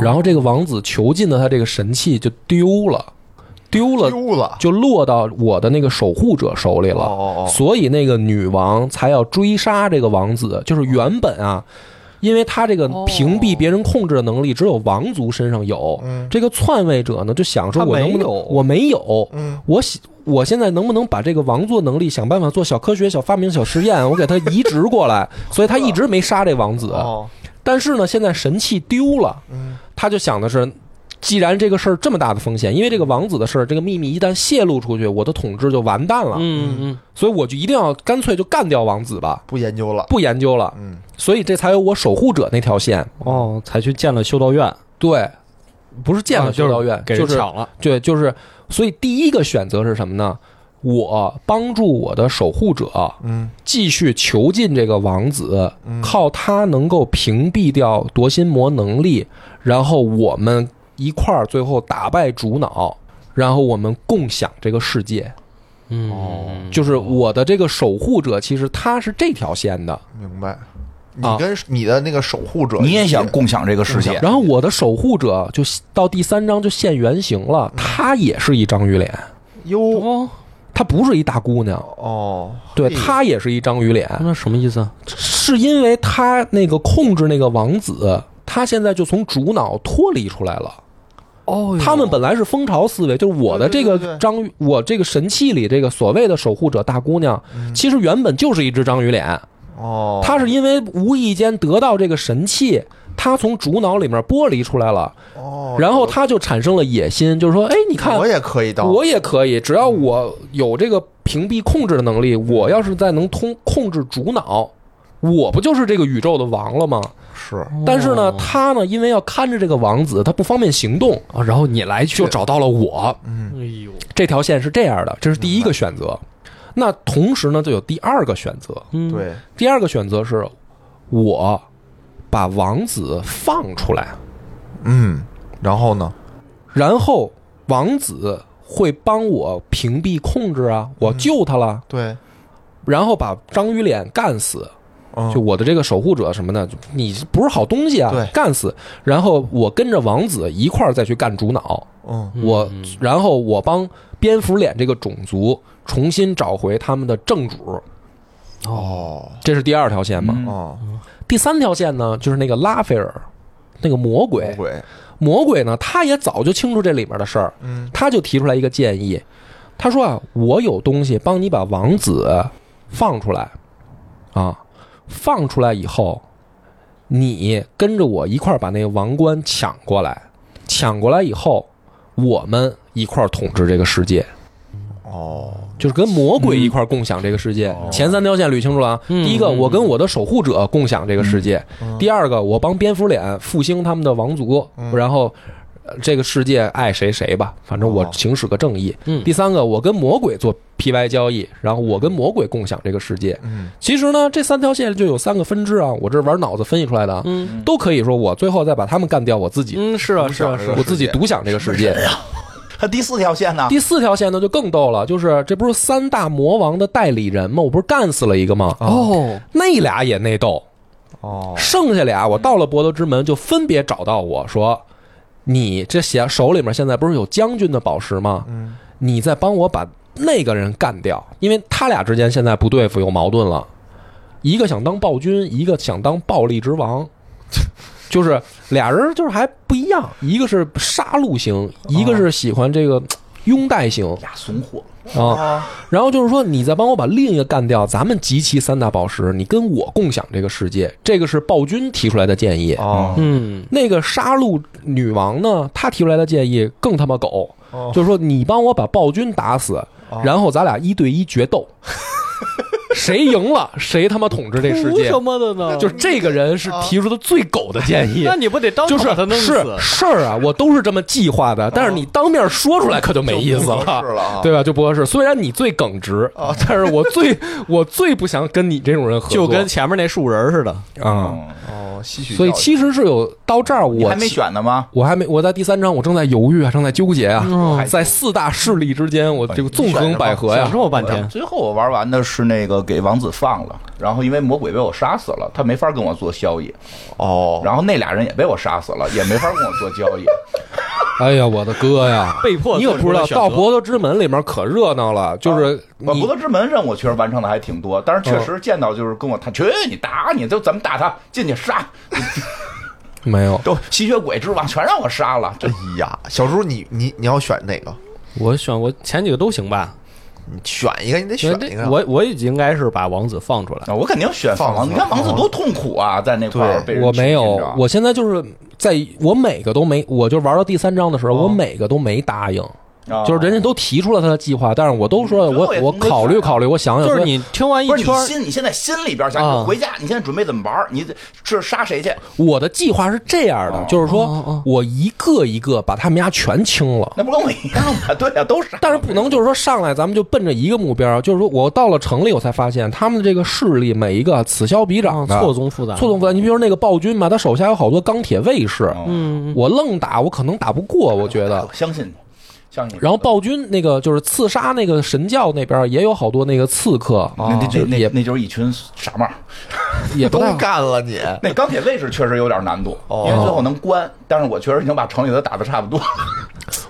Speaker 1: 然后这个王子囚禁的他这个神器就丢了，丢了
Speaker 3: 丢了，
Speaker 1: 就落到我的那个守护者手里了。
Speaker 3: 哦哦哦，
Speaker 1: 所以那个女王才要追杀这个王子，就是原本啊，因为他这个屏蔽别人控制的能力只有王族身上有，
Speaker 3: 嗯
Speaker 1: 这个篡位者呢就想说，
Speaker 4: 他
Speaker 1: 我能不
Speaker 4: 没
Speaker 1: 能
Speaker 4: 有
Speaker 1: 我没有，
Speaker 3: 嗯
Speaker 1: 我喜我现在能不能把这个王座能力想办法做小科学、小发明、小实验， [LAUGHS] 我给他移植过来，所以他一直没杀这王子。
Speaker 3: 哦，
Speaker 1: 但是呢，现在神器丢了，
Speaker 3: 嗯
Speaker 1: 他就想的是。既然这个事儿这么大的风险，因为这个王子的事儿，这个秘密一旦泄露出去，我的统治就完蛋了。
Speaker 4: 嗯嗯，
Speaker 1: 所以我就一定要干脆就干掉王子吧，
Speaker 3: 不研究了。
Speaker 1: 不研究了。
Speaker 3: 嗯，
Speaker 1: 所以这才有我守护者那条线。
Speaker 4: 哦，才去建了修道院，
Speaker 1: 对，不是建
Speaker 4: 啊
Speaker 1: 了修道院，
Speaker 4: 给
Speaker 1: 就
Speaker 4: 人
Speaker 1: 是
Speaker 4: 抢了，
Speaker 1: 对，就是，所以第一个选择是什么呢？我帮助我的守护者
Speaker 3: 嗯
Speaker 1: 继续囚禁这个王子，
Speaker 3: 嗯
Speaker 1: 靠他能够屏蔽掉夺心魔能力，然后我们一块儿最后打败主脑，然后我们共享这个世界。
Speaker 4: 嗯，
Speaker 3: 哦
Speaker 1: 就是我的这个守护者，其实他是这条线的，
Speaker 3: 明白。你
Speaker 1: 啊
Speaker 3: 跟你的那个守护者一起，
Speaker 2: 你也想共享这个世界，
Speaker 1: 然后我的守护者就到第三章就现原形了，
Speaker 3: 嗯
Speaker 1: 她也是一张鱼脸，
Speaker 3: 哟？
Speaker 4: 哦，
Speaker 1: 她不是一大姑娘，
Speaker 3: 哦，嗯
Speaker 1: 对
Speaker 3: 嘿
Speaker 1: 她也是一张鱼脸，
Speaker 4: 那什么意思啊？
Speaker 1: 是因为她那个控制那个王子，她现在就从主脑脱离出来了。
Speaker 4: 哦
Speaker 1: 他们本来是蜂巢思维，就是我的这
Speaker 3: 哎对对对
Speaker 1: 个
Speaker 3: 对
Speaker 1: 章鱼，我这个神器里这个所谓的守护者大姑娘，其实原本就是一只章鱼脸，
Speaker 3: 嗯哦，
Speaker 1: 她是因为无意间得到这个神器，她从主脑里面剥离出来了，
Speaker 3: 哦，
Speaker 1: 然后她就产生了野心，就是说，哎，你看
Speaker 3: 我也可以当，
Speaker 1: 我也可以，只要我有这个屏蔽控制的能力，我要是再能通控制主脑，我不就是这个宇宙的王了吗？
Speaker 3: 是
Speaker 1: 但是呢，他呢，因为要看着这个王子，他不方便行动，
Speaker 4: 哦然后你来去，
Speaker 1: 就找到了我。
Speaker 4: 哎呦，
Speaker 1: 这条线是这样的，这是第一个选择。那同时呢，就有第二个选择。
Speaker 4: 嗯，
Speaker 3: 对，
Speaker 1: 第二个选择是，我把王子放出来，
Speaker 3: 嗯，然后呢？
Speaker 1: 然后王子会帮我屏蔽控制啊，我救他了，
Speaker 3: 对，
Speaker 1: 然后把章鱼脸干死。
Speaker 3: 嗯
Speaker 1: 就我的这个守护者什么的，就你不是好东西啊
Speaker 3: 对，
Speaker 1: 干死！然后我跟着王子一块儿再去干主脑，
Speaker 3: 嗯
Speaker 1: 我然后我帮蝙蝠脸这个种族重新找回他们的正主，
Speaker 3: 哦
Speaker 1: 这是第二条线嘛？
Speaker 2: 嗯
Speaker 3: 哦，
Speaker 1: 第三条线呢，就是那个拉斐尔，那个魔鬼
Speaker 3: 魔，鬼，
Speaker 1: 魔鬼呢，他也早就清楚这里面的事儿，
Speaker 3: 嗯
Speaker 1: 他就提出来一个建议，他说啊，我有东西帮你把王子放出来，啊，放出来以后，你跟着我一块儿把那个王冠抢过来，抢过来以后，我们一块儿统治这个世界。
Speaker 3: 哦，
Speaker 1: 就是跟魔鬼一块儿共享这个世界。前三条线捋清楚了啊。
Speaker 4: 哦嗯
Speaker 1: 第一个，
Speaker 4: 嗯
Speaker 1: 我跟我的守护者共享这个世界；第二个，我帮蝙蝠脸复兴他们的王族，
Speaker 4: 嗯
Speaker 1: 然后呃这个世界爱谁谁吧，反正我
Speaker 3: 哦
Speaker 1: 行使个正义
Speaker 4: 嗯。
Speaker 1: 第三个，我跟魔鬼做 PY 交易，然后我跟魔鬼共享这个世界。
Speaker 3: 嗯
Speaker 1: 其实呢，这三条线就有三个分支啊，我这玩脑子分析出来的啊，
Speaker 4: 嗯
Speaker 1: 都可以说我最后再把他们干掉，我自己
Speaker 4: 嗯，是啊是啊是啊，
Speaker 1: 我自己
Speaker 3: 世界
Speaker 1: 独享这个世界。
Speaker 2: 他第四条线呢？
Speaker 1: 第四条线呢就更逗了，就是这不是三大魔王的代理人吗？我不是干死了一个吗？
Speaker 4: 哦，
Speaker 1: 那俩也内斗，
Speaker 3: 哦，
Speaker 1: 剩下俩我到了博德之门就分别找到我说，你这写手里面现在不是有将军的宝石吗？
Speaker 3: 嗯
Speaker 1: 你再帮我把那个人干掉，因为他俩之间现在不对付，有矛盾了，一个想当暴君，一个想当暴力之王。 [LAUGHS] 就是俩人就是还不一样，一个是杀戮型，一个是喜欢这个拥戴型
Speaker 2: 俩怂货，
Speaker 1: 啊。
Speaker 3: 啊，
Speaker 1: 然后就是说，你再帮我把另一个干掉，咱们集齐三大宝石，你跟我共享这个世界。这个是暴君提出来的建议。
Speaker 3: 哦
Speaker 4: 嗯，
Speaker 1: 那个杀戮女王呢，她提出来的建议更他妈狗，
Speaker 3: 哦
Speaker 1: 就是说你帮我把暴君打死，
Speaker 4: 哦
Speaker 1: 然后咱俩一对一决
Speaker 4: [LAUGHS]
Speaker 1: 斗，谁赢了谁他妈统治这世
Speaker 4: 图
Speaker 1: 界
Speaker 4: 什。么的呢？
Speaker 1: 就是这个人是提出的最狗的建议
Speaker 4: 那。你不得当
Speaker 1: 就
Speaker 4: 场
Speaker 1: 是
Speaker 4: 把他弄死？
Speaker 1: 是事儿啊，我都是这么计划的，但是你当面说出来可就没意思
Speaker 3: 就不合适了啊
Speaker 1: 对吧？就不合适。虽然你最耿直， [LAUGHS] 但是我最我最不想跟你这种人合作，
Speaker 4: 就跟前面那树人似的，
Speaker 1: 啊、
Speaker 3: 哦，吸取
Speaker 1: 所以
Speaker 3: 教育
Speaker 1: 其实是有到这儿，
Speaker 2: 嗯你
Speaker 1: 我
Speaker 2: 还没，选呢吗？
Speaker 1: 我还没，我在第三章，我正在犹豫啊，正在纠结啊，
Speaker 4: 嗯
Speaker 1: 在四大势力之间，我这个纵横捭阖啊
Speaker 4: 想
Speaker 1: 呀
Speaker 4: 这。么半天，
Speaker 2: 最后我玩完的是那个给王子放了，然后因为魔鬼被我杀死了，他没法跟我做交易，
Speaker 3: 哦，
Speaker 2: 然后那俩人也被我杀死了，也没法跟我做交易。
Speaker 1: 哎呀，我的哥呀！
Speaker 4: 被迫
Speaker 1: 你可不知道，
Speaker 4: 做出了选择
Speaker 1: 到博德之门里面可热闹了，就是
Speaker 2: 我
Speaker 1: 你
Speaker 2: 博德之门任务确实完成的还挺多，但是确实见到就是跟我谈，去你打你，就怎么打他，进去杀，
Speaker 1: 没有，
Speaker 2: 都吸血鬼之王全让我杀了，这
Speaker 3: 哎呀，小猪，你你你要选哪个？
Speaker 4: 我选我前几个都行吧，
Speaker 3: 你选一个，你得选一个。
Speaker 4: 我我已经应该是把王子放出来。
Speaker 2: 啊我肯定选
Speaker 3: 放
Speaker 2: 王子，
Speaker 3: 放
Speaker 2: 你看王子多痛苦啊，在那块儿
Speaker 3: 对
Speaker 2: 被人
Speaker 1: 我没有
Speaker 2: 囚禁着，
Speaker 1: 我现在就是在我每个都没，我就玩到第三章的时候，我每个都没答应，
Speaker 2: 啊
Speaker 1: 就是人家都提出了他的计划，但是我都说
Speaker 2: 嗯
Speaker 1: 我
Speaker 2: 这我也
Speaker 1: 我
Speaker 2: 没
Speaker 1: 考虑
Speaker 2: 想
Speaker 1: 考虑，我想想，
Speaker 4: 就是
Speaker 1: 所以
Speaker 4: 你听完一
Speaker 2: 不是
Speaker 4: 圈
Speaker 2: 你
Speaker 4: 儿，
Speaker 2: 心，你现在心里边想，
Speaker 4: 啊
Speaker 2: 你回家，你现在准备怎么玩？你是杀谁去？
Speaker 1: 我的计划是这样的，就是
Speaker 4: 哦
Speaker 1: 说
Speaker 4: 哦
Speaker 1: 我一个一个把他们家全清了。
Speaker 2: 那不跟我一样吗？ [LAUGHS] 对啊呀，都杀。
Speaker 1: 但是不能就是说上来咱们就奔着一个目标，就是说我到了城里，我才发现他们的这个势力每一个此消彼长的，
Speaker 4: 哦错综复杂，
Speaker 1: 啊错综复杂。你比如说那个暴君嘛，他手下有好多钢铁卫士，
Speaker 2: 哦
Speaker 4: 嗯，
Speaker 1: 我愣打我可能打不过，我觉得
Speaker 2: 我。相信你，相信你。
Speaker 1: 然后暴君那个就是刺杀那个神教那边也有好多那个刺客，
Speaker 2: 哦那那
Speaker 1: 就
Speaker 2: 那那
Speaker 1: 也
Speaker 2: 那就是一群傻帽儿。
Speaker 1: 也不
Speaker 3: 都
Speaker 1: 太
Speaker 3: 干了你，
Speaker 2: 那钢铁卫士确实有点难度，
Speaker 1: 哦
Speaker 2: 因为最后能关，但是我确实已经把城里的打的差不多了。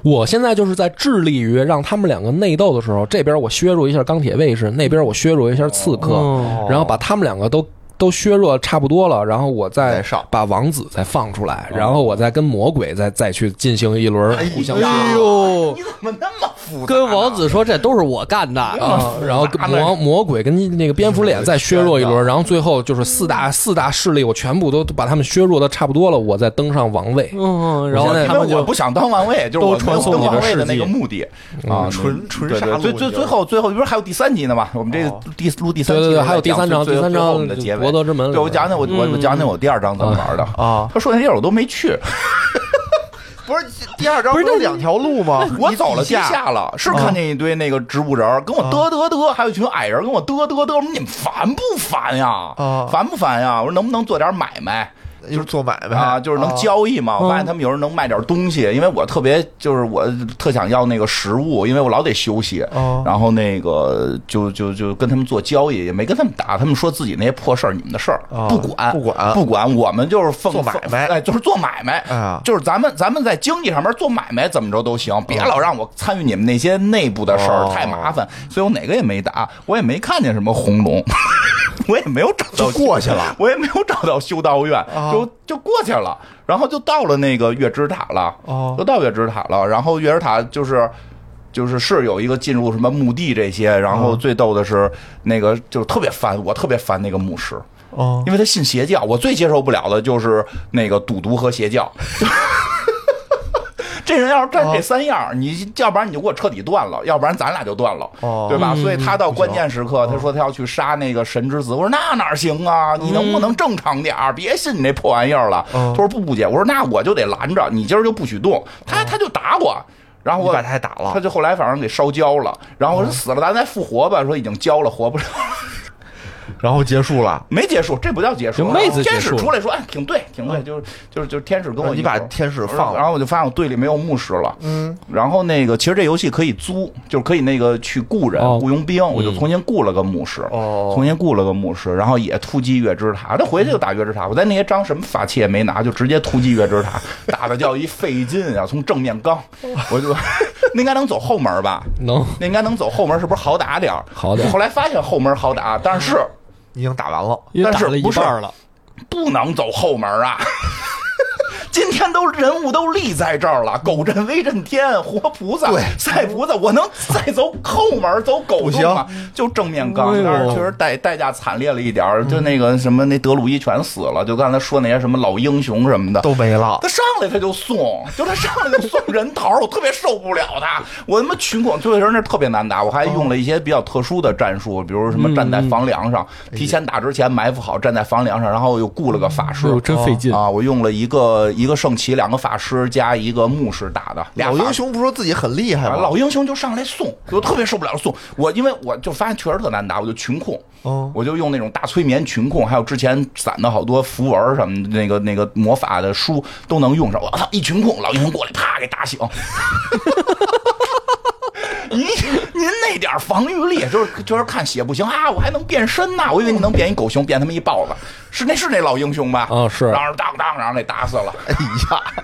Speaker 1: 我现在就是在致力于让他们两个内斗的时候，这边我削弱一下钢铁卫士，那边我削弱一下刺客，
Speaker 4: 哦
Speaker 1: 然后把他们两个都都削弱差不多了，然后我再
Speaker 3: 再上
Speaker 1: 把王子再放出来，然后我再跟魔鬼再再去进行一轮互相杀。
Speaker 3: 哎呦，
Speaker 2: 你怎么那么复杂呢？
Speaker 4: 跟王子说这都是我干的，
Speaker 1: 啊，然后跟魔魔鬼跟那个蝙蝠脸再削弱一轮，然后最后就是四大四大势力，我全部都把他们削弱的差不多了，我再登上王位。
Speaker 4: 嗯，
Speaker 1: 然
Speaker 4: 然后
Speaker 1: 后
Speaker 2: 因
Speaker 1: 他
Speaker 2: 为
Speaker 1: 们
Speaker 2: 我
Speaker 1: 就
Speaker 2: 不想当王 [LAUGHS] 位，就是我
Speaker 4: 都传
Speaker 2: 没有
Speaker 4: 送
Speaker 2: 当
Speaker 4: 你的
Speaker 2: 王位的
Speaker 4: 事
Speaker 2: 那
Speaker 4: 迹
Speaker 2: 个目的啊，
Speaker 3: 纯纯
Speaker 2: 对
Speaker 3: 杀
Speaker 2: 对，
Speaker 3: 戮，
Speaker 2: 最最最后最后，不是还有第三集呢嘛？我们这
Speaker 3: 哦
Speaker 2: 第录第三
Speaker 1: 对对
Speaker 2: 集的时
Speaker 1: 对，
Speaker 2: 候
Speaker 1: 还有
Speaker 2: 再
Speaker 1: 第
Speaker 2: 讲
Speaker 1: 三章，
Speaker 2: 最
Speaker 1: 第三
Speaker 2: 最后我们
Speaker 1: 章
Speaker 2: 的结尾
Speaker 1: 博。德之门里
Speaker 2: 对，我讲讲我我我讲讲我第二章怎么玩的。
Speaker 3: 啊，
Speaker 2: 嗯他说那地儿我都没去，
Speaker 3: 不是第二章
Speaker 4: 不
Speaker 3: 不
Speaker 4: 是
Speaker 3: 是有两条路吗？
Speaker 2: [LAUGHS] 我走了嗯
Speaker 3: 一下，
Speaker 2: 下了，是看见一堆那个植物人儿跟我嘚嘚嘚，还有一群矮人儿跟我嘚嘚嘚，我说你们烦不烦呀
Speaker 3: 啊？
Speaker 2: 烦不烦呀？我说能不能做点买卖？
Speaker 3: 就是做买卖
Speaker 2: 啊，就是能。交易嘛。我
Speaker 3: 嗯
Speaker 2: 发现他们有人能卖点东西，因为我特别就是我特想要那个食物，因为我老得休息。
Speaker 3: 哦
Speaker 2: 然后那个就就就跟他们做交易，也没跟他们打，他们说自己那些破事儿，你们的事儿、
Speaker 3: 哦
Speaker 2: 不管
Speaker 3: 不管
Speaker 2: 不管，我们就是奉
Speaker 3: 做买卖
Speaker 2: 哎，就是做买卖。
Speaker 3: 啊
Speaker 2: 就是咱们咱们在经济上面做买卖怎么着都行，别老让我参与你们那些内部的事儿，
Speaker 3: 哦
Speaker 2: 太麻烦。所以我哪个也没打，我也没看见什么红龙。 [LAUGHS] 我也没有找到
Speaker 3: 就过去了，啊
Speaker 2: 我也没有找到修道院，就就过去了，然后就到了那个月之塔了，
Speaker 3: 哦
Speaker 2: 就到月之塔了，然后月之塔就是。就是是有一个进入什么墓地这些，然
Speaker 3: 哦
Speaker 2: 后最逗的是那个就是特别烦，我特别烦那个牧师，
Speaker 3: 哦，
Speaker 2: 因为他信邪教，我最接受不了的就是那个赌毒和邪教。 [LAUGHS] 这人要是
Speaker 3: 哦
Speaker 2: 占这三样儿，你要不然你就给我彻底断了，要不然咱俩就断了，
Speaker 3: 哦
Speaker 2: 对吧？所以他到关键时刻，他说他要去杀那个神之子，我说那哪行啊？你能不能正常点儿？别信你那破玩意儿了。
Speaker 3: 嗯哦
Speaker 2: 他说不不姐，我说那我就得拦着你，今儿就不许动。他他就打我。然后我
Speaker 3: 哦你把他打了哦
Speaker 2: 他就后来反正给烧焦了。然后我说死了，咱再复活吧。说已经焦了，活不了。
Speaker 3: 然后结束了。
Speaker 2: 没结束，这不叫结束。
Speaker 4: 就妹子结束
Speaker 2: 天使出来说：“哎，挺对，挺对，就是就是就是天使跟我
Speaker 3: 哦
Speaker 2: 一
Speaker 3: 你
Speaker 2: 伙儿。
Speaker 3: 把天使放了
Speaker 2: 然后我就发现我队里没有牧师了。嗯，然后那个其实这游戏可以租，就是可以那个去雇人、
Speaker 1: 哦
Speaker 2: 雇佣兵，我就重新雇了个牧师，
Speaker 3: 哦
Speaker 2: 重新雇了个牧师，然后也突击月之塔。这回去就打月之塔，我在那些章什么法器也没拿，就直接突击月之塔，打的叫一费劲啊！从正面刚，我就 [LAUGHS] 那应该能走后门吧？
Speaker 1: 能
Speaker 2: 那应该能走后门，是不是好打点儿？
Speaker 1: 好点儿
Speaker 2: 后来发现后门好打，但是。
Speaker 3: 已经打完了，
Speaker 4: 又
Speaker 2: 但
Speaker 4: 打
Speaker 2: 是
Speaker 4: 了一
Speaker 2: 不是
Speaker 4: 半儿了，
Speaker 2: 不能走后门啊！ [LAUGHS] 今天都人物都立在这儿了，狗镇、威震天、活菩萨
Speaker 3: 对、
Speaker 2: 赛菩萨，我能再走后门走狗洞吗？就正面刚
Speaker 4: 哎，呦
Speaker 2: 但是确实代代价惨烈了一点儿，就那个什么那德鲁伊全死了，就刚才说那些什么老英雄什么的。
Speaker 3: 都没了。
Speaker 2: 他上来他就送，就他上来就送人头，我特别受不了他。我他妈群控对人那特别难打，我还用了一些比较特殊的战术，比如什么站在房梁上，提前打之前埋伏好，站在房梁上，然后又雇了个法师
Speaker 4: 哎。呦，真费劲。
Speaker 2: 啊，我用了一个一个圣骑，两个法师加一个牧师打的，俩
Speaker 3: 老
Speaker 2: 法
Speaker 3: 英雄不是说自己很厉害
Speaker 2: 啊，
Speaker 3: 吗？
Speaker 2: 老英雄就上来送，我特别受不了送我，因为我就发现确实特难打，我就群控，
Speaker 3: 哦
Speaker 2: 我就用那种大催眠群控，还有之前散的好多符文什么的那个那个魔法的书都能用上。我操，一群控，老英雄过来，啪给打醒。 [LAUGHS] 您您那点防御力，就是就是看血不行啊，我还能变身呐、我以为你能变一狗熊，变他妈一
Speaker 3: 哦
Speaker 2: 豹子，是那是那老英雄吧？
Speaker 1: 啊是
Speaker 2: 当当当，然后给打死了。
Speaker 3: 哎呀，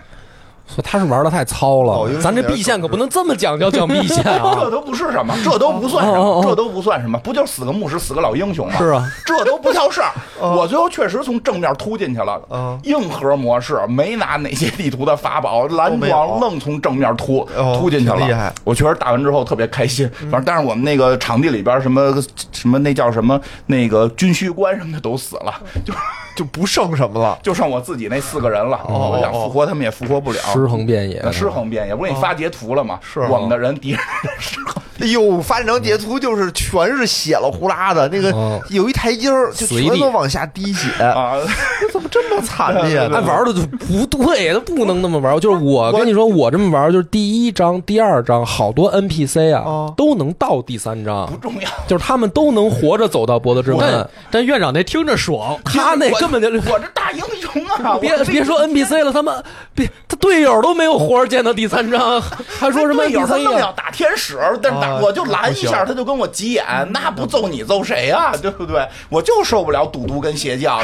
Speaker 1: 所以他是玩的太糙了。
Speaker 3: 哦因为
Speaker 1: 咱这
Speaker 3: 有点
Speaker 1: 避线可不能这么讲究讲避线
Speaker 2: 这
Speaker 1: 啊！
Speaker 2: 都不是什么，这都不算什
Speaker 1: 哦哦
Speaker 2: 么
Speaker 1: 哦，
Speaker 2: 这都不算什么，不就是死个牧师，死个老英雄吗？
Speaker 1: 是啊，
Speaker 2: 这都不叫事
Speaker 3: [LAUGHS]
Speaker 2: 儿。我最后确实从正面突进去了
Speaker 3: 嗯，
Speaker 2: 硬核模式没拿哪些地图的法宝，蓝
Speaker 3: 都哦没有
Speaker 2: 装愣从正面突
Speaker 3: 哦
Speaker 2: 突进去
Speaker 3: 挺厉害嗯
Speaker 2: 了。我确实打完之后特别开心，反正但是我们那个场地里边什么什么那叫什么那个军需官什么的都死了，
Speaker 3: 嗯
Speaker 2: 就
Speaker 3: 就不剩什么了。
Speaker 2: 就剩我自己那四个人了。
Speaker 3: 哦
Speaker 2: 我想
Speaker 3: 哦
Speaker 2: 复活他们也复活不了，
Speaker 1: 尸横遍野
Speaker 2: 那，尸横遍野。我给你发截图了嘛？
Speaker 3: 是啊
Speaker 2: 我们的人敌人的尸
Speaker 3: [LAUGHS]
Speaker 2: 横。
Speaker 3: 哎呦，发展成截图就是全是血了呼啦的，那
Speaker 1: 哦
Speaker 3: 个有一台阶儿，就
Speaker 1: 死一地
Speaker 3: 全都往下滴血，
Speaker 2: 嗯啊，
Speaker 3: 怎么这么惨烈呢？
Speaker 1: 哎，玩的就不对，他不能那么玩。就是我跟你说，我这么玩，就是第一章、第二章，好多 NPC 啊
Speaker 3: 哦，
Speaker 1: 都能到第三章
Speaker 2: 不，重要。
Speaker 1: 就是他们都能活着走到博德之门
Speaker 4: 但。但院长那听着爽，
Speaker 1: 他那根本就
Speaker 2: 我这大英雄
Speaker 1: [LAUGHS]
Speaker 2: 啊！
Speaker 1: 别
Speaker 2: 我这
Speaker 1: 别说 NPC 了，他们别他队友都没有活着见到第三章，还说什么
Speaker 2: 队友他
Speaker 1: NPC
Speaker 2: 愣
Speaker 1: 呀
Speaker 2: 要打天使，但打
Speaker 3: 啊
Speaker 2: 我就拦一下，
Speaker 3: 不行嗯
Speaker 2: 他就跟我急眼，那不揍你揍谁啊？ [LAUGHS] 对不对？我就受不了赌徒跟邪教，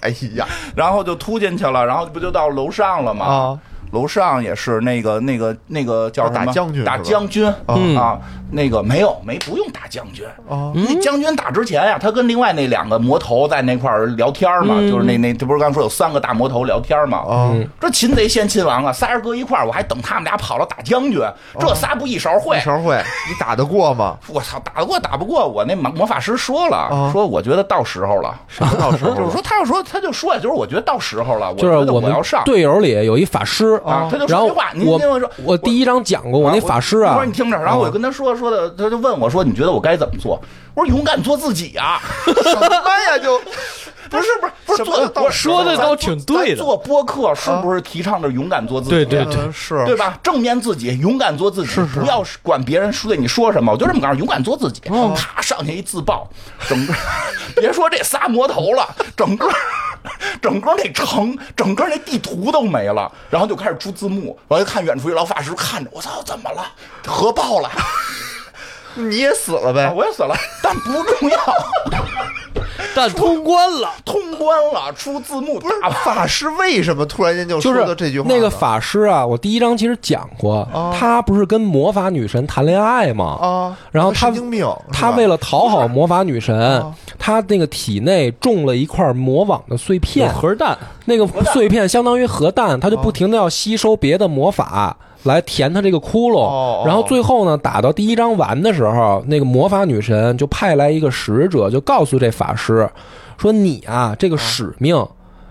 Speaker 3: 哎呀，
Speaker 2: 然后就突进去了，然后不就到楼上了吗？
Speaker 3: 啊
Speaker 2: 楼上也是那个那个那个叫什么
Speaker 3: 打将军
Speaker 2: 打
Speaker 3: 是吧
Speaker 2: 将军
Speaker 3: 嗯
Speaker 2: 啊，那个没有没不用打将军，
Speaker 3: 啊
Speaker 2: 那将军打之前呀、他跟另外那两个魔头在那块儿聊天嘛，就是那那这不是刚说有三个大魔头聊天嘛？
Speaker 3: 啊！
Speaker 2: 这擒贼先擒王啊，仨人搁一块儿，我还等他们俩跑了打将军，这仨不一勺烩
Speaker 3: 啊一。成会，你打得过吗？
Speaker 2: 我操，打得过打不过，我那魔魔法师说了，
Speaker 3: 啊
Speaker 2: 说我觉得到时候了，
Speaker 3: 什么到时候 [LAUGHS]
Speaker 2: 就是说他要说他就说呀，就是我觉得到时候了，我
Speaker 1: 就是
Speaker 2: 觉得
Speaker 1: 我
Speaker 2: 我
Speaker 1: 们
Speaker 2: 要上
Speaker 1: 队友里有一法师
Speaker 2: 啊，他就
Speaker 1: 然
Speaker 2: 说
Speaker 1: 后
Speaker 2: 句话，您
Speaker 1: 我
Speaker 2: 听我说，
Speaker 1: 我第一章讲过，我那法师
Speaker 2: 我
Speaker 1: 啊
Speaker 2: 说你，听着，然后我就跟他说说的，他就问我说你觉得我该怎么做？我说勇敢做自己啊，
Speaker 3: 什么呀？就
Speaker 2: 不是不是不是
Speaker 3: 什么
Speaker 2: 做
Speaker 3: 到
Speaker 2: 我
Speaker 3: 时
Speaker 4: 说的倒挺
Speaker 2: 咱
Speaker 4: 对的。
Speaker 2: 做播客是不是提倡着勇敢做自己？啊
Speaker 4: 对对对，
Speaker 3: 嗯是
Speaker 2: 对吧？正面自己，勇敢做自己，不要管别人说对你说什么。我就这么告诉你，勇敢做自己。
Speaker 1: 哦
Speaker 2: 啪，上去一自爆，整个 [LAUGHS] 别说这仨魔头了，整个整个那城，整个那地图都没了，然后就开始出字幕。我就看远处一老法师看着，我操，怎么了？核爆
Speaker 1: 哎
Speaker 2: 了，哎
Speaker 3: 你也死了呗？
Speaker 2: 我也死了，但不重要，
Speaker 4: 但通关了，
Speaker 2: 通关了，出字幕
Speaker 3: 不是啊
Speaker 2: 打完
Speaker 3: 法师为什么突然间就
Speaker 1: 就
Speaker 3: 说
Speaker 1: 是
Speaker 3: 到这句话呢？
Speaker 1: 那个法师啊，我第一章其实讲过，他不是跟魔法女神谈恋爱吗？
Speaker 3: 啊，
Speaker 1: 然后他
Speaker 3: 神经病，
Speaker 2: 哦
Speaker 1: 他为了讨好魔法女神，他那个体内种了一块魔网的碎
Speaker 4: 有
Speaker 1: 片，
Speaker 4: 核弹，
Speaker 1: 那个碎片相当于核弹，他就不停的要吸收别的魔法来填他这个窟窿。
Speaker 3: 哦哦
Speaker 1: 然后最后呢，打到第一章完的时候，那个魔法女神就派来一个使者，就告诉这法师说：“你啊，这个使命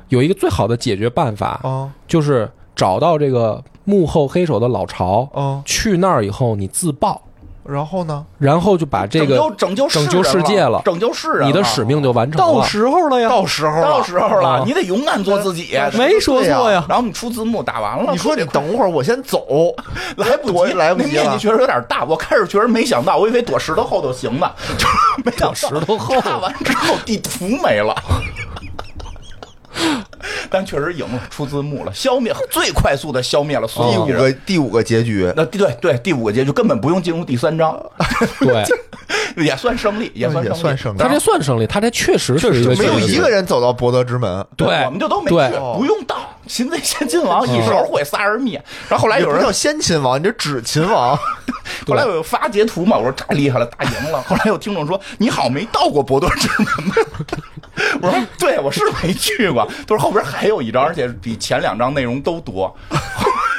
Speaker 1: 有一个最好的解决办法，
Speaker 3: 啊
Speaker 1: 就是找到这个幕后黑手的老巢，
Speaker 3: 啊，
Speaker 1: 去那儿以后你自爆，
Speaker 3: 然后呢？
Speaker 1: 然后就把这个
Speaker 2: 拯救
Speaker 1: 拯
Speaker 2: 拯救
Speaker 1: 救世界了
Speaker 2: 拯救世人了，
Speaker 1: 你的使命就完成
Speaker 4: 到
Speaker 1: 了。
Speaker 4: 时候了呀，
Speaker 3: 到时候
Speaker 2: 到
Speaker 3: 了，
Speaker 2: 时候了，你得勇敢做自己。
Speaker 4: 没说错
Speaker 3: 哦对
Speaker 4: 呀。
Speaker 2: 然后我们出字幕打完了，
Speaker 3: 啊你说你
Speaker 2: 这
Speaker 3: 等会儿，我先走，
Speaker 2: 来不
Speaker 3: 躲
Speaker 2: 及，
Speaker 3: 来不
Speaker 2: 那
Speaker 3: 及
Speaker 2: 面积
Speaker 3: 了。
Speaker 2: 确实有点大，我开始觉得没想到，我以为躲石头后头行呢， [LAUGHS] 就是没想到
Speaker 4: 躲石头后
Speaker 2: [LAUGHS] 打完之后地图没了。但确实赢了，出字幕了，消灭最快速的消灭了所
Speaker 3: 第
Speaker 2: 有
Speaker 3: 五
Speaker 2: 敌人。
Speaker 3: 个第五个结局，
Speaker 2: 那对对，第五个结局根本不用进入第三章，
Speaker 1: 对，
Speaker 2: 也算胜利，也算
Speaker 3: 也
Speaker 2: 胜利，
Speaker 3: 算胜利
Speaker 1: 他这算胜利，他这确实是一个
Speaker 3: 没有
Speaker 1: 胜利
Speaker 3: 一个人走到博德之门。
Speaker 1: 对，
Speaker 2: 我们就都没
Speaker 1: 对
Speaker 2: 去，不用
Speaker 3: 哦
Speaker 2: 到，擒贼先擒王，一勺烩仨人灭。然后后来
Speaker 3: 也
Speaker 2: 有
Speaker 3: 不
Speaker 2: 人
Speaker 3: 叫先秦王，你这只秦王，
Speaker 2: 后来我又发截图嘛，我说太厉害了，打赢了。后来有听众说你好像没到过博多之门吧？我说对，我是没去过。他说后边还有一张，而且比前两张内容都多。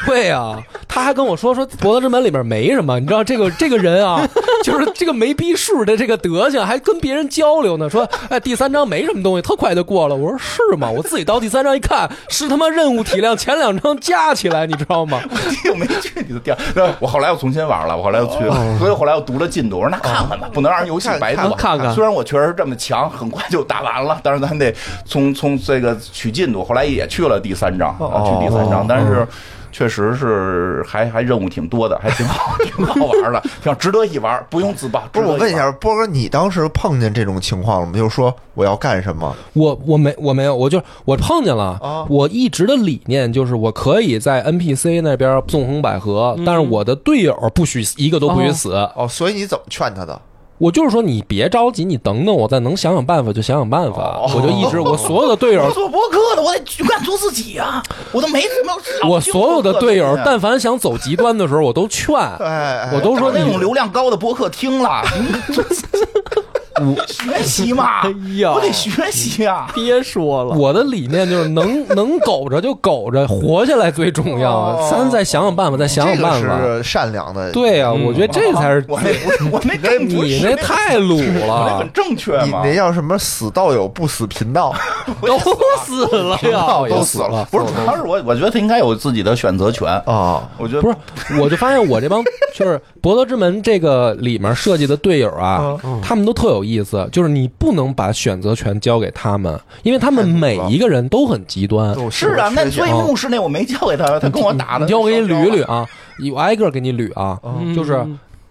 Speaker 1: 对呀、他还跟我说说《博德之门》里面没什么，你知道这个这个人啊， [LAUGHS] 就是这个没逼数的这个德行，还跟别人交流呢，说哎第三章没什么东西，特快就过了。我说是吗？我自己到第三章一看，是他妈任务体量前两章加起来，你知道吗？
Speaker 2: [LAUGHS] 你又没去你的店，那我后来又重新玩了，我后来又去，所以后来又读了进度。我说那看看吧，不能让游戏白
Speaker 4: 看
Speaker 2: 做。
Speaker 4: 看看
Speaker 2: 虽然我确实这么强，很快就打完了，但是咱得从从这个取进度。后来也去了第三章，啊去第三章，但是。确实是还还任务挺多的，还挺好，挺好玩的，挺值得一玩，不用自爆。
Speaker 3: 不是我
Speaker 2: 值得
Speaker 3: 问一
Speaker 2: 玩，
Speaker 3: 下，波哥，你当时碰见这种情况了吗？就是说我要干什么？
Speaker 1: 我我没我没有，我就我碰见了。
Speaker 3: 啊
Speaker 1: 我一直的理念就是，我可以在 NPC 那边
Speaker 3: 嗯
Speaker 1: 纵横捌合，但是我的队友不许一个都不许死。
Speaker 3: 哦，所以你怎么劝他的？
Speaker 1: 我就是说你别着急，你等等我，再能想想办法就想想办法。
Speaker 3: 哦
Speaker 1: 我就一直我所有的队友
Speaker 2: 我做博客的，我得勇敢做自己啊！我都没什么，
Speaker 1: 我所有的队友，
Speaker 2: 但。
Speaker 1: 但凡想走极端的时候，我都劝，
Speaker 3: 哎，
Speaker 1: 我都说
Speaker 2: 找那
Speaker 1: 你
Speaker 2: 种流量高的播客听了，我学习嘛，
Speaker 4: 哎呀
Speaker 2: 我得学习啊。
Speaker 4: 别说了，
Speaker 1: 我的理念就是能能苟着就苟着，活下来最重要。
Speaker 3: 哦
Speaker 1: 咱再想想办法，再想
Speaker 3: 这
Speaker 1: 想
Speaker 3: 个
Speaker 1: 办法。
Speaker 3: 是善良的，
Speaker 1: 对啊呀，
Speaker 4: 嗯
Speaker 1: 我觉得这才是
Speaker 2: 啊我那不是我那真不
Speaker 1: 你
Speaker 2: 是
Speaker 1: 那太鲁
Speaker 2: 我那
Speaker 1: 了
Speaker 2: 很，正确
Speaker 3: 你
Speaker 2: 嘛
Speaker 3: 那。叫什么死道友不死贫
Speaker 1: [LAUGHS]
Speaker 3: 道，
Speaker 4: 都死了呀！
Speaker 1: 也
Speaker 3: 都
Speaker 1: 死
Speaker 3: 死
Speaker 1: 了
Speaker 3: 了。
Speaker 2: 不是，主要是我我觉得他应该有自己的选择权。
Speaker 3: 啊，
Speaker 2: 我觉得
Speaker 1: 不是，我就发现我这帮就是《博德之门》这个里面设计的队友啊，
Speaker 2: 嗯
Speaker 4: 嗯
Speaker 1: 他们都特有意思。就是你不能把选择权交给他们，因为他们每一个人都很极端。
Speaker 2: 是啊，那所以
Speaker 1: 啊
Speaker 2: 牧师那我没交给他，他跟我打的。
Speaker 1: 你听我给你捋一捋
Speaker 2: 啊。
Speaker 1: 啊，我挨个给你捋啊，
Speaker 4: 嗯
Speaker 1: 就是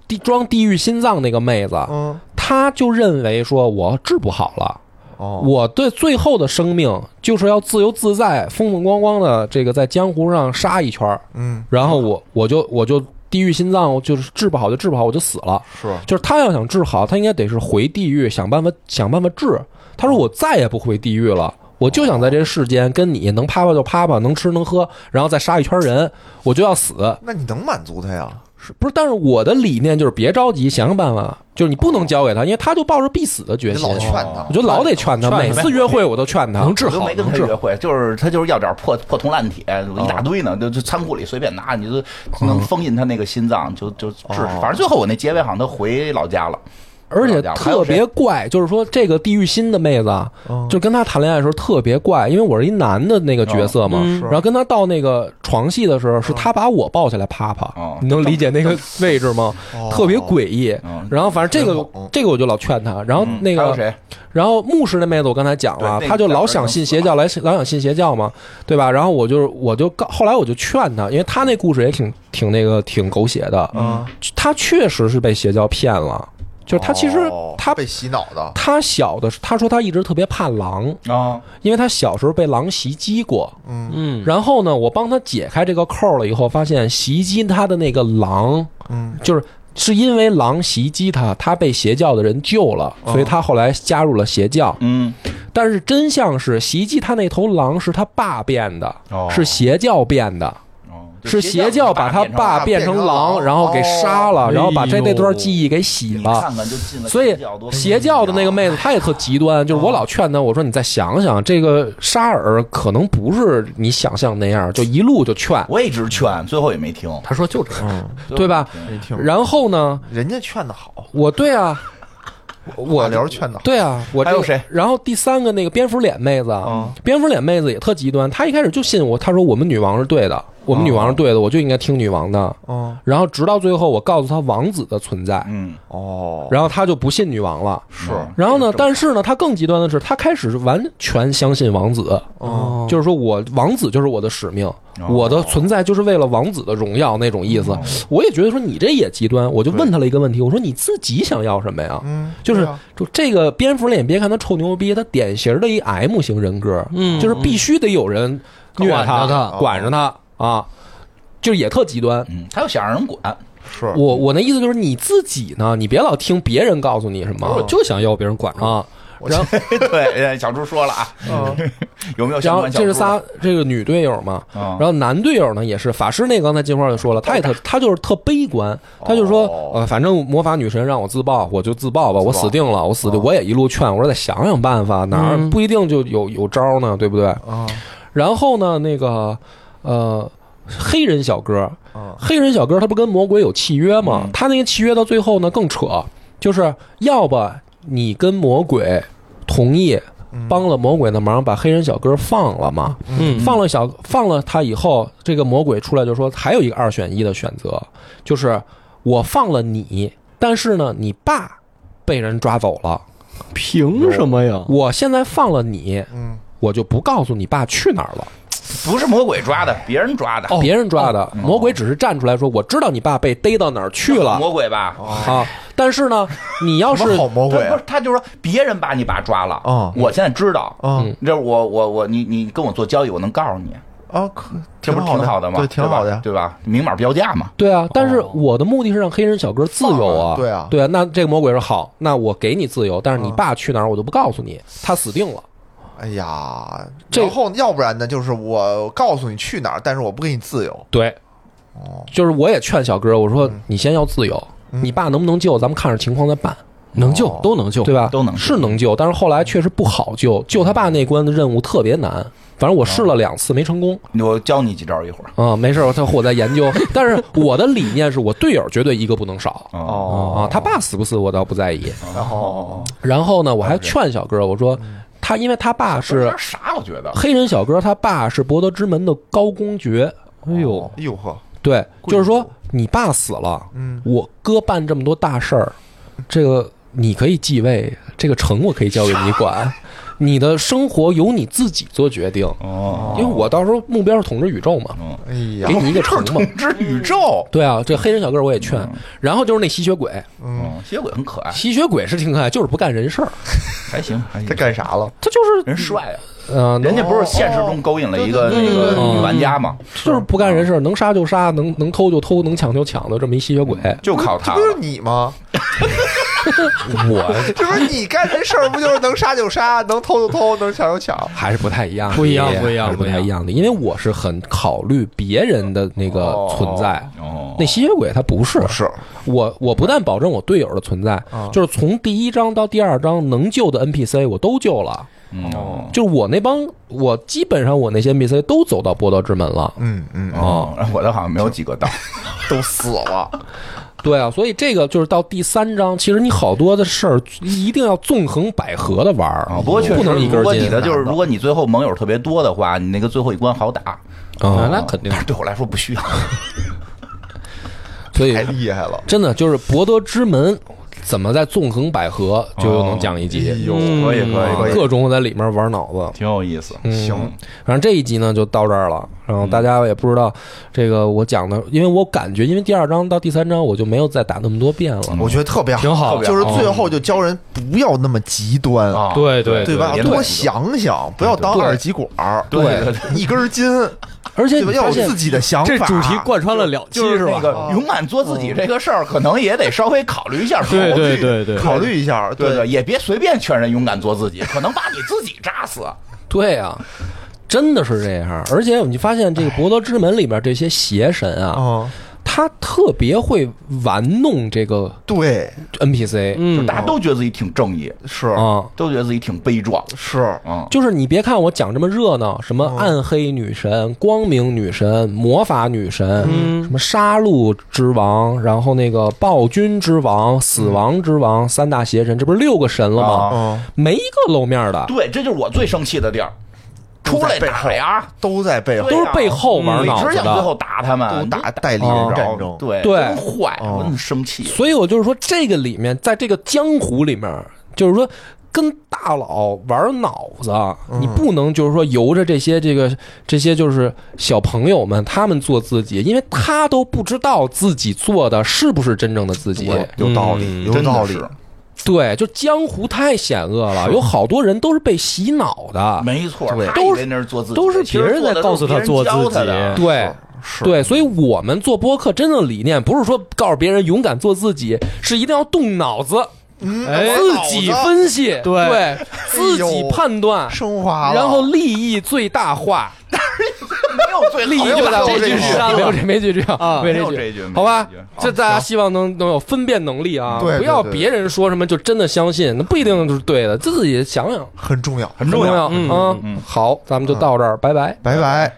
Speaker 1: 地装地狱心脏那个妹子，
Speaker 3: 嗯，
Speaker 1: 她就认为说我治不好了。
Speaker 3: 哦，
Speaker 1: 我对最后的生命就是要自由自在、风风光光的，这个在江湖上杀一圈儿，
Speaker 3: 嗯，
Speaker 1: 然后我我就我就地狱心脏，我就是治不好就治不好，我就死了。
Speaker 3: 是，
Speaker 1: 就是他要想治好，他应该得是回地狱想办法想办法治。他说我再也不回地狱了，我就想在这世间跟你能啪啪就啪啪，能吃能喝，然后再杀一圈人，我就要死。
Speaker 3: 那你能满足他呀？
Speaker 1: 是不是？但是我的理念就是别着急，想想办法。就是你不能交给他，因为他就抱着必死的决
Speaker 3: 你
Speaker 1: 心。
Speaker 3: 老劝他
Speaker 1: 我，就老得劝他，
Speaker 4: 劝他
Speaker 1: 每次约会我都劝他，
Speaker 4: 能治
Speaker 2: 我都
Speaker 4: 好，
Speaker 2: 没跟
Speaker 4: 能
Speaker 2: 他
Speaker 4: 治
Speaker 2: 约会，就是他就是要点破破铜烂铁，一大堆呢，就就仓库里随便拿，你就能封印他那个心脏，就就治。反正最后我那结尾好像他回老家了，
Speaker 1: 而且
Speaker 2: 了解
Speaker 1: 特别怪，就是说这个地狱心的妹子啊，
Speaker 4: 嗯
Speaker 1: 就跟他谈恋爱的时候特别怪，因为我是一男的那个角色
Speaker 2: 哦
Speaker 1: 嘛，
Speaker 2: 嗯
Speaker 1: 然后跟他到那个床戏的时候，是他把我抱起来啪啪，
Speaker 2: 哦
Speaker 1: 你能理解那个位置吗？
Speaker 4: 哦
Speaker 1: 特别诡异。
Speaker 2: 嗯
Speaker 1: 然后反正这个
Speaker 3: 嗯
Speaker 1: 这个我就老劝他，然后那
Speaker 2: 还
Speaker 1: 个
Speaker 2: 有谁？
Speaker 1: 然后牧师那妹子，我刚才讲了，啊
Speaker 2: 对那个
Speaker 1: 她就老想信邪教，来老想信邪教嘛，对吧？然后我就我就告后来我就劝她，因为她那故事也挺挺那个挺狗血的，
Speaker 3: 嗯，
Speaker 1: 她确实是被邪教骗了，就是她其实
Speaker 3: 哦
Speaker 1: 她
Speaker 3: 被洗脑的，
Speaker 1: 她小的时，她说她一直特别怕狼，
Speaker 2: 啊，
Speaker 1: 因为她小时候被狼袭击过。
Speaker 4: 嗯，
Speaker 1: 然后呢，我帮她解开这个扣了以后，发现袭击她的那个狼，
Speaker 3: 嗯，
Speaker 1: 就是是因为狼袭击她，她被邪教的人救了，所以她后来加入了邪教。
Speaker 2: 嗯，
Speaker 1: 但是真相是，袭击他那头狼是他爸变的，
Speaker 2: 哦
Speaker 1: 是邪教变的，
Speaker 2: 哦
Speaker 1: 是邪教把他爸变成狼，
Speaker 3: 变成狼
Speaker 1: 然后给杀了，
Speaker 4: 哦
Speaker 1: 然后把这
Speaker 4: 哎呦
Speaker 1: 那段记忆给洗
Speaker 2: 你
Speaker 1: 了。
Speaker 2: 看看就进了
Speaker 1: 所以邪教的那个妹
Speaker 2: 子，
Speaker 1: 子，她也特极端，就是我老劝她，我说你再想想，这个沙尔可能不是你想象那样，就一路就劝，
Speaker 2: 我一直劝，最后也没听，
Speaker 4: 他说就这样，
Speaker 1: 对吧？
Speaker 3: 嗯没听，
Speaker 1: 然后呢，
Speaker 3: 人家劝的好，
Speaker 1: 我对啊，我
Speaker 3: 马聊劝的好，
Speaker 1: 对啊，我这
Speaker 2: 还有
Speaker 1: 个
Speaker 2: 谁？
Speaker 1: 然后第三个那个蝙蝠脸妹子，蝙蝠脸妹子也特极端，她一开始就信我，她说我们女王是对的，我们女王是对的，我就应该听女王的。
Speaker 3: 嗯，
Speaker 1: 然后直到最后，我告诉她王子的存在，
Speaker 2: 嗯，
Speaker 3: 哦，
Speaker 1: 然后她就不信女王了。
Speaker 2: 是
Speaker 1: 然后
Speaker 4: 哎
Speaker 1: 呢？但是呢，她更极端的是，她开始是完全相信王子，
Speaker 3: 哦
Speaker 1: 就是说我王子就是我的使命，
Speaker 4: 哦
Speaker 1: 我的存在就是为了王子的荣耀那种意思。我也觉得说你这也极端，我就问她了一个问题，我说你自己想要什么呀？
Speaker 3: 嗯，
Speaker 1: 就是
Speaker 3: 对啊
Speaker 1: 就这个蝙蝠脸，别看他臭牛逼，他典型的一 M 型人格，
Speaker 4: 嗯
Speaker 1: 就是必须得有人虐
Speaker 4: 管着他
Speaker 1: 管着他啊，就是也特极端。
Speaker 2: 嗯，他又想让人管，
Speaker 3: 是，
Speaker 1: 我我那意思就是你自己呢，你别老听别人告诉你什
Speaker 4: 我
Speaker 1: 么
Speaker 4: 就想要别人管着，
Speaker 1: 啊。然后，
Speaker 2: [LAUGHS] 对，哎小猪说了啊，
Speaker 3: 嗯
Speaker 2: 有没有
Speaker 1: 然
Speaker 2: 相
Speaker 1: 后
Speaker 2: 关小
Speaker 1: 这是
Speaker 2: 猪的？
Speaker 1: 仨这个女队友嘛，
Speaker 2: 嗯
Speaker 3: 啊
Speaker 1: 然后男队友呢也是法师那个刚才金花就说了，他也特他就是特悲观，他就说
Speaker 3: 哦
Speaker 1: 呃反正魔法女神让我自爆，我就自爆吧，我
Speaker 3: 自爆啊
Speaker 1: 死定了，我死定，我也一路劝我说再想想办法，哪儿
Speaker 4: 嗯
Speaker 1: 不一定就有有招呢，对不对？
Speaker 3: 啊，
Speaker 1: 然后呢，那个呃，黑人小哥，
Speaker 3: 啊
Speaker 1: 黑人小哥他不跟魔鬼有契约吗？他那个契约到最后呢更扯，就是要不你跟魔鬼同意帮了魔鬼的忙，把黑人小哥放了嘛，
Speaker 4: 嗯，
Speaker 1: 放了小放了他以后，这个魔鬼出来就说还有一个二选一的选择，就是我放了你，但是呢，你爸被人抓走了，
Speaker 4: 凭什么呀？
Speaker 1: 我现在放了你，
Speaker 3: 嗯，
Speaker 1: 我就不告诉你爸去哪儿了。
Speaker 2: 不是魔鬼抓的，别人抓的，
Speaker 1: 别人抓
Speaker 3: 哦
Speaker 1: 的，魔鬼只是站出来说：“我知道你爸被逮到哪儿去了
Speaker 2: 魔鬼吧？
Speaker 1: 啊！”但是呢，你要
Speaker 3: 哦什
Speaker 1: 是
Speaker 3: 么好魔
Speaker 2: 他
Speaker 3: 鬼
Speaker 2: 不是，他就说别人把你爸抓了，
Speaker 1: 哦
Speaker 3: 啊
Speaker 2: 我现在知道，
Speaker 3: 啊，
Speaker 2: 这我我我你你跟我做交易，我能告诉你，
Speaker 3: 啊，可
Speaker 2: 这不是
Speaker 3: 好
Speaker 2: 挺好的吗？
Speaker 3: 对，挺好的呀。
Speaker 2: 对吧？对吧明码标价嘛。
Speaker 1: 对啊，但是我的目的是让黑人小哥自由啊，
Speaker 3: 哦放了对啊嗯
Speaker 1: 对啊。那这个魔鬼说好，那我给你自由，但是你爸去哪儿我就不告诉你，他死定了。
Speaker 3: 哎呀，
Speaker 1: 这
Speaker 3: 然后要不然呢，就是我告诉你去哪儿，但是我不给你自由。
Speaker 1: 对，
Speaker 3: 哦
Speaker 1: 就是我也劝小哥，我说
Speaker 3: 嗯
Speaker 1: 你先要自由，你爸能不能救，咱们看着情况再办，
Speaker 4: 能救
Speaker 3: 哦
Speaker 4: 都能救，
Speaker 1: 对吧？
Speaker 2: 都能救
Speaker 1: 是能救，但是后来确实不好救，救他爸那关的任务特别难。反正我
Speaker 3: 哦
Speaker 1: 试了两次没成功
Speaker 2: 我教你几招一会儿。
Speaker 1: 啊、没事儿，他我在研究。但是我的理念是我队友绝对一个不能少啊，
Speaker 2: 哦
Speaker 1: 他爸死不死我倒不在意。
Speaker 2: 嗯
Speaker 3: 然后
Speaker 1: 然后呢，我还劝小哥，我说他因为他爸是
Speaker 2: 这啥？我觉得
Speaker 1: 黑人小哥，他爸是博德之门的高公爵，哦
Speaker 4: 哎呦，
Speaker 3: 哎呦呵，
Speaker 1: 对，
Speaker 3: 贵族
Speaker 1: 就是说你爸死了，
Speaker 3: 嗯，
Speaker 1: 我哥办这么多大事儿，这个你可以继位，这个城我可以交给你管，你的生活由你自己做决定，
Speaker 2: 哦，
Speaker 1: 因为我到时候目标是统治宇宙嘛，
Speaker 3: 哎呀
Speaker 1: 给，你一个城嘛。
Speaker 2: 统治宇宙。
Speaker 1: 对啊，这黑人小哥我也劝，然后就是那吸血鬼，
Speaker 2: 嗯，吸血鬼很可爱，
Speaker 1: 吸血鬼是挺可爱，就是不干人事儿，
Speaker 2: 还行，还
Speaker 3: 他
Speaker 2: 行。
Speaker 3: 干啥了？
Speaker 1: 他就是
Speaker 2: 人帅啊，
Speaker 1: 嗯、呃
Speaker 2: 人家不是现实中勾引了一个
Speaker 3: 对
Speaker 2: 那
Speaker 3: 对
Speaker 2: 个
Speaker 3: 对
Speaker 1: 对嗯
Speaker 2: 女玩家嘛，
Speaker 1: 就是不干人事儿，能杀就杀，能能偷就偷，能抢就抢的这么一吸血鬼。
Speaker 2: 就靠
Speaker 3: 这
Speaker 2: 他
Speaker 3: 不
Speaker 2: 了
Speaker 3: 就是你吗？
Speaker 1: 我
Speaker 3: 这不是你干这事儿，不就是能杀就杀，能偷就偷，能抢就抢？
Speaker 1: 还是不太一样的，
Speaker 4: 不一样不一样
Speaker 1: 还是不太一样的，因为我是很考虑别人的那个存在。
Speaker 2: 哦
Speaker 1: 那吸血鬼他不是，嗯
Speaker 3: 是，
Speaker 1: 我我不但保证我队友的存在，就是从第一章到第二章能救的 NPC 我都救了，
Speaker 2: 哦
Speaker 1: 就是我那帮我基本上我那些 NPC 都走到波德之门了。
Speaker 3: 嗯嗯，
Speaker 2: 哦，我的好像没有几个到，
Speaker 3: 都死了，
Speaker 1: 对啊，所以这个就是到第三章，其实你好多的事儿一定要纵横捭阖的玩儿
Speaker 2: 啊，不过确实，
Speaker 1: 不能一根
Speaker 2: 如果
Speaker 1: 筋。
Speaker 2: 你的就是，如果你最后盟友特别多的话，你那个最后一关好打。
Speaker 1: 啊
Speaker 4: 那肯定
Speaker 2: 但是 [LAUGHS] 对我来说不需要。
Speaker 1: 所以
Speaker 2: 哎
Speaker 3: 太厉害了。
Speaker 1: 真的就是博德之门怎么在纵横捭阖，就又能讲一集。
Speaker 3: 哎呦，
Speaker 2: 可以可以
Speaker 1: 啊
Speaker 2: 啊可以，
Speaker 1: 各种在里面玩脑子，
Speaker 2: 挺有意思。
Speaker 3: 行，
Speaker 1: 反正这一集呢就到这儿了。然后大家也不知道这个我讲的，因为我感觉，因为第二章到第三章我就没有再打那么多遍了。
Speaker 3: 我觉得特别
Speaker 4: 挺好
Speaker 3: 好，就是最后就教人不要那么极端，
Speaker 2: 啊，
Speaker 4: 对对
Speaker 3: 对吧？
Speaker 2: 别
Speaker 3: 多
Speaker 2: 乱
Speaker 3: 想想，不要当
Speaker 1: 对
Speaker 3: 二极管儿，
Speaker 2: 对对对
Speaker 3: 一根筋，
Speaker 1: 而且
Speaker 3: 对
Speaker 1: 你
Speaker 3: 吧？要
Speaker 1: 发
Speaker 3: 有
Speaker 1: 现
Speaker 3: 自己的想法。
Speaker 4: 这主题贯穿了两期
Speaker 2: 就是那
Speaker 4: 吧？
Speaker 2: 个勇敢做自己这个事儿，可能也得稍微考虑一下，考虑
Speaker 4: 对对对
Speaker 3: [LAUGHS]
Speaker 4: 对
Speaker 3: 考虑一下，
Speaker 2: 对对，也别随便劝人勇敢做自己，可能把你自己扎死。
Speaker 1: 对啊，真的是这样。而且你发现这个博德之门里边这些邪神啊，
Speaker 3: 嗯，
Speaker 1: 他特别会玩弄这个
Speaker 3: 对，
Speaker 1: NPC，
Speaker 2: 就
Speaker 4: 嗯，
Speaker 2: 大家都觉得自己挺正义，
Speaker 3: 是
Speaker 1: 啊，
Speaker 2: 都觉得自己挺悲壮。
Speaker 3: 是，
Speaker 2: 嗯，
Speaker 1: 就是你别看我讲这么热闹，什么暗黑女神、光明女神、魔法女神，什么杀戮之王，然后那个暴君之王、死亡之王，三大邪神，这不是六个神了吗？
Speaker 2: 啊
Speaker 3: 嗯，
Speaker 1: 没一个露面的，
Speaker 2: 对，这就是我最生气的地儿，
Speaker 3: 都
Speaker 2: 出
Speaker 3: 在
Speaker 2: 来
Speaker 3: 背后
Speaker 2: 打呀，
Speaker 3: 都在背后
Speaker 2: 对
Speaker 1: 都是背后玩
Speaker 2: 你
Speaker 1: 脑
Speaker 2: 只
Speaker 1: 子
Speaker 2: 想最
Speaker 1: 的。
Speaker 2: 后打他们，
Speaker 3: 都
Speaker 2: 你
Speaker 3: 打代理
Speaker 2: 哦
Speaker 3: 人战争，
Speaker 2: 对
Speaker 1: 对
Speaker 2: 真坏，
Speaker 3: 哦
Speaker 2: 我那么生气。
Speaker 1: 所以我就是说，这个里面，在这个江湖里面，就是说。跟大佬玩脑子，
Speaker 3: 嗯
Speaker 1: 你不能就是说由着这些这个这些就是小朋友们他们做自己，因为他都不知道自己做的是不是真正的自己。嗯
Speaker 3: 我有道理，有
Speaker 2: 真的
Speaker 3: 道理
Speaker 2: 是，
Speaker 1: 对，就江湖太险恶了，有好多人都是被洗脑的，
Speaker 2: 没错，
Speaker 3: 对
Speaker 2: 他
Speaker 1: 都
Speaker 2: 以
Speaker 1: 是
Speaker 2: 为那是做自己的，
Speaker 4: 都是
Speaker 2: 其实
Speaker 4: 别人
Speaker 2: 做
Speaker 4: 在
Speaker 2: 的
Speaker 4: 告
Speaker 2: 都是
Speaker 4: 诉他
Speaker 2: 别人
Speaker 4: 做
Speaker 2: 教
Speaker 4: 自
Speaker 2: 他
Speaker 4: 己
Speaker 2: 的
Speaker 1: 对。
Speaker 3: 是
Speaker 1: 对，所以我们做播客真正的理念不是说告诉别人勇敢做自己，是一定要动脑子，
Speaker 4: 哎
Speaker 1: 自
Speaker 3: 嗯
Speaker 1: 己分析，对自己判断，
Speaker 3: 升哎华了，
Speaker 1: 然后利益最大化。
Speaker 2: 没有最
Speaker 1: 利益
Speaker 2: 好的
Speaker 1: 最大化，没
Speaker 2: 没有
Speaker 3: 这句
Speaker 1: 有这没这句啊，没
Speaker 2: 没有
Speaker 1: 这
Speaker 2: 这句没啊
Speaker 1: 好吧
Speaker 2: 这句？
Speaker 1: 这大家希望能能有分辨能力啊，
Speaker 3: 对对
Speaker 1: 不要
Speaker 3: 对
Speaker 1: 别人说什么就真的相信，那不一定就是对的，自己想想。
Speaker 3: 很重要，
Speaker 2: 很
Speaker 1: 重
Speaker 2: 重要。
Speaker 1: 啊！好，咱们就到这儿，拜拜。
Speaker 3: 拜拜。